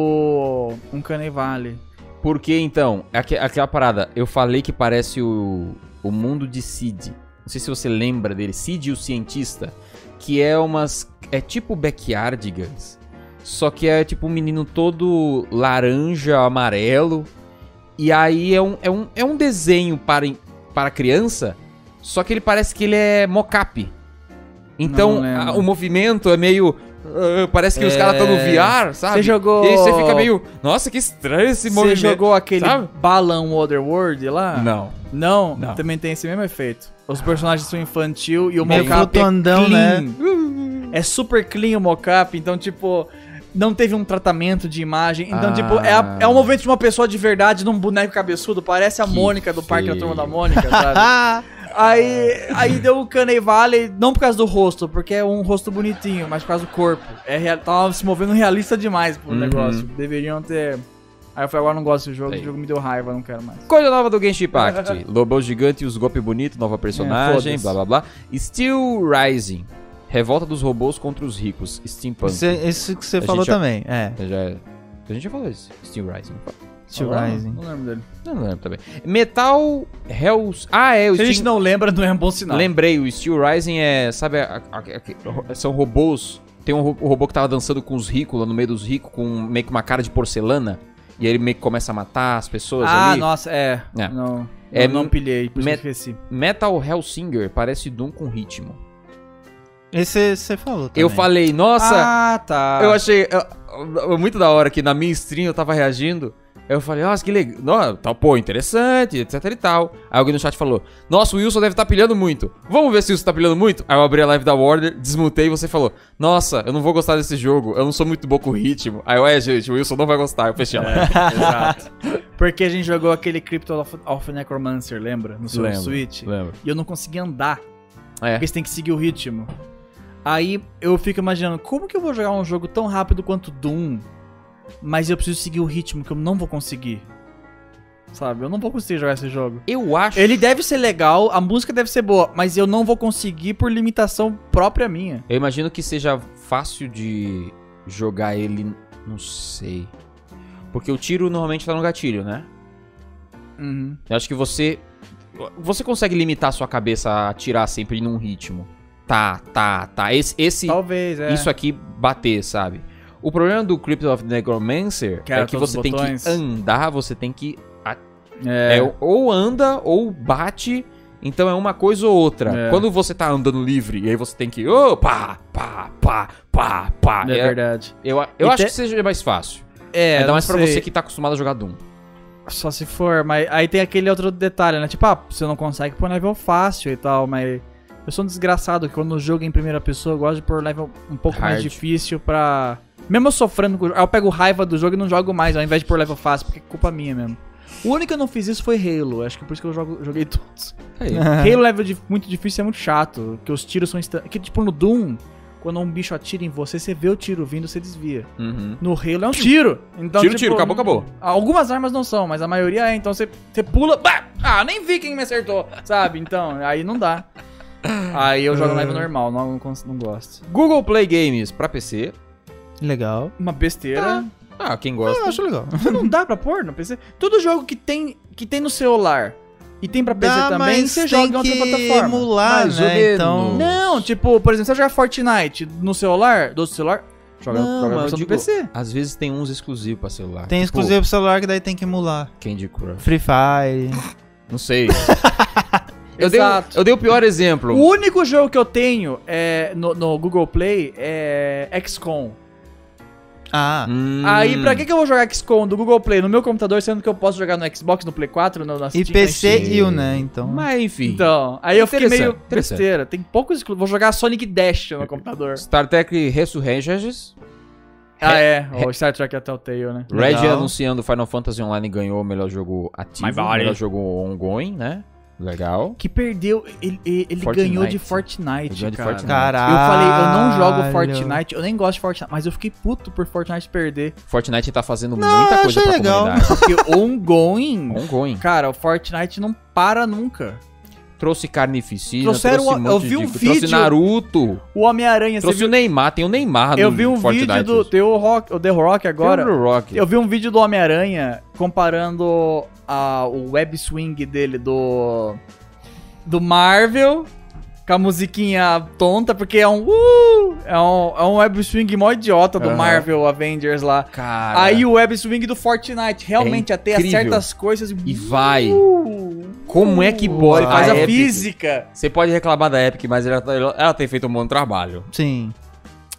deu um canevale.
Porque então, é aque- aquela parada, eu falei que parece o, o mundo de Cid. Não sei se você lembra dele, Cid o cientista, que é umas é tipo backyardigans, só que é tipo um menino todo laranja, amarelo. E aí é um, é um, é um desenho para, em- para criança, só que ele parece que ele é mocap. Então,
Não lembro. É.
a- o movimento é meio ah, parece que os caras estão no VR, sabe?
Você jogou...
E aí você fica meio, nossa, que estranho esse
Você
movimento. Ah,
jogou aquele
sabe?
Balan Waterworld lá?
Não.
Não?
Não.
Também tem esse mesmo efeito. Os personagens são infantil e o
Meio né?
mocap é
frutandão,
clean. É super clean o mocap, então, tipo, não teve um tratamento de imagem. Então,
Ah.
tipo, é, a- é o movimento de uma pessoa de verdade num boneco cabeçudo. Parece a
Que
Mônica do Parque da
feio.
Turma da Mônica,
[laughs]
sabe?
Ah,
aí, aí deu o Caney Valley, não por causa do rosto, porque é um rosto bonitinho, mas por causa do corpo. É, real- tava se movendo realista demais pro
Uhum.
negócio. Deveriam ter... Aí eu falei, agora eu não gosto desse jogo,
Sei.
esse jogo me deu raiva, não quero mais.
Coisa nova do Genshin Impact. [laughs] Lobão Gigante e os golpes bonitos, nova personagem,
É, foda-se.
blá blá blá. Steel Rising. Revolta dos robôs contra os ricos. Steampunk.
isso, isso que você
A
falou
gente já-
também. É,
Já... A gente já falou isso. Steel Rising.
Steel
Ah,
Rising.
Não lembro dele.
Não lembro também. Metal Hells. Ah, é, o
Se a gente
Steam...
não lembra, não é um bom sinal.
Lembrei, o Steel Rising é. Sabe, a- a- a- são robôs. Tem um ro- o robô que tava dançando com os ricos lá no meio dos ricos, com meio que uma cara de porcelana. E aí ele meio que começa a matar as pessoas
Ah,
ali.
nossa, é.
É.
Não,
É,
não, não pilhei, por isso
me-
que eu esqueci.
Metal Hellsinger parece Doom com ritmo.
Esse você falou também.
Eu falei, nossa,
ah, tá.
eu achei eu- eu- muito da hora que na minha stream eu tava reagindo. Aí Eu falei, nossa, que legal. Nó- Tá, pô, interessante, etc e tal. Aí alguém no chat falou, nossa, o Wilson deve estar pilhando muito. Vamos ver se o Wilson tá pilhando muito? Aí eu abri a live da Warner, desmontei e você falou, nossa, eu não vou gostar desse jogo, eu não sou muito bom com ritmo. Aí eu, é, gente, o Wilson não vai gostar. Eu fechei a live.
Porque a gente jogou aquele Crypto of, of Necromancer, lembra? No seu
Lembro,
Switch.
lembro.
E eu não consegui andar.
É.
Porque você tem que seguir o ritmo. Aí eu fico imaginando, como que eu vou jogar um jogo tão rápido quanto Doom, mas eu preciso seguir o ritmo que eu não vou conseguir? Sabe? Eu não vou conseguir jogar esse jogo.
Eu acho.
Ele deve ser legal, a música deve ser boa, mas eu não vou conseguir por limitação própria minha.
Eu imagino que seja fácil de jogar ele. Não sei. Porque o tiro normalmente tá no gatilho, né?
Uhum.
Eu acho que você. Você consegue limitar a sua cabeça a atirar sempre num ritmo. Tá, tá, tá. Esse. esse
Talvez, é.
Isso aqui bater, sabe? O problema do Crypt of the Necromancer
Cara,
é que
todos os
você tem
botões.
que andar, você tem que.
é.
É. ou anda ou bate. Então é uma coisa ou outra.
É.
Quando você tá andando livre, e aí você tem que. Ô, pá, pá, pá, pá, pá.
é
é-
verdade.
eu eu
E
acho
te-
que seja mais fácil.
É,
Ainda
não
mais pra
sei.
você que tá acostumado a jogar Doom.
Só se for, mas aí tem aquele outro detalhe, né? Tipo, ah, você não consegue pôr level fácil e tal, mas. Eu sou um desgraçado que quando eu jogo em primeira pessoa, eu gosto de pôr level um pouco mais
Hard.
difícil pra. Mesmo eu sofrendo com o jogo, eu pego raiva do jogo e não jogo mais, ao invés de pôr level fácil, porque é culpa minha mesmo. O único que eu não fiz isso foi Halo, acho que por isso que eu jogo- joguei todos.
Tá
[laughs]
Aí.
Halo level de- muito difícil é muito chato, que os tiros são instan... Que tipo no Doom, quando um bicho atira em você, você vê o tiro vindo, você desvia.
Uhum.
No Halo é um tiro. Então,
Tiro,
tipo,
tiro, acabou, acabou.
Algumas armas não são, mas a maioria é. Então você, você pula. bah! Ah, nem vi quem me acertou, sabe? Então, aí não dá. Aí eu jogo
Ah.
live normal, não, não, cons- não gosto.
Google Play Games pra PC.
Legal.
Uma besteira.
Ah, quem gosta.
Eu acho legal.
[laughs]
Tá.
Não dá pra pôr no PC. Todo jogo que tem, que tem no celular e tem pra PC
Dá,
também,
mas
você
tem
joga em outra
que
plataforma.
emular,
Mais ou
né?
menos.
Então...
Não, tipo, por exemplo, você joga Fortnite no celular, do celular, joga,
Não,
joga a
mas
versão
eu
do
digo-
PC.
Às vezes tem uns exclusivos pra celular.
Tem
Tipo,
exclusivo pro celular que daí tem que emular.
Candy Crush.
Free Fire.
Não [laughs] sei. eu, dei, o-
Exato.
eu dei o pior exemplo.
O único jogo que eu tenho é, no, no Google Play é XCOM.
Ah,
Hum.
Aí, pra que, que eu vou jogar XCOM do Google Play no meu computador, sendo que eu posso jogar no Xbox, no Play 4, no, na
e
Steam, na
PC
Steam?
e o, né? Então.
Mas enfim.
Então, aí eu fiquei meio
Interessante, interessante.
besteira. Tem poucos exclusivos. Vou jogar Sonic Dash
[laughs]
no computador.
Star Trek Resurrections.
Ah, é. O Star Trek é Telltale, né?
Red
Legal.
anunciando Final Fantasy Online ganhou o melhor jogo ativo.
My body.
Melhor jogo ongoing, né? Legal.
Que perdeu. Ele, ele- ele
Fortnite.
ganhou de Fortnite,
Ele ganhou de
cara.
Fortnite.
Caralho.
Eu falei, eu não jogo Fortnite, eu nem gosto de Fortnite, mas eu fiquei puto por Fortnite perder.
Fortnite tá fazendo
Não,
muita
eu
coisa pra
achei legal.
comunidade.
[laughs] Porque ongoing.
ongoing.
Cara, o Fortnite não para nunca.
Trouxe Carnificina,
Trouxeram
trouxe um
o-
monte
eu
de-
vi um
Trouxe
vídeo-
Naruto,
O Homem-Aranha,
trouxe
você
o Neymar, tem o Neymar
Eu
no
vi um
Fortnite.
vídeo do tem o Rock, o The Rock agora.
Tem o Rock.
Eu vi um vídeo do Homem-Aranha comparando a, o web swing dele do do Marvel com a musiquinha tonta, porque é um uh, é um, é um web swing mó idiota do
Aham.
Marvel Avengers lá.
Cara,
Aí o web swing do Fortnite, realmente até
É incrível.
certas coisas
e vai.
Uh,
Como é que pode?
ele faz a
Epic-
física.
tá- Você pode reclamar da Epic, mas ela, ela tem feito um bom trabalho.
Sim.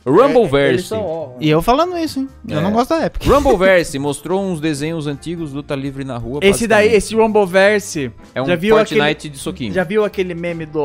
É,
Eles
Rumbleverse.
são, ó,
E eu falando isso, hein? Eu
É.
não gosto da época.
Rumbleverse mostrou uns desenhos antigos do luta livre na rua.
Esse daí,
basicamente.
esse Rumbleverse,
é um
já viu
Fortnite
aquele-
de soquinho.
já viu aquele meme do...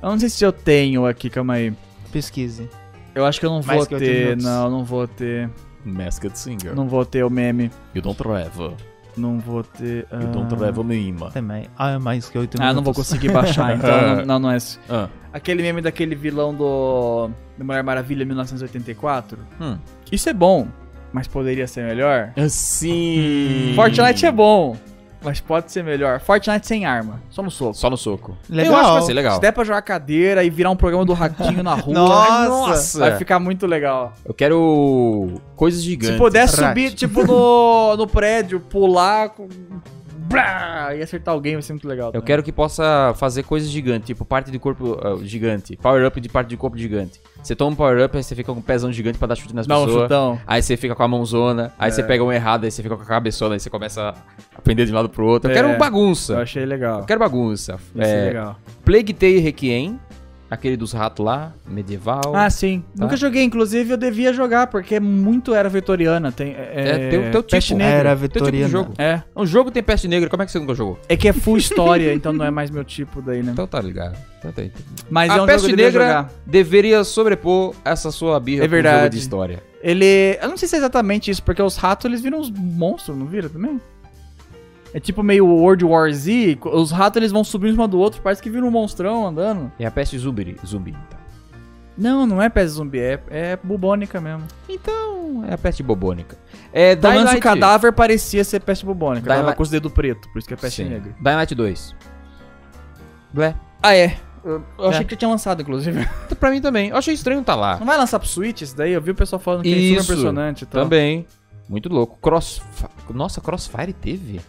Eu não sei se eu tenho aqui, calma aí.
Pesquise.
Eu acho que eu não
Mais
vou
que oito
ter,
minutos.
não, não vou ter.
Masked Singer.
Não vou ter o meme.
You don't have.
Não vou ter... ah,
Mima.
Também. Ah, é mais que oito
Ah, não vou conseguir [laughs] baixar, então não, não, não é esse.
Ah.
Aquele meme daquele vilão do, do Mulher Maravilha 1984.
Hum.
Isso é bom, mas poderia ser melhor.
Assim.
Fortnite é bom, mas pode ser melhor. Fortnite sem arma, só no soco.
Só no soco.
Legal.
Eu acho que vai ser legal.
Se der pra jogar cadeira e virar um programa do Ratinho na
[laughs]
rua,
Nossa!
vai ficar muito legal.
Eu quero coisas gigantes.
Se puder
Ratinho.
subir, tipo, [laughs] no, no prédio, pular com- brá, e acertar alguém, vai ser muito legal.
Eu
também.
quero que possa fazer coisas gigantes, tipo parte de corpo ah, gigante, power up de parte de corpo gigante. Você toma um power up, aí você fica com um pezão gigante pra dar chute nas
Dá um É.
pessoas.
chutão.
Aí você fica com a mãozona, aí você pega um errado, aí você fica com a cabeçona, aí você começa a pender de um lado pro outro.
É.
Eu quero
Eu
bagunça.
achei legal.
Eu quero bagunça.
Vai ser
É,
legal.
Plague Tale Requiem, aquele dos ratos lá, medieval.
Ah, sim.
Tá?
Nunca joguei, inclusive eu devia jogar, porque é muito era vitoriana. Tem, é,
É, teu- teu
peste
tipo.
negra.
Teu
Era
tipo de
Vitoriana.
jogo.
É.
Um jogo tem peste negra, como é que você nunca jogou?
É que é full história, então não é mais meu tipo daí, né?
Então tá ligado. Então tá, então.
Mas
a
é um
peste
jogo que eu devia
negra
jogar.
deveria sobrepor essa sua birra
É
com o jogo
verdade.
de história.
Ele. Eu não sei se é exatamente isso, porque os ratos eles viram uns monstros, não vira também? É tipo meio World War Z, co- os ratos eles vão subir um em cima do outro, parece que vira um monstrão andando.
É a peste zumbi. zumbi tá.
Não, não é peste zumbi, é, é bubônica mesmo.
Então, é a peste bobônica. É
Pelo menos
Dynamite.
Então o cadáver parecia ser peste bubônica,
Dynamite-
tava com os dedos preto, por isso que é peste
Sim.
negra.
Dynamite 2. Blé.
Ah, é. Eu, eu achei que já tinha lançado, inclusive.
Então, Pra mim também. Eu achei estranho tá
[laughs]
lá.
Não vai lançar pro Switch isso daí? Eu vi o pessoal falando que é
Isso,
super impressionante e tal.
Também. Muito louco. Cross... Nossa, Crossfire teve?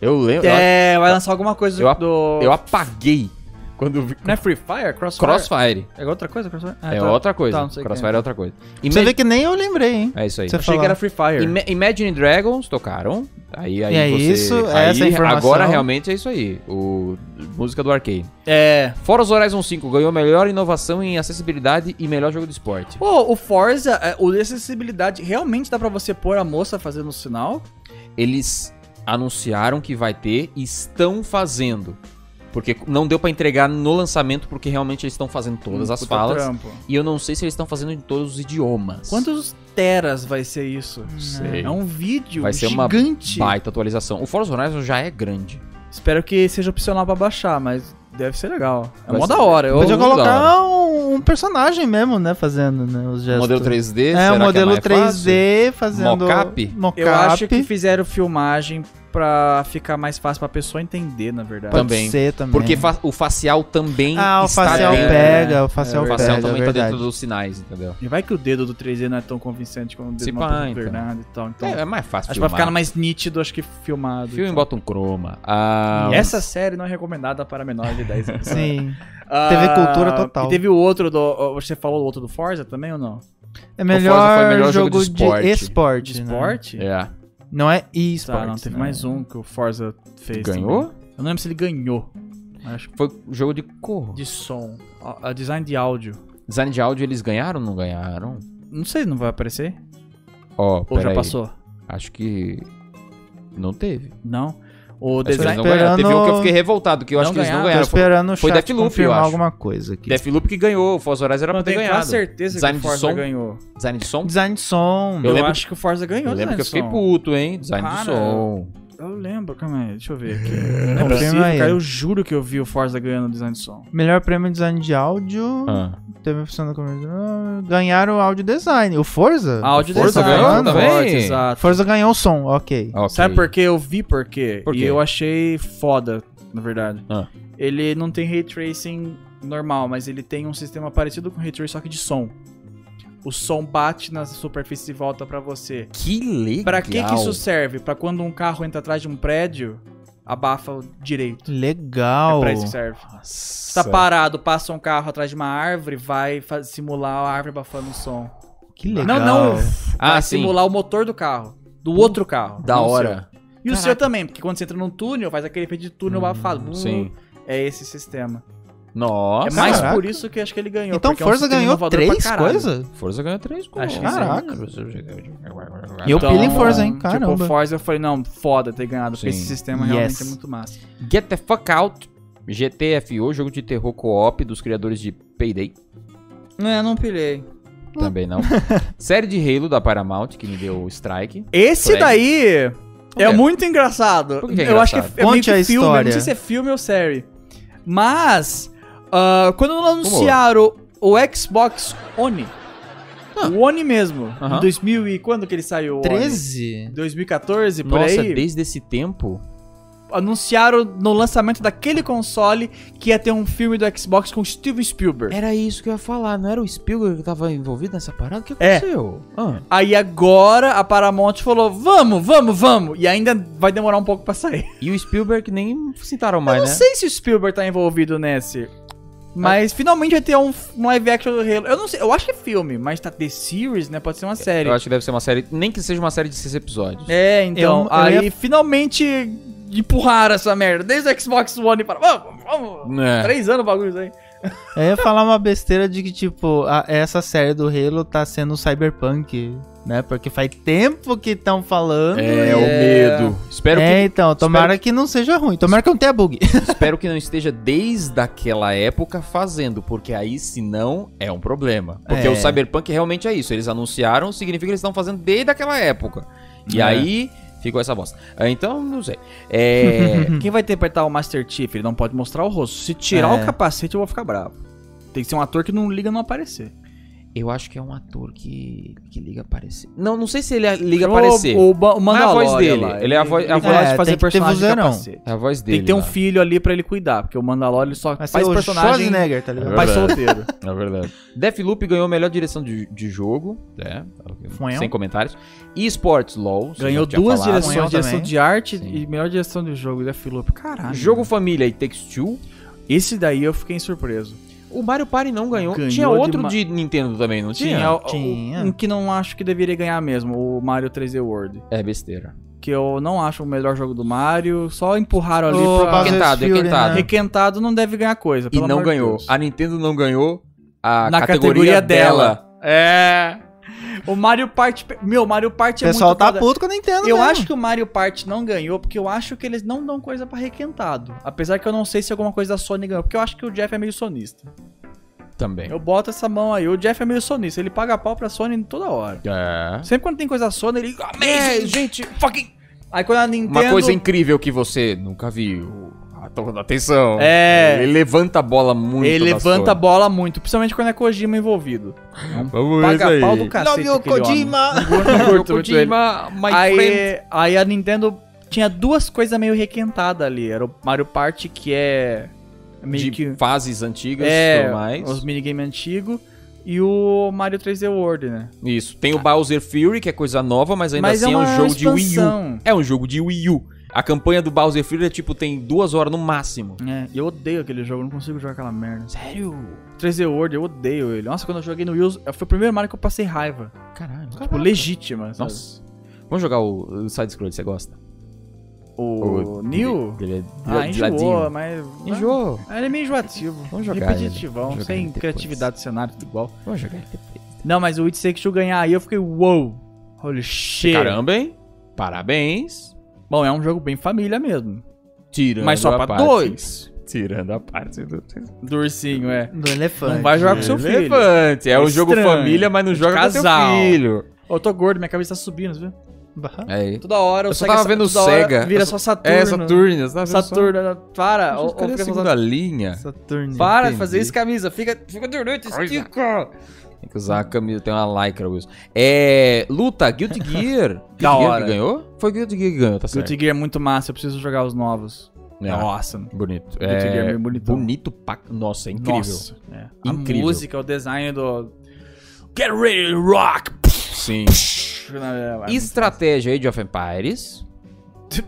Eu lembro.
É, vai lançar alguma coisa
Eu-
do.
Eu, eu apaguei quando eu vi.
Não é Free Fire? Crossfire?
Crossfire.
É outra coisa? Crossfire? Ah,
É
tá.
outra coisa.
Tá, não sei
Crossfire é.
quem é.
outra coisa.
Você
Ima-
vê que nem eu lembrei, hein?
É isso aí.
Você
Achei que era Free Fire.
Ima- Imagine Dragons tocaram. Aí, aí
E é
você-
isso, é
aí,
essa a informação.
Agora realmente é isso aí. O música do Arcade.
É.
Forza Horizon 5 ganhou melhor inovação em acessibilidade e melhor jogo de esporte.
Pô, o Forza, é, o de acessibilidade, realmente dá pra você pôr a moça fazendo o sinal?
Eles anunciaram que vai ter e estão fazendo. Porque não deu pra entregar no lançamento porque realmente eles estão fazendo todas
Hum,
as
Hum, Puta
falas
trampo.
e eu não sei se eles estão fazendo em todos os idiomas.
Quantos teras vai ser isso?
Sei.
É um vídeo
Vai ser uma
gigante.
Baita atualização. O Forza Horizon já é grande.
Espero que seja opcional pra baixar, mas deve ser legal. É
Vai
mó
ser-
da hora. Eu...
Podia
muito da
colocar um, um personagem mesmo, né? Fazendo né, os gestos.
Modelo 3D,
É,
será
um modelo
que é mais fácil?
3D fazendo.
Mocap?
Mocap.
Eu acho que fizeram filmagem pra ficar mais fácil pra pessoa entender, na verdade.
Pode
também.
ser também.
Porque
Hum.
fa- né? o facial também
Ah, o
está
facial
dentro.
pega, o
É
facial
O
verdade.
facial
pega.
também
é
está
verdade.
[laughs] dentro dos sinais, entendeu?
E vai que o dedo do 3D não é tão convincente como o dedo
Se
do
pá,
Matheus
então.
Bernardo e tal. Então,
é, é mais fácil
acho que vai
filmar.
ficar mais nítido, acho que filmado.
Filme
e tal.
bota um croma. Ah,
E Essa série não é recomendada para menores de 10
[laughs]
anos.
Sim.
Ah,
TV Cultura total.
E teve o outro do. ó, Você falou o outro do Forza também ou não?
É
Forza
melhor,
foi o melhor jogo
jogo,
de
de
esporte.
esporte.
De
né?
esporte?
É.
Não é
Tá,
e-esporte.
não, teve
né?
mais um que o Forza fez.
Ganhou?
também. Eu não lembro se ele ganhou. Acho que
Foi jogo de cor.
de som. A, a design de áudio.
Design de áudio eles ganharam ou não ganharam?
Não sei, não vai aparecer?
Ó,
Ou
pera
já
aí.
passou?
Acho que não teve.
Não. O
Acho que eles
design.
não ganharam. Teve
esperando-
um que eu fiquei revoltado, que eu
Não
acho que eles
ganharam.
não
Tô
ganharam. Foi
esperando o
foi
chat
Deathloop, eu
confirmar
acho.
alguma coisa aqui.
Deathloop que ganhou, o Forza Horizon era
Eu
pra ter
tenho
ganhado.
quase certeza
Design
que
de
o Forza
som?
ganhou.
Design de som?
Design de som.
Eu,
Eu lembro
acho que o Forza ganhou
Eu lembro
design
que eu fiquei
de som.
puto, hein? Design
Para.
de som.
Eu lembro, calma aí, deixa eu ver
[laughs]
aqui. Não é
Confirma
possível,
aí.
cara, eu juro que eu vi o Forza ganhando design de som.
Melhor prêmio de design de áudio.
Ah.
Teve opção da comunidade. Ah, Ganharam o áudio design. O Forza?
Áudio
Forza
design,
ganhou também?
Forza, exato.
Forza ganhou o som, ok.
ok.
Sabe por quê? Eu vi por quê.
Por
e
quê?
eu achei foda, na verdade.
Ah.
Ele não tem ray tracing normal, mas ele tem um sistema parecido com ray tracing, só que de som. O som bate na superfície e volta pra você.
Que legal.
Pra que que isso serve? Pra quando um carro entra atrás de um prédio, abafa o direito. É
Legal.
pra isso que serve. Você
Nossa.
tá parado, passa um carro atrás de uma árvore, vai fa- simular a árvore abafando o som.
que legal.
Não, não.
Ah,
vai
sim.
simular o motor do carro. Do outro carro.
Da
não do
hora.
seu. E o Hum, seu também, porque quando você entra num túnel, faz aquele efeito de túnel abafado. Bum,
Sim.
É esse sistema.
Nossa.
é mais
caraca.
por isso que acho que ele ganhou.
então
porque é um
Forza
sistema
ganhou
inovador pra
três
caralho.
coisas?
Forza ganhou É, três com
Acho que sim.
Caraca.
E
Eu
o
Então,
pilo em Forza, hein?
Tipo,
Caramba.
Forza eu falei, não, foda ter ganhado, porque
Sim.
esse sistema
Yes.
realmente é muito massa.
Get the Fuck Out. GTFO, jogo de terror co-op dos criadores de Payday.
É, não pilhei. [laughs]
Também não. Série de Halo da Paramount, que me deu o strike.
Esse
Flag.
daí
quê?
é muito engraçado.
Por que que é
Eu acho que é
engraçado?
meio
Conte
que
a
filme, eu não
história.
sei se é filme ou série. Mas, ah, quando anunciaram o Xbox One, o One mesmo,
Aham.
em 2000 e quando que ele saiu? o One?
13?
2014, por
Nossa,
aí,
desde esse tempo.
anunciaram no lançamento daquele console que ia ter um filme do Xbox com Steven Spielberg.
Era isso que eu ia falar, não era o Spielberg que tava envolvido nessa parada? O que
É.
aconteceu? Ah.
Aí agora a Paramount falou: vamos, vamos, vamos. E ainda vai demorar um pouco pra sair.
E o Spielberg nem citaram mais,
Eu não
né? É.
sei se o Spielberg tá envolvido nesse. Mas finalmente vai ter um, um live action do Halo. Eu não sei, eu acho que é filme, mas tá The Series, né? Pode ser uma série.
Eu acho que deve ser uma série, nem que seja uma série de seis episódios.
É, então.
Eu- eu
aí finalmente empurraram essa merda. Desde o Xbox One para. Vamos, vamos.
É.
Três anos o bagulho isso aí.
Eu ia falar uma besteira de que, tipo, a- essa série do Halo tá sendo cyberpunk, né? Porque faz tempo que estão falando.
É, o medo. Espero,
É,
que,
então, tomara que não seja ruim. Tomara que não tenha bug.
espero que não esteja desde aquela época fazendo, porque aí, se não, é um problema. Porque
É.
o Cyberpunk realmente é isso. Eles anunciaram, significa que eles estão fazendo desde aquela época. E
É.
aí, ficou essa bosta. Ah, Então, não sei.
[laughs]
É,
Quem vai interpretar o Master Chief? Ele não pode mostrar o rosto. Se tirar
É.
o capacete, eu vou ficar bravo. Tem que ser um ator que não liga não aparecer.
eu acho que é um ator que, que liga a aparecer. Não, não sei se ele liga a
Ou-
aparecer.
ou O, ba- o
Mas é a voz
Mandalorian
dele.
lá.
Ele é a voz- a
ele
voz-
gosta de
É,
fazer
tem que ter
personagem de
vozeirão.
capacete.
É a voz dele.
Tem que ter um
lá.
filho ali pra ele cuidar, porque o Mandalorian só
Vai ser
faz
o
personagem
né?
Schwarzenegger, tá ligado?
pai
[laughs]
solteiro.
É verdade. Deathloop ganhou a melhor direção de, de jogo. É,
Fuel.
sem comentários. E Esports LOL. você
Ganhou
já tinha
duas
falado.
direções,
Amanhã
direção
também.
de arte
Sim.
e melhor direção de jogo, da Filope. Caralho.
Jogo Família e Takes Two.
Esse daí eu fiquei surpreso.
O Mario Party não ganhou.
Ganhou
tinha outro
dema-
de Nintendo também, não tinha?
Tinha, o-
Tinha.
o- um que não acho que deveria ganhar mesmo, o Mario 3D World.
É besteira.
Que eu não acho o melhor jogo do Mario, só empurraram ali
Ô,
pra...
Bowser's
Requentado,
Fury,
requentado.
né?
Requentado não deve ganhar coisa,
E
pelo
não
amor de
ganhou.
Deus.
A Nintendo não ganhou a
Na
categoria,
categoria
dela.
dela.
É,
O Mario Party... Meu, Mario Party é
O pessoal
muito
tá
foda.
puto com a Nintendo
Eu
mesmo.
acho que o Mario Party não ganhou, porque eu acho que eles não dão coisa pra requentado. Apesar que eu não sei se alguma coisa da Sony ganhou, porque eu acho que o Jeff é meio sonista.
Também.
Eu boto essa mão aí, o Jeff é meio sonista, ele paga pau pra Sony toda hora.
É.
Sempre quando tem coisa da Sony, ele...
É,
Amazing!
gente,
Fucking... Aí quando é a Nintendo...
uma coisa incrível que você nunca viu. Ah, tô dando Atenção.
É.
Ele levanta a bola muito.
Ele
da
levanta a
Sony.
bola muito, principalmente quando é Kojima envolvido. É um
Vamos ver
paga
isso
pau
aí. [laughs]
do cacete
Love you,
aquele homem.
Kojima.
Não curto- não curto muito ele.
Kojima, my friend.
aí, aí a Nintendo tinha duas coisas meio requentadas ali. Era o Mario Party, que é meio
de
que.
fases antigas e
É,
tudo mais.
os minigames antigos. E o Mario 3D World, né?
Isso. Tem o Bowser Fury, que é coisa nova, mas ainda assim é, um jogo de Wii U. É um jogo de Wii U. A campanha do Bowser Fury é tipo, tem duas horas no máximo.
Wii U. É, eu odeio aquele jogo, eu não consigo jogar aquela merda. Sério? 3D World, eu odeio ele. Nossa, quando eu joguei no Wii U, foi o primeiro Mario que eu passei raiva.
Caralho.
Tipo, legítima. sabe?
Nossa. Vamos jogar o, o Side Scroll, você gosta?
O, New?
Ele é de,
Ah,
de ladinho.
enjoou, mas.
Enjoou.
Ah, Ele é meio enjoativo.
Vamos jogar
Repetitivão,
ele. Vamos jogar ele
sem
depois.
criatividade do cenário, tudo igual.
Vamos jogar ele depois.
Não, mas o It Takes Two ganhar aí, eu fiquei, wow, holy shit.
Caramba, hein? Parabéns.
Bom, é um jogo bem família mesmo.
Tirando
Mas só
a
pra
parte-
dois.
Tirando a parte do...
Do ursinho, é.
Do elefante.
Não vai jogar com seu filho.
Elefante. É um
É
jogo
estranho.
família, mas não joga com
Casal.
seu filho.
Eu tô gordo, minha cabeça tá subindo, viu?
Bah.
Aí.
Toda hora
Eu só tava vendo o
toda hora
Sega.
Vira
Eu
só Saturno.
É, Saturno. Sabe?
Saturno, para. ô, ô,
Cadê
fica
a
só-
segunda linha?
Saturno.
Para de
Entendi.
fazer isso, camisa. Fica, fica durante, estica.
Tem que usar a camisa, tem uma lycra, Wilson. É. Luta,
[laughs]
Guilty Gear. Guilty
Da
Gear
hora.
que ganhou? Foi Guilty Gear que ganhou, tá certo.
Guilty Gear é muito massa, eu preciso jogar os novos.
É,
É awesome.
Bonito.
Guilty Gear é
É,
bem bonitão.
bonito pra. Nossa, é incrível.
Nossa, é. A
Incrível.
música, o design do... Get ready to rock!
Sim.
É,
Estratégia Age of Empires.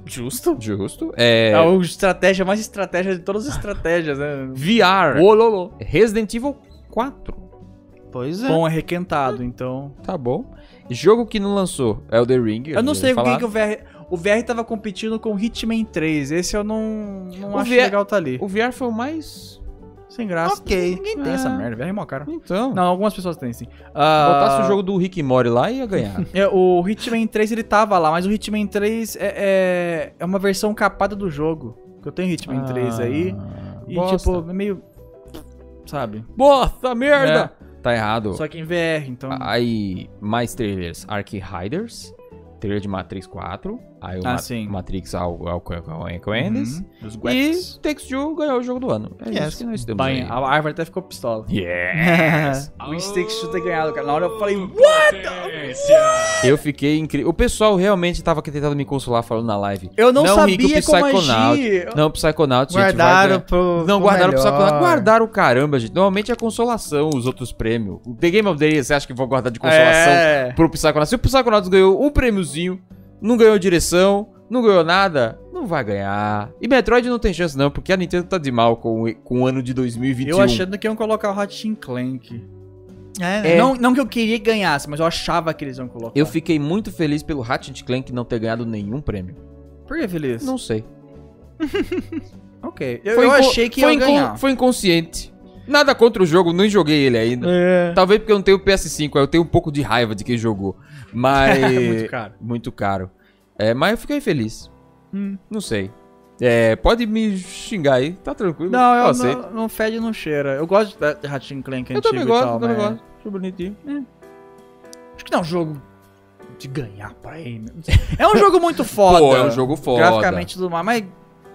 Justo.
Justo. É.
É a estratégia mais estratégia de todas as estratégias, né?
VR.
Ô, lolo.
Resident Evil 4.
Pois é.
Bom, é requentado, então.
Tá bom. Jogo que não lançou. É o The Ring.
Eu não sei com quem que
eu.
o VR. O VR tava competindo com Hitman 3. Esse eu não, não
O
acho
VR
legal tá ali.
O VR foi o mais.
Sem graça.
Ok.
Ninguém tem
É.
essa merda, vai arrimar o cara.
Então.
Não, algumas pessoas têm sim. Ah,
Botasse o jogo do Rick e Morty lá e ia
[laughs]
ganhar.
É, o Hitman 3 ele tava lá, mas o Hitman 3 é, é, é uma versão capada do jogo. Que eu tenho Hitman 3 aí. E
Ah, bosta.
tipo, é meio. Sabe?
Bosta, merda! Tá errado.
Só que em VR, então.
Ah, Aí, mais trailers. Ark Riders, trailer de Matrix 4, aí o
Ah,
Ma-
sim.
Matrix Al- Al- Al- Al- Awakens,
Uhum, os
e Takes Two ganhou o jogo do ano. É
Yes.
isso que nós temos
Bem,
aí.
a árvore até ficou
[laughs]
pistola.
Yeah!
O Stakes should ter ganhado, cara. Na hora eu falei,
Eu fiquei incrível. O pessoal realmente tava aqui tentando me consolar falando na live.
eu não,
Não, Rico,
sabia como
Psychonaut.
agir.
Não, Psychonauts, gente, vai
Guardaram
ganhar.
pro.
Não,
pro
guardaram pro
melhor.
Psychonauts. Guardaram o caramba, gente. Normalmente é consolação os outros prêmios. O The Game of the Year, você acha que vão guardar de consolação
É.
pro Psychonauts? Se o Psychonauts ganhou um prêmiozinho, não ganhou direção, não ganhou nada, não vai ganhar. E Metroid não tem chance não, porque a Nintendo tá de mal com, o- com o ano de 2021.
Eu achando que iam colocar o Ratchet Clank.
É, né?
Não, não que eu queria que ganhasse, mas eu achava que eles iam colocar.
Eu fiquei muito feliz pelo Ratchet Clank não ter ganhado nenhum prêmio.
Por que feliz?
Não sei.
Ok. Eu,
Foi
eu
inco-
achei que
foi
ia
incon-
ganhar.
Foi inconsciente. Nada contra o jogo, nem joguei ele ainda.
É.
Talvez porque eu não tenho PS5, aí eu tenho um pouco de raiva de
[laughs]
quem jogou. Mas.
É Muito caro.
Muito caro. É, mas eu fiquei feliz.
Hum.
Não sei. É, pode me xingar aí, tá tranquilo.
Não, eu
aceito.
não, não fede não cheira. Eu gosto de- de Ratchet Clank
Eu
antigo
também
e
gosto,
tal,
eu também
mas-
gosto. Acho bonitinho.
Acho que não é um jogo de ganhar pra ele. É um jogo muito foda.
[laughs] Pô, é um jogo foda.
Graficamente e tudo mais, mas...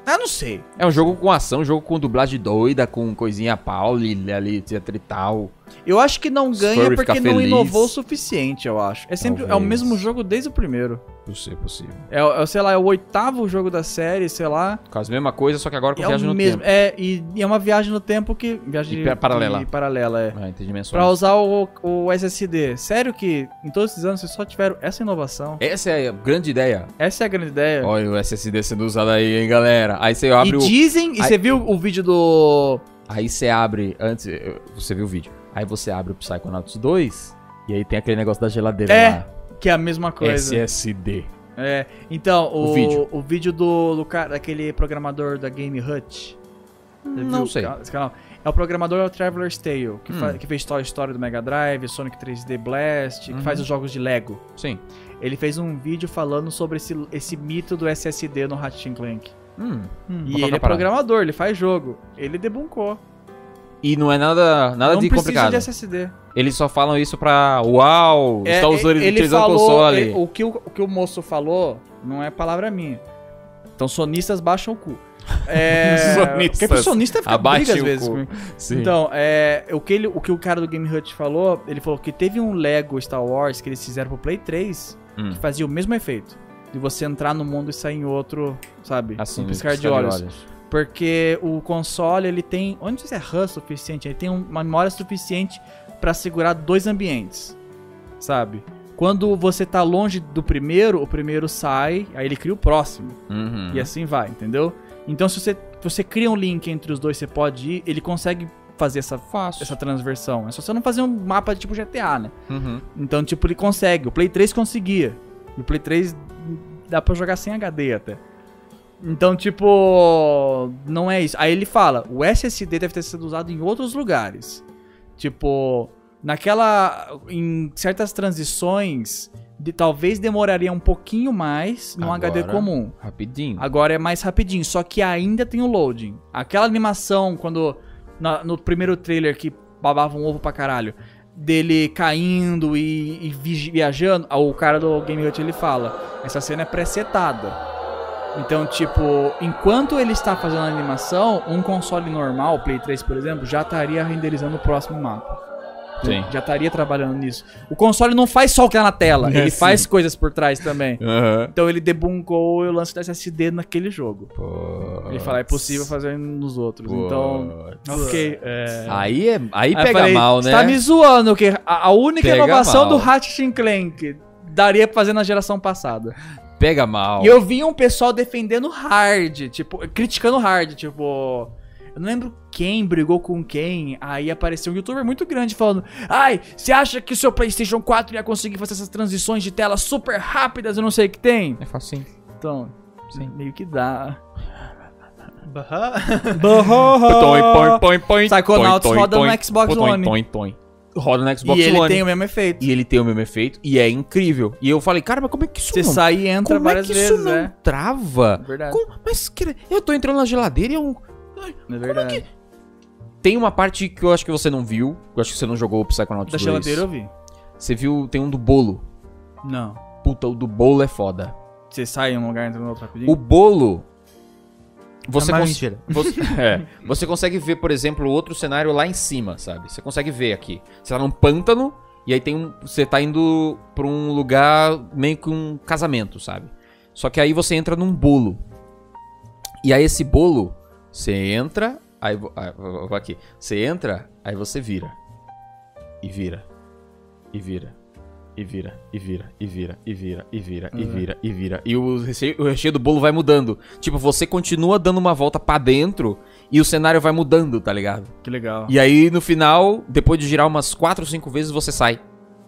Ah, não sei.
É um jogo com ação, um jogo com dublagem doida, com coisinha Pauli ali, etc e tal.
Eu acho que não ganha
Furry
porque
fica
não
feliz.
inovou o suficiente, eu acho. É sempre é o
Talvez.
mesmo jogo desde o primeiro.
Não sei, possível.
É, o- é, o, sei lá, é o oitavo jogo da série, sei lá.
Com as mesma coisa, só que agora com
É
viagem
o
no
mesmo.
tempo.
É, e, e é uma viagem no tempo que. Viagem
E pa- paralela.
e paralela, é.
Ah, entre dimensões.
Pra usar o, o SSD. Sério que em todos esses anos vocês só tiveram essa inovação?
Essa é a grande ideia.
Essa é a grande ideia.
Olha o SSD sendo usado aí, hein, galera. Aí você abre
e
o.
dizem, e
Ai-
você viu o vídeo do.
Aí você abre. Antes, eu- você viu o vídeo. Aí você abre o Psychonauts 2. E aí tem aquele negócio da geladeira
É,
lá.
Que é a mesma coisa.
SSD.
É. Então, o,
O
o
vídeo.
vídeo, do, do cara, daquele programador da Game Hut. Você
Não
viu
sei. Hum.
ca- Esse canal. É o programador Traveler's Tale, que, fa- que fez Toy Story do Mega Drive, Sonic 3D Blast,
Uhum.
que faz os jogos de Lego.
Sim.
Ele fez um vídeo falando sobre esse, esse mito do SSD no Ratchet Clank.
Hum.
e
qual que é
ele
a
é
parada?
programador, ele faz jogo. Ele debuncou.
E não é nada, nada
não
de
precisa
complicado.
de SSD.
Eles só falam isso pra. Uau!
É,
está usando,
ele
utilizando
falou-
o console.
ele- o, que o, o que o moço falou não é palavra minha. Então sonistas baixam o cu. É, [laughs]
Sonistas.
Porque pro sonista fica
Abaixem
briga às
o
vezes
cu.
comigo.
Sim.
Então, é, o, que ele- o que o cara do Game Hut falou, ele falou que teve um Lego Star Wars que eles fizeram pro Play 3
Hum.
que fazia o mesmo efeito. De você entrar no mundo e sair em outro, sabe?
assim,
um piscar de olhos. Porque o console, ele tem... Eu não sei se é RAM suficiente, ele tem um- uma memória suficiente pra segurar dois ambientes, sabe? Quando você tá longe do primeiro, o primeiro sai, aí ele cria o próximo.
Uhum.
E assim vai, entendeu? Então se você, você cria um link entre os dois, você pode ir, ele consegue fazer essa,
Fácil.
essa transversão. É só você não fazer um mapa tipo GTA, né?
Uhum.
Então, tipo, ele consegue. O Play 3 conseguia. E o Play 3 dá pra jogar sem HD até. Então, tipo, não é isso. Aí ele fala, o SSD deve ter sido usado em outros lugares. Tipo, naquela em certas transições, de- talvez demoraria um pouquinho mais no
Agora.
HD comum.
Rapidinho.
Agora é mais rapidinho, só que ainda tem o loading. Aquela animação quando na- no primeiro trailer que babava um ovo pra caralho, dele caindo e, e vi- viajando, ah, o cara do Game Hut ele fala, essa cena é presetada. Então, tipo, enquanto ele está fazendo a animação, um console normal, o Play 3, por exemplo, já estaria renderizando o próximo mapa.
Sim.
Já estaria trabalhando nisso. O console não faz só o que tá na tela,
É,
ele
sim.
faz coisas por trás também.
Aham.
Então ele debuncou o lance do SSD naquele jogo.
Pô.
Ele fala, é possível fazer nos outros. Então, eu fiquei. É...
Aí, é, aí
eu
pega
falei,
mal,
"Você
né?
Tá me zoando, que a, a única
Pega
inovação
mal.
do Ratchet Clank daria pra fazer na geração passada.
Pega mal.
E eu vi um pessoal defendendo hard, tipo, criticando hard, tipo. Eu não lembro quem brigou com quem. Aí apareceu um youtuber muito grande falando: Ai, você acha que o seu PlayStation 4 ia conseguir fazer essas transições de tela super rápidas? Eu não sei o que tem.
É facinho.
Então,
Sim. é.
meio que dá.
põe, põe.
Psychonauts roda no Xbox One.
Põe, põe. Roda no Xbox
e ele
One.
tem o mesmo efeito.
E ele tem o mesmo efeito e é incrível. E eu falei, cara, mas como é que isso
Você
não
sai e entra
Como é
várias
que
vezes,
isso não
é.
trava?
Verdade.
Como- Mas que- eu tô entrando na geladeira e eu.
É verdade.
Tem uma parte que eu acho que você não viu. Eu acho que você não jogou o Psychonauts
Da
2.
geladeira eu vi.
Você viu, tem um do bolo.
Não.
Puta, o do bolo é foda.
Você sai em um lugar e entra no outro rapidinho?
O bolo. Você,
É uma
cons-
mentira.
você- [laughs] é. Você consegue ver, por exemplo, outro cenário lá em cima, sabe? Você consegue ver aqui. Você tá num pântano e aí tem um. Você tá indo pra um lugar meio que um casamento, sabe? Só que aí você entra num bolo. E aí esse bolo, você entra, aí vo- ah, vou vou aqui. Você entra, aí você vira. E vira. E vira. E vira, e vira, e vira, e vira, e vira, e vira, e vira. E o recheio, o recheio do bolo vai mudando. Tipo, você continua dando uma volta pra dentro e o cenário vai mudando, tá ligado?
Que legal.
E aí no final, depois de girar umas 4 ou 5 vezes, você sai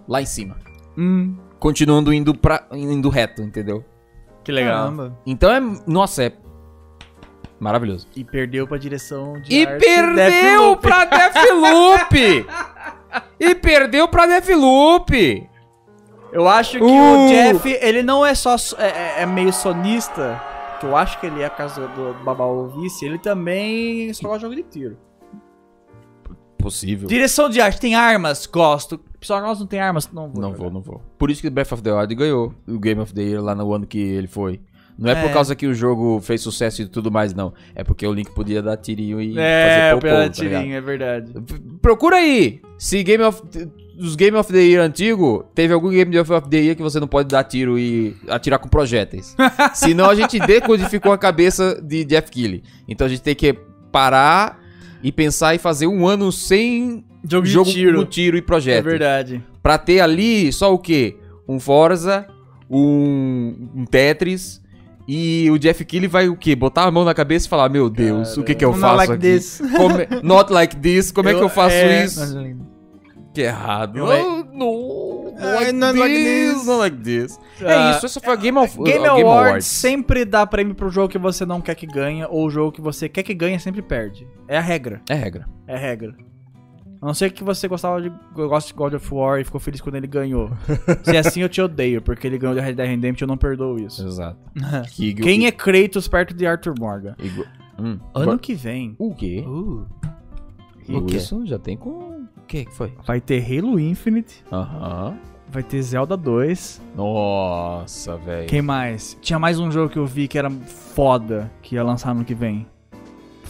lá em cima.
Hum,
Continuando indo pra, indo reto, entendeu?
que legal.
Caramba.
Então é. Nossa, é. Maravilhoso.
E perdeu pra direção de
E
arte
perdeu
Deathloop.
pra
[laughs]
Deathloop! e perdeu pra Deathloop!
Eu acho que
Uh!
o Jeff, ele não é só. so- É, é- é meio sonista, que eu acho que ele é por causa do, do Babau Vice, ele também só gosta de jogo de tiro.
Possível.
Direção de arte, tem armas? Gosto. Pessoal, nós não tem armas? Não vou.
Não
jogar.
vou, não vou. Por isso que Breath of the Wild ganhou o Game of the Year lá no ano que ele foi. Não é, por
É.
causa que o jogo fez sucesso e tudo mais, não. É porque o Link podia dar tirinho e
É,
fazer
o
popô,
Pela
tá ligado?
Tirinho, é verdade.
P- Procura aí se Game of... Os Game of the Year antigo, teve algum Game of the Year que você não pode dar tiro e atirar
[laughs]
com projéteis. Senão a gente decodificou a cabeça de Jeff Keighley. Então a gente tem que parar e pensar e fazer um ano sem
Jogo,
jogo
de tiro.
com tiro e
É
projéteis.
verdade.
Pra ter ali só o quê? Um Forza, um, um Tetris e o Jeff Keighley vai o quê? Botar a mão na cabeça e falar, meu Deus, o que que eu
um Not
faço
like
aqui?
this. [laughs]
Como- Not like this, como é que eu faço
é,
isso? Que errado.
Eu- é-
Oh, no,
Ai, not like this.
not like this.
Ah,
é isso, essa foi a Game, of,
Game,
a
Awards, sempre dá prêmio pro jogo que você não quer que ganha, ou o jogo que você quer que ganha sempre perde. É a regra.
É regra.
É regra. A não ser que você gostava de, gosta de God of War e ficou feliz quando ele
[laughs]
ganhou. Se é assim, eu te odeio, porque ele ganhou de Red Dead Redemption, eu não perdoo isso.
[laughs]
Exato. que,
Quem é Kratos perto de Arthur Morgan?
é-
Hum.
Ano que vem
O quê?
Uh,
O
O quê?
Isso já tem com... O que que foi?
vai ter Halo Infinite,
Aham.
vai ter Zelda 2.
Nossa, velho.
Quem mais? Tinha mais um jogo que eu vi que era foda, que ia lançar ano que vem.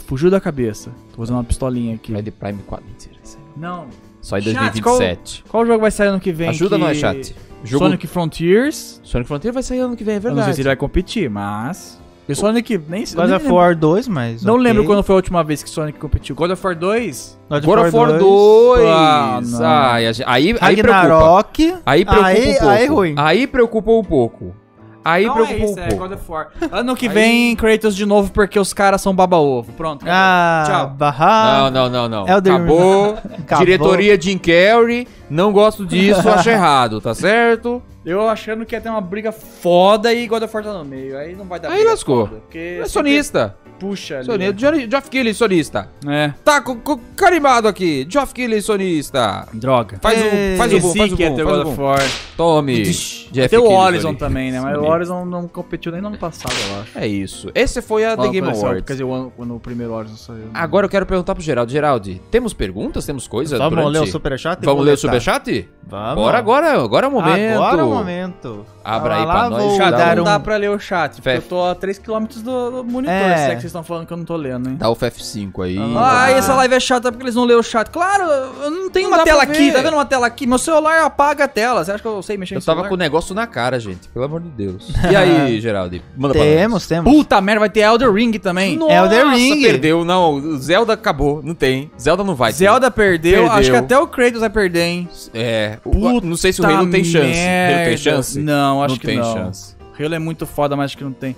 Fugiu da cabeça. Tô usando uma pistolinha aqui.
Red Prime 4. Mentira, isso é-
Não.
Só em
Chat, qual-
2027.
Qual jogo vai sair ano que vem?
Ajuda
que-
nós, chat. Jogo...
Sonic
Sonic...
Frontiers.
Frontier vai sair ano que vem, é
Eu não sei se
verdade.
ele vai competir, mas. E Sonic nem eu
God
nem
of
lembro.
War 2, mas.
Não
ok.
lembro quando foi a última vez que Sonic competiu. God of War 2?
God
God of War 2.
2,
Ah, não.
Ai, a gente- aí, aí preocupa.
Ragnarok.
Aí preocupa
Aí-
um pouco.
é
aí ruim.
Aí preocupa um pouco. Aí preocupa um pouco.
é of
[laughs]
War. Ano que vem, Kratos de novo, porque os caras são baba-ovo. Pronto. acabou.
Ah,
Tchau.
Não,
Ah.
Barra.
não, não,
É
não.
Elden
[laughs]
Ring.
Acabou.
Acabou.
Diretoria Jim Carrey. Não gosto disso,
[laughs]
acho errado, tá certo?
Eu achando que ia ter uma briga foda e God of War tá no meio. Aí não vai dar
Aí
briga
lascou.
foda, porque
É
sempre
sonista.
Puxa ali.
Sonista. Johnny- Geoff Keighley, sonista.
É.
Tá co- co- carimbado aqui. Geoff Keighley, sonista.
Droga.
Faz o,
Ei,
faz o bom, faz o
que ia
bom,
ter
faz o
God
bom.
of War.
Tome. Jeff
Tem o
Keighley,
Horizon
Sony.
também, né? Mas o
Sony.
Horizon não competiu nem no ano passado, eu acho.
É isso. Esse foi a The Game
Quando- Quer
Awards.
dizer, o ano- quando o primeiro Horizon saiu. né?
Agora eu quero perguntar pro Geraldo. Geraldo, temos perguntas? Temos coisas?
Vamos
durante-
ler o superchat? e
Vamos ler o
coletar.
superchat?
Vamos.
Bora agora, agora é o momento.
Agora é o momento.
Abra aí
Lá
pra
vou
nós.
Chat,
dar
não
dá, um-
um-
dá pra ler o chat, porque
Fé.
eu tô a 3km do, do monitor,
É.
se é que vocês estão falando que eu não tô lendo, hein?
dá um- o F5 aí.
Ah, essa live é chata porque eles não leram o chat. Claro, eu não tenho
Não dá
uma tela
pra
aqui,
ver.
tá vendo uma tela aqui? Meu celular apaga a tela. Você acha que eu sei mexer
Eu
no
tava com o
celular?
negócio na cara, gente. Pelo amor de Deus.
[laughs]
E aí, Geraldo? Manda pra nós.
Temos, temos.
Puta merda, vai ter Elder Ring também.
Nossa,
Elden Ring.
perdeu. Não, o Zelda acabou. Não tem. Zelda não vai. ter.
Zelda perdeu, acho
Perdeu.
que até o Kratos vai perder, hein?
É. o- não sei se o rei não tem chance. O Rei não tem chance?
Tá Não, acho
não
que
tem
não.
chance.
Tá
Halo é muito foda, mas acho que não tem.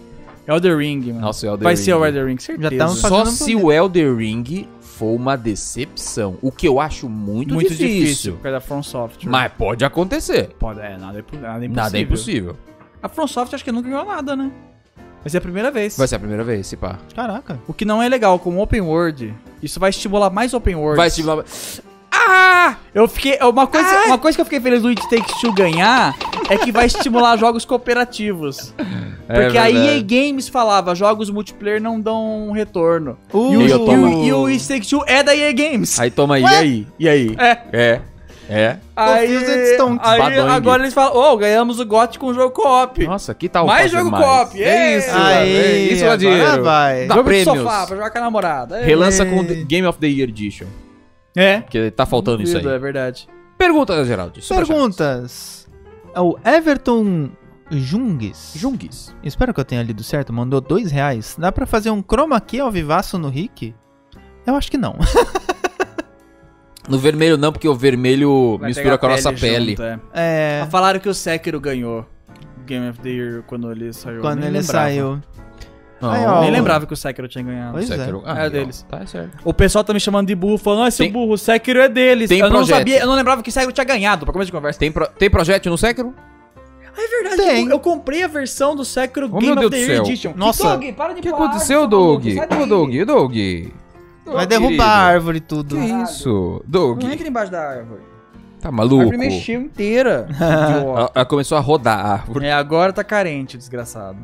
Elder Ring, mano.
Nossa, o Elden
vai
Ring.
ser o Elder Ring, certeza.
Já tamo
Só
fazendo um
se o Elder Ring for uma decepção. O que eu acho muito,
muito difícil.
difícil.
por causa da From Software.
Mas pode acontecer.
Pode, é, nada é, pu- nada é impossível.
Nada é impossível.
A From Software acho que nunca ganhou nada, né? Vai ser a primeira vez.
Vai ser a primeira vez, se pá.
Caraca.
O que não é legal, como open world, isso vai estimular mais open world.
Vai estimular.
Eu fiquei. é Uma coisa, uma coisa que eu fiquei feliz do It Takes Two ganhar é que vai estimular [laughs] jogos cooperativos.
É
Porque a EA Games falava, jogos multiplayer não dão um retorno.
O,
E o,
eu
e
tomo.
o, e o It Takes Two é da EA Games.
Aí toma aí, e aí? E aí? É. É.
Confused and Stonks.
aí
Badong.
agora eles falam, ô, ganhamos o GOT com o jogo co-op.
Nossa, que tal
Mais
fazer
jogo
mais?
co-op, é.
É isso, é isso dá
agora
dinheiro.
vai.
Dá
jogo de
prêmios.
sofá pra jogar com a namorada. É.
Relança com The Game of the Year Edition,
É.
que tá faltando isso aí.
É verdade.
Pergunta, Geraldo. superchat.
Perguntas. É O Everton Jungues.
Jungues.
Espero que eu tenha lido certo. Mandou dois reais. Dá pra fazer um chroma key ao vivaço no Rick? Eu acho que não. [laughs]
No vermelho não, porque o vermelho
Vai
mistura
pegar
com a nossa
junto,
pele.
é.
É.
Ah, Falaram que o Sekiro ganhou Game of the Year quando ele saiu.
Quando
Nem
ele
lembrava.
saiu.
Não,
Aí, ó.
Nem lembrava que o Sekiro tinha ganhado.
Pois é.
Sekiro-
É
aí, ó.
deles.
Tá certo.
O pessoal tá me chamando de burro, falando, ah, seu
Tem-
burro, o Sekiro é deles.
Tem
eu não
projeto.
sabia, eu não lembrava que o Sekiro tinha ganhado, pra começo de conversa.
Tem, pro... tem projeto no Sekiro?
É verdade,
Tem.
eu- eu comprei a versão do Sekiro
Oh,
Game
meu
of
Deus
the
do
Year
céu.
Edition.
Nossa.
Que, Doug, para de
O que
pular,
aconteceu,
seu burro,
Doug?
sai
Ô,
daí.
Doug, Doug.
Vai derrubar a árvore e tudo.
Que isso? Doug,
Não entra embaixo da árvore.
tá
A
maluco?
árvore mexeu
[laughs]
inteira. Idiota.
Ela, ela começou a rodar a árvore.
é, agora tá carente, desgraçado.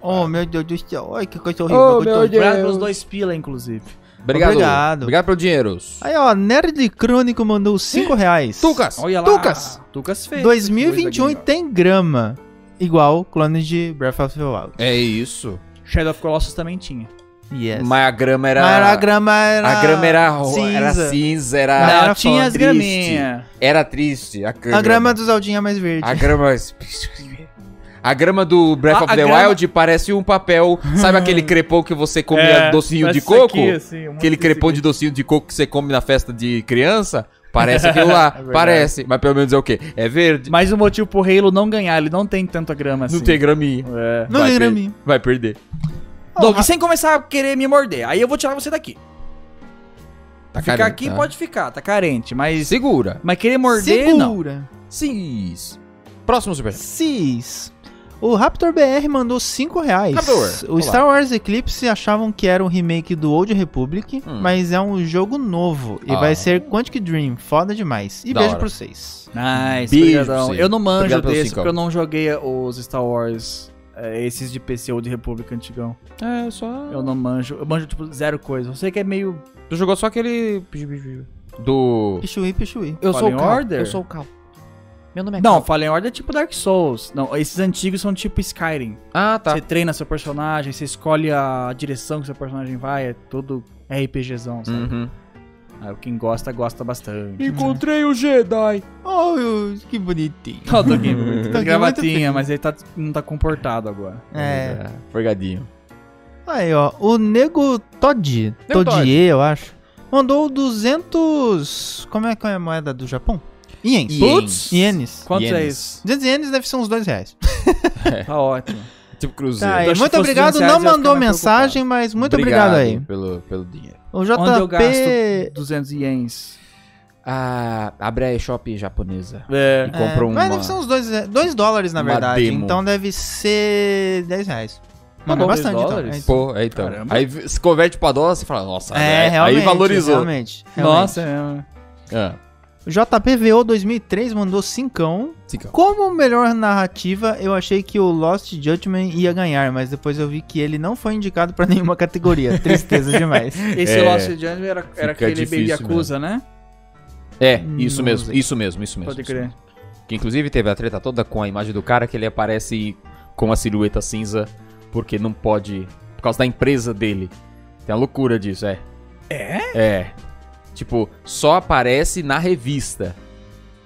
Oh, meu Deus do céu. Ai, que
Oh,
coisa horrível. que coisa horrível.
Obrigado pelos dois pila, inclusive.
Obrigado.
Obrigado.
Obrigado pelo dinheiro.
Aí, ó, Nerd Crônico mandou 5 reais.
Tucas.
Olha lá.
Tucas.
Tucas fez.
2021 tem grama. Igual clones de Breath of the Wild.
É isso.
Shadow of Colossus também tinha.
Yes.
Mas a grama era...
Mas a grama era.
A grama era ro-
cinza.
era cinza, era...
Não,
Não,
era
tinha
foda.
as graminhas.
Era triste. A grama,
A grama do Zeldinha é mais verde.
A grama... A grama do Breath
A-
of
a
the
grama-
Wild parece um papel.
[laughs]
Sabe aquele crepom que você comia docinho de
É, parece isso
coco?
aqui, assim, um
Aquele
monte disso
crepom de docinho de coco que você come na festa de criança?
[laughs]
Parece aquilo lá.
É
parece. Mas pelo menos é o quê? É verde.
aqui. Mais um motivo pro Halo não ganhar, ele não tem tanta grama assim.
Não tem graminha.
É.
Não
Vai per-
tem graminha.
Vai perder.
Doug, sem começar a querer me morder, aí eu vou tirar você daqui.
Tá
ficar
carente,
aqui
tá?
pode ficar, tá carente, mas...
Segura.
Mas querer morder, não.
Segura.
Cis. Próximo super.
Cis. O Raptor BR mandou 5 reais.
Raptor,
o
olá.
Star Wars Eclipse achavam que era um remake do Old Republic,
Hum.
mas é um jogo novo. E
Ah.
vai ser Quantic Dream. Foda demais. E
Da
beijo
hora.
pra vocês.
Nice,
Beijo pra
obrigadão.
você.
Eu não manjo
Obrigado pelo
desse,
cincão.
porque eu não joguei os Star Wars, é, esses de PC ou de República antigão.
É, só.
Eu não manjo, eu manjo, tipo, zero coisa. Eu sei que é meio
Tu jogou só aquele. Do.
Pichuí, pichuí.
Eu sou o Cal, eu sou
o Cal. Meu nome
Não, Fallen Order é tipo Dark Souls. Não, esses antigos são tipo Skyrim.
Ah, tá.
Você treina seu personagem, você escolhe a direção que seu personagem vai, é todo RPGzão, sabe?
Uhum.
Aí, quem gosta, gosta bastante.
Hum.
Encontrei o Jedi.
Oh, que bonitinho.
Ó, o Doguinho, Tá muito
[laughs] Doguinho muito
gravatinha,
feio.
mas ele tá, não tá comportado agora.
É.
Forgadinho.
é.
Aí, ó. O Nego Todd.
Nego Todd.
Todier, eu acho. Mandou 200. Como é que é a moeda do Japão? Iens.
Putz.
Ienes.
Quanto é
Ienes. É.
isso?
200 ienes deve ser uns 2 reais.
Tá ótimo.
Tipo
Tá,
Cruzeiro.
aí,
acho
muito
que fosse
obrigado.
200 reais,
Não
Ah, eu ia ficar
mandou
mais
mensagem, mas muito obrigado,
Tá
aí.
Pelo, pelo dinheiro.
O é,
Onde eu
JP.
gasto 200 ienes?
Ah, abre a eShop japonesa.
É.
E compra uma.
Mas deve ser uns 2 dois dólares, na
uma
verdade.
demo.
Então deve ser 10 reais. Mandou
Tá bom,
bastante,
dois
então.
dólares?
É isso.
Pô, é então.
Caramba.
Aí se converte pra dólar, você fala, nossa, né?"
É,
aí-
realmente.
aí valorizou.
Realmente. realmente.
Nossa, é.
Ah,
JPVO 2003 mandou cincão.
cinco.
Como melhor narrativa, eu achei que o Lost Judgment ia ganhar, mas depois eu vi que ele não foi indicado pra [laughs] nenhuma
[laughs]
categoria. Tristeza demais.
Esse
É.
Lost Judgment era,
Fica
era aquele Baby
difícil
Yakuza, né?
É,
Não
isso mesmo,
sei.
isso mesmo, isso mesmo.
Hum, Pode
isso
crer.
É mesmo. Que inclusive teve a treta toda com a imagem do cara que ele aparece com a silhueta cinza, porque não pode. Por causa da empresa dele. Tem a loucura disso, é. É? É. Tipo, só aparece na revista.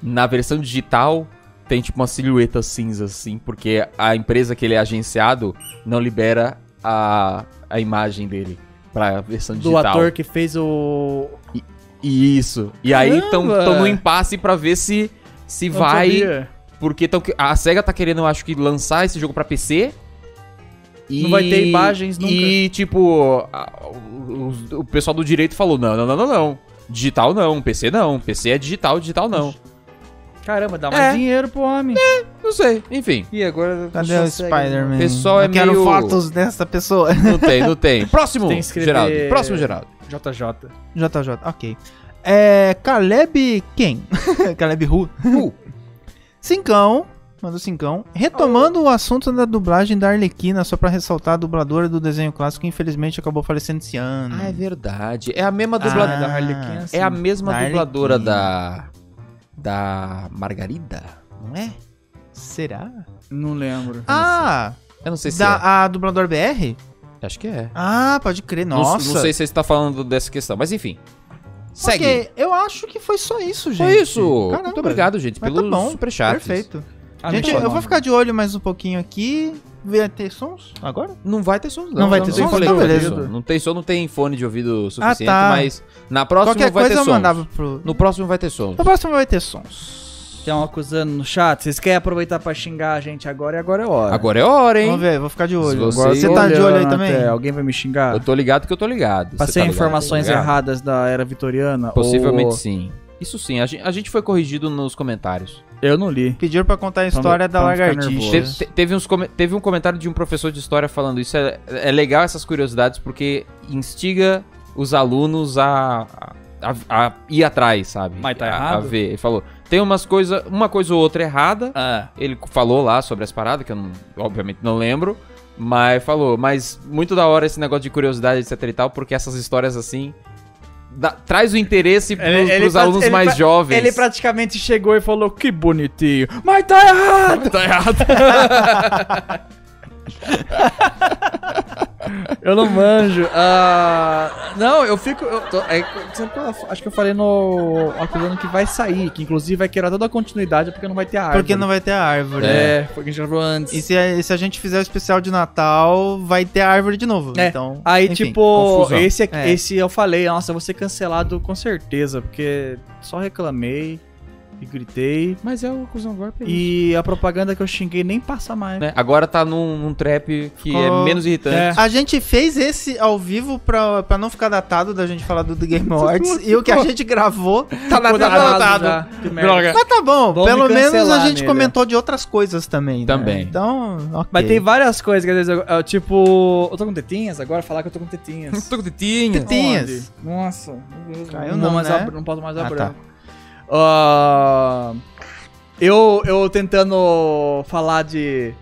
Na versão digital, tem tipo uma silhueta cinza, assim, porque a empresa que ele é agenciado não libera a, a imagem dele pra versão
Do
digital.
ator que fez o.
E Isso. E aí estão
Caramba!
no impasse pra ver se se
Não
vai,
sabia.
porque tão, que- a Sega tá querendo, eu acho que lançar esse jogo pra PC. E,
Não vai ter imagens nunca.
E tipo, a- o, o- o pessoal do direito falou: "Não, não, não, não, não. Digital não, PC não, PC é digital, digital não".
Caramba, dá mais
É.
dinheiro pro homem.
Não sei, enfim.
E agora.
Cadê o Spider-Man?
Pessoal
Eu
é
quero
meio-
fotos dessa pessoa. [laughs]
Não tem,
[laughs]
não tem. Próximo,
Tem que escrever-
Geraldo. Próximo, Geraldo.
JJ.
JJ, ok. É. Caleb quem? [laughs] Caleb Ru.
Who?
[laughs] Cincão. Mandou cincão. Retomando o assunto da dublagem da Arlequina, só pra ressaltar, a dubladora do desenho clássico, que infelizmente, acabou falecendo esse ano.
Ah, é verdade. É a mesma
Ah,
dubladora
da Arlequina, sim.
É a mesma
Da
dubladora
Arlequina.
da. Da Margarida, não é?
Será?
Não lembro.
Ah,
Eu não sei se
da, a dublador BR?
é. Acho que é.
Ah, pode crer,
Não-
nossa.
Não, sei se você está falando dessa questão, mas enfim. Segue.
Ok, eu acho que foi só isso, gente.
Foi isso.
Caramba.
Muito obrigado, gente,
Mas
pelo
tá bom,
superchat.
Perfeito.
Ah,
gente,
não,
eu vou ficar de olho mais um pouquinho aqui. Vai ter sons agora?
Não vai ter som, não.
Não vai ter
Eu
som?
falei
Então,
que vai ter
beleza.
som. Não tem som, não tem fone de ouvido suficiente,
tá.
mas na próxima
Qualquer
vai
coisa
ter
eu
som.
mandava pro...
No próximo vai ter som.
No próximo vai ter sons.
Tem um acusando no chat. Vocês querem aproveitar pra xingar a gente agora e agora é hora.
Agora é hora, hein?
Vamos ver, vou ficar de olho.
você-
Agora você tá de olho aí
Olhando
também?
até, é, Alguém vai me xingar?
Eu tô ligado que eu tô ligado.
Passei
Você tá ligado?
informações
Tá ligado?
erradas da era vitoriana?
Possivelmente
ou-
sim. Isso sim, a gen- a gente, foi corrigido nos comentários.
Eu não li.
Pediram pra contar a
Pra não-
história da
pra não ficar
lagartixa.
nervoso.
Te- te- teve, uns come- teve um comentário de um professor de história falando isso. É, é legal essas curiosidades porque instiga os alunos a, a, a- a ir atrás, sabe?
Mas tá
A- A,
errado?
ver. Ele falou: tem umas coisa, uma coisa ou outra errada.
Ah.
Ele falou lá sobre as paradas, que eu não- obviamente não lembro. Mas falou, mas muito da hora esse negócio de curiosidade, etc e tal, porque essas histórias assim dá- traz o interesse pros,
Ele- ele
pros
pra-
alunos
ele
mais
pra-
jovens.
Ele praticamente chegou e falou: Que bonitinho. Mas tá errado!
[laughs] Tá errado.
Eu não manjo. Ah, não, eu fico. Eu tô- é, sempre eu acho que eu falei no acusando que vai sair, que inclusive vai quebrar toda a continuidade porque não vai ter a árvore.
Porque não vai ter a árvore.
É, foi o que a gente gravou antes.
E se a, se a gente fizer o especial de Natal, vai ter a árvore de novo.
É.
Então,
Aí,
enfim.
tipo,
confusão.
esse, aqui-
É.
esse eu falei, nossa, eu vou ser cancelado com certeza, porque só reclamei e gritei.
mas é o cuzão agora
E a propaganda que eu xinguei nem passa mais.
né? Agora tá num, num trap que
Ficou-
é menos irritante.
É.
A gente fez esse ao vivo pra, pra não ficar datado da gente falar do The
[laughs]
Game Awards. e o que a gente gravou tá
Ficou
datado.
datado já. Que merda.
Droga.
Mas tá bom,
Vão me
pelo menos a
cancelar
gente
nele.
comentou de outras coisas também. né?
Também.
Então, ok.
Mas tem várias coisas que às vezes eu, eu, tipo, eu tô com tetinhas, agora falar que eu tô com tetinhas.
Tô com tetinha.
Tetinhas.
Onde? Nossa, meu Deus,
Caiu
vou
não,
mais
né?
abrir- não posso mais
Ah,
abrir.
tá.
Ah, eu, eu tentando falar de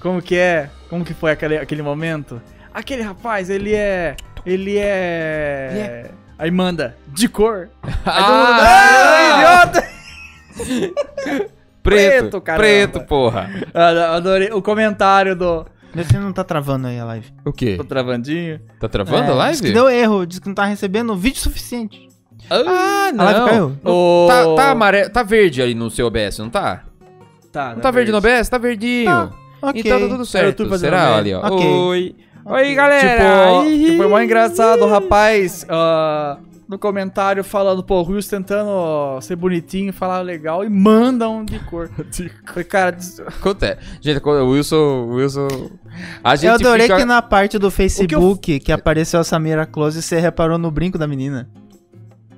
como que é, como que foi aquele, aquele momento. Aquele rapaz, ele é, ele é... Aí manda, de cor. Aí um todo mundo,
Ah!
"Ah, idiota!
preto,
preto, caramba.
preto, porra.
Ah, Adorei o comentário do...
Vê se não tá travando aí a live.
O quê?
Tô travandinho.
Tá travando a
É,
live?
Diz que deu erro, diz que não tá recebendo vídeo suficiente.
Ah,
A live
não.
caiu.
O-
Tá, tá amarelo, tá verde aí no seu OBS, não tá?
Tá,
Não tá verde no OBS? Tá verdinho.
Ok.
Então tá
É
tudo
o
certo.
YouTube fazendo
Será, ali,
merda.
ó.
Ok.
Oi. Oi,
Tipo,
galera.
que foi mó engraçado, o rapaz ah, no comentário falando, pô, o Ruiz tentando ó, ser bonitinho, falar legal e manda um de
[laughs]
cor. Falei, cara, des-
Acontece. Gente, o Wilson, o Wilson... A gente
Eu adorei
fica...
que na parte do Facebook que, apareceu a Samira Close, você reparou no brinco da menina.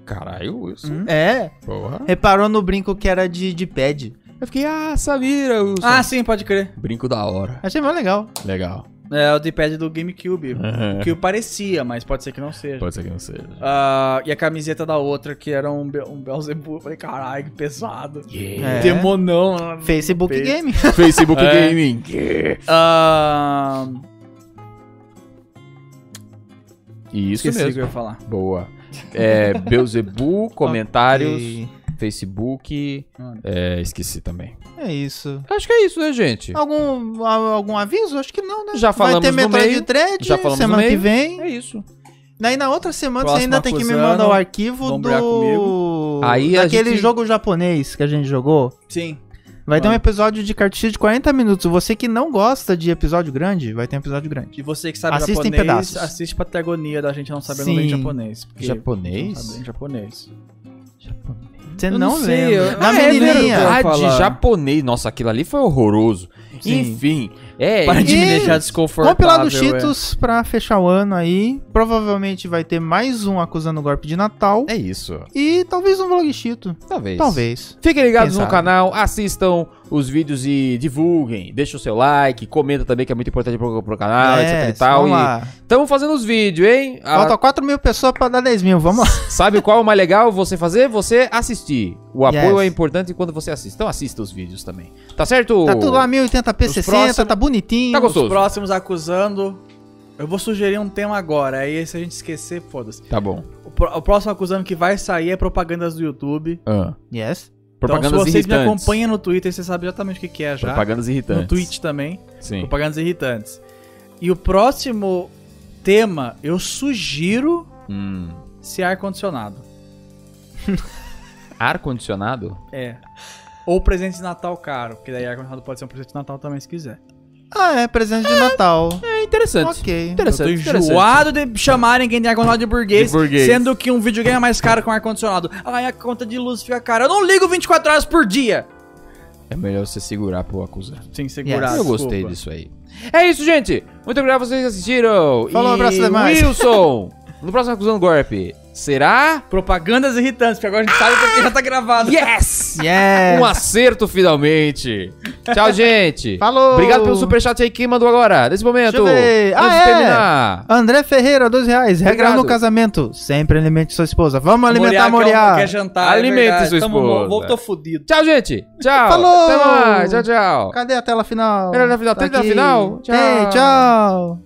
Caralho, Wilson.
É,
Porra. [laughs]
reparou no brinco que era de, de pad.
Eu fiquei, ah, Samira, Wilson.
Ah, sim, pode crer.
Brinco da hora.
Achei mais legal.
Legal.
É o D-pad do GameCube, que parecia, mas pode ser que não seja.
Pode ser que não seja.
Ah, e a camiseta da outra, que era um, Be um Beelzebub. Falei, caralho, que pesado.
É.
Demonão. mano.
Facebook
Peito.
Game.
Facebook
É.
Gaming.
Ah,
Isso
esqueci o que
mesmo.
eu ia falar.
Boa. É, Beuzebu, comentários,
Ok.
Facebook. É, esqueci também.
É isso.
Acho que é isso, né, gente?
Algum, a- algum aviso? Acho que não, né?
Já falamos
Vai ter
no
Metroid
meio,
Dread
já falamos no
semana que
meio.
vem.
É isso.
Daí na outra semana você
Próximo
ainda tem que me
acusando,
mandar o arquivo
vão brigar
do.
comigo. Aí a
daquele
gente-
jogo japonês que a gente jogou.
Sim.
Vai ter um
Vamos.
episódio de cartucho de 40 minutos. Você que não gosta de episódio grande, vai ter um episódio grande.
E você que sabe
Assista em
japonês,
pedaços.
assiste Patagonia da gente não sabendo bem
Sim.
japonês. porque não sabe
Japonês?
bem japonês.
Você
Eu
não,
não sei,
lembra.
eu-
Na
Ah, é
menininha.
verdade.
Ah, de
falar.
japonês. Nossa, aquilo ali foi horroroso.
Sim.
Enfim. É,
Para de
e-
me deixar desconfortável.
Compre lá no
é.
Cheetos pra fechar o ano aí. Provavelmente vai ter mais um acusando golpe de Natal.
é isso.
E talvez um vlog Cheeto.
Talvez.
Talvez.
Fiquem ligados
Quem
no
sabe?
canal, assistam,
os vídeos e divulguem. Deixa o seu like, comenta também, que é muito importante pro, pro canal, etc e tal.
É, vamos
E
lá.
estamos fazendo os vídeos, hein? A-
Falta 4 mil pessoas pra dar 10 mil, vamos lá.
Sabe qual é o mais legal você fazer? Você assistir. O
Yes.
apoio é importante quando você assiste. Então assista os vídeos também. Tá certo?
Tá tudo lá 1080p,
Os
60,
próximos-
tá bonitinho.
Tá
Os
gostoso.
próximos acusando. Eu vou sugerir um tema agora. Aí se a gente esquecer, foda-se.
Tá bom.
O, pró- o próximo acusando que vai sair é propagandas do YouTube.
Ah.
Yes.
Propagandas
então, se vocês
irritantes.
me acompanham no Twitter, vocês sabem exatamente o que, que é já.
Propagandas irritantes.
No Twitch também.
Sim.
Propagandas irritantes. E o próximo tema, eu sugiro
Hum.
se ar-condicionado.
Ar-condicionado?
É. Ou presente de Natal caro, porque daí ar-condicionado pode ser um presente de Natal também, se quiser.
Ah, é presente de Natal.
É interessante.
Ok.
Interessante.
eu tô enjoado de chamarem quem tem ar-condicionado de burguês,
De burguês.
sendo que um videogame é mais caro que um ar-condicionado. Ai, a conta de luz fica cara. Eu não ligo 24 horas por dia!
É melhor você segurar pro acusar.
Sim, segurado.
Eu gostei disso aí. É isso, gente. Muito obrigado a vocês que assistiram.
Falou,
E
abraço demais.
Wilson, no próximo Acusando Golpe, será?
Propagandas irritantes, porque agora a gente sabe porque já tá gravado.
é, Yes!
Yes.
Um acerto finalmente.
[laughs]
Tchau, gente.
Falou.
Obrigado pelo superchat aí que mandou agora, nesse momento.
Deixa eu ver.
Antes
Ah,
de
é?
terminar.
André Ferreira, dois reais. Regra
Obrigado. é
no casamento. Sempre alimente sua esposa. Vamos alimentar
Moriá,
Moriá.
Quer é um jantar, é
Alimente
verdade.
sua
Tamo-
esposa.
Voltou fudido.
Tchau, gente. Tchau.
Falou.
Até mais. Tchau, tchau.
Cadê a tela final? Tá
Era na final. Tem na final?
Tchau. Tem, tchau.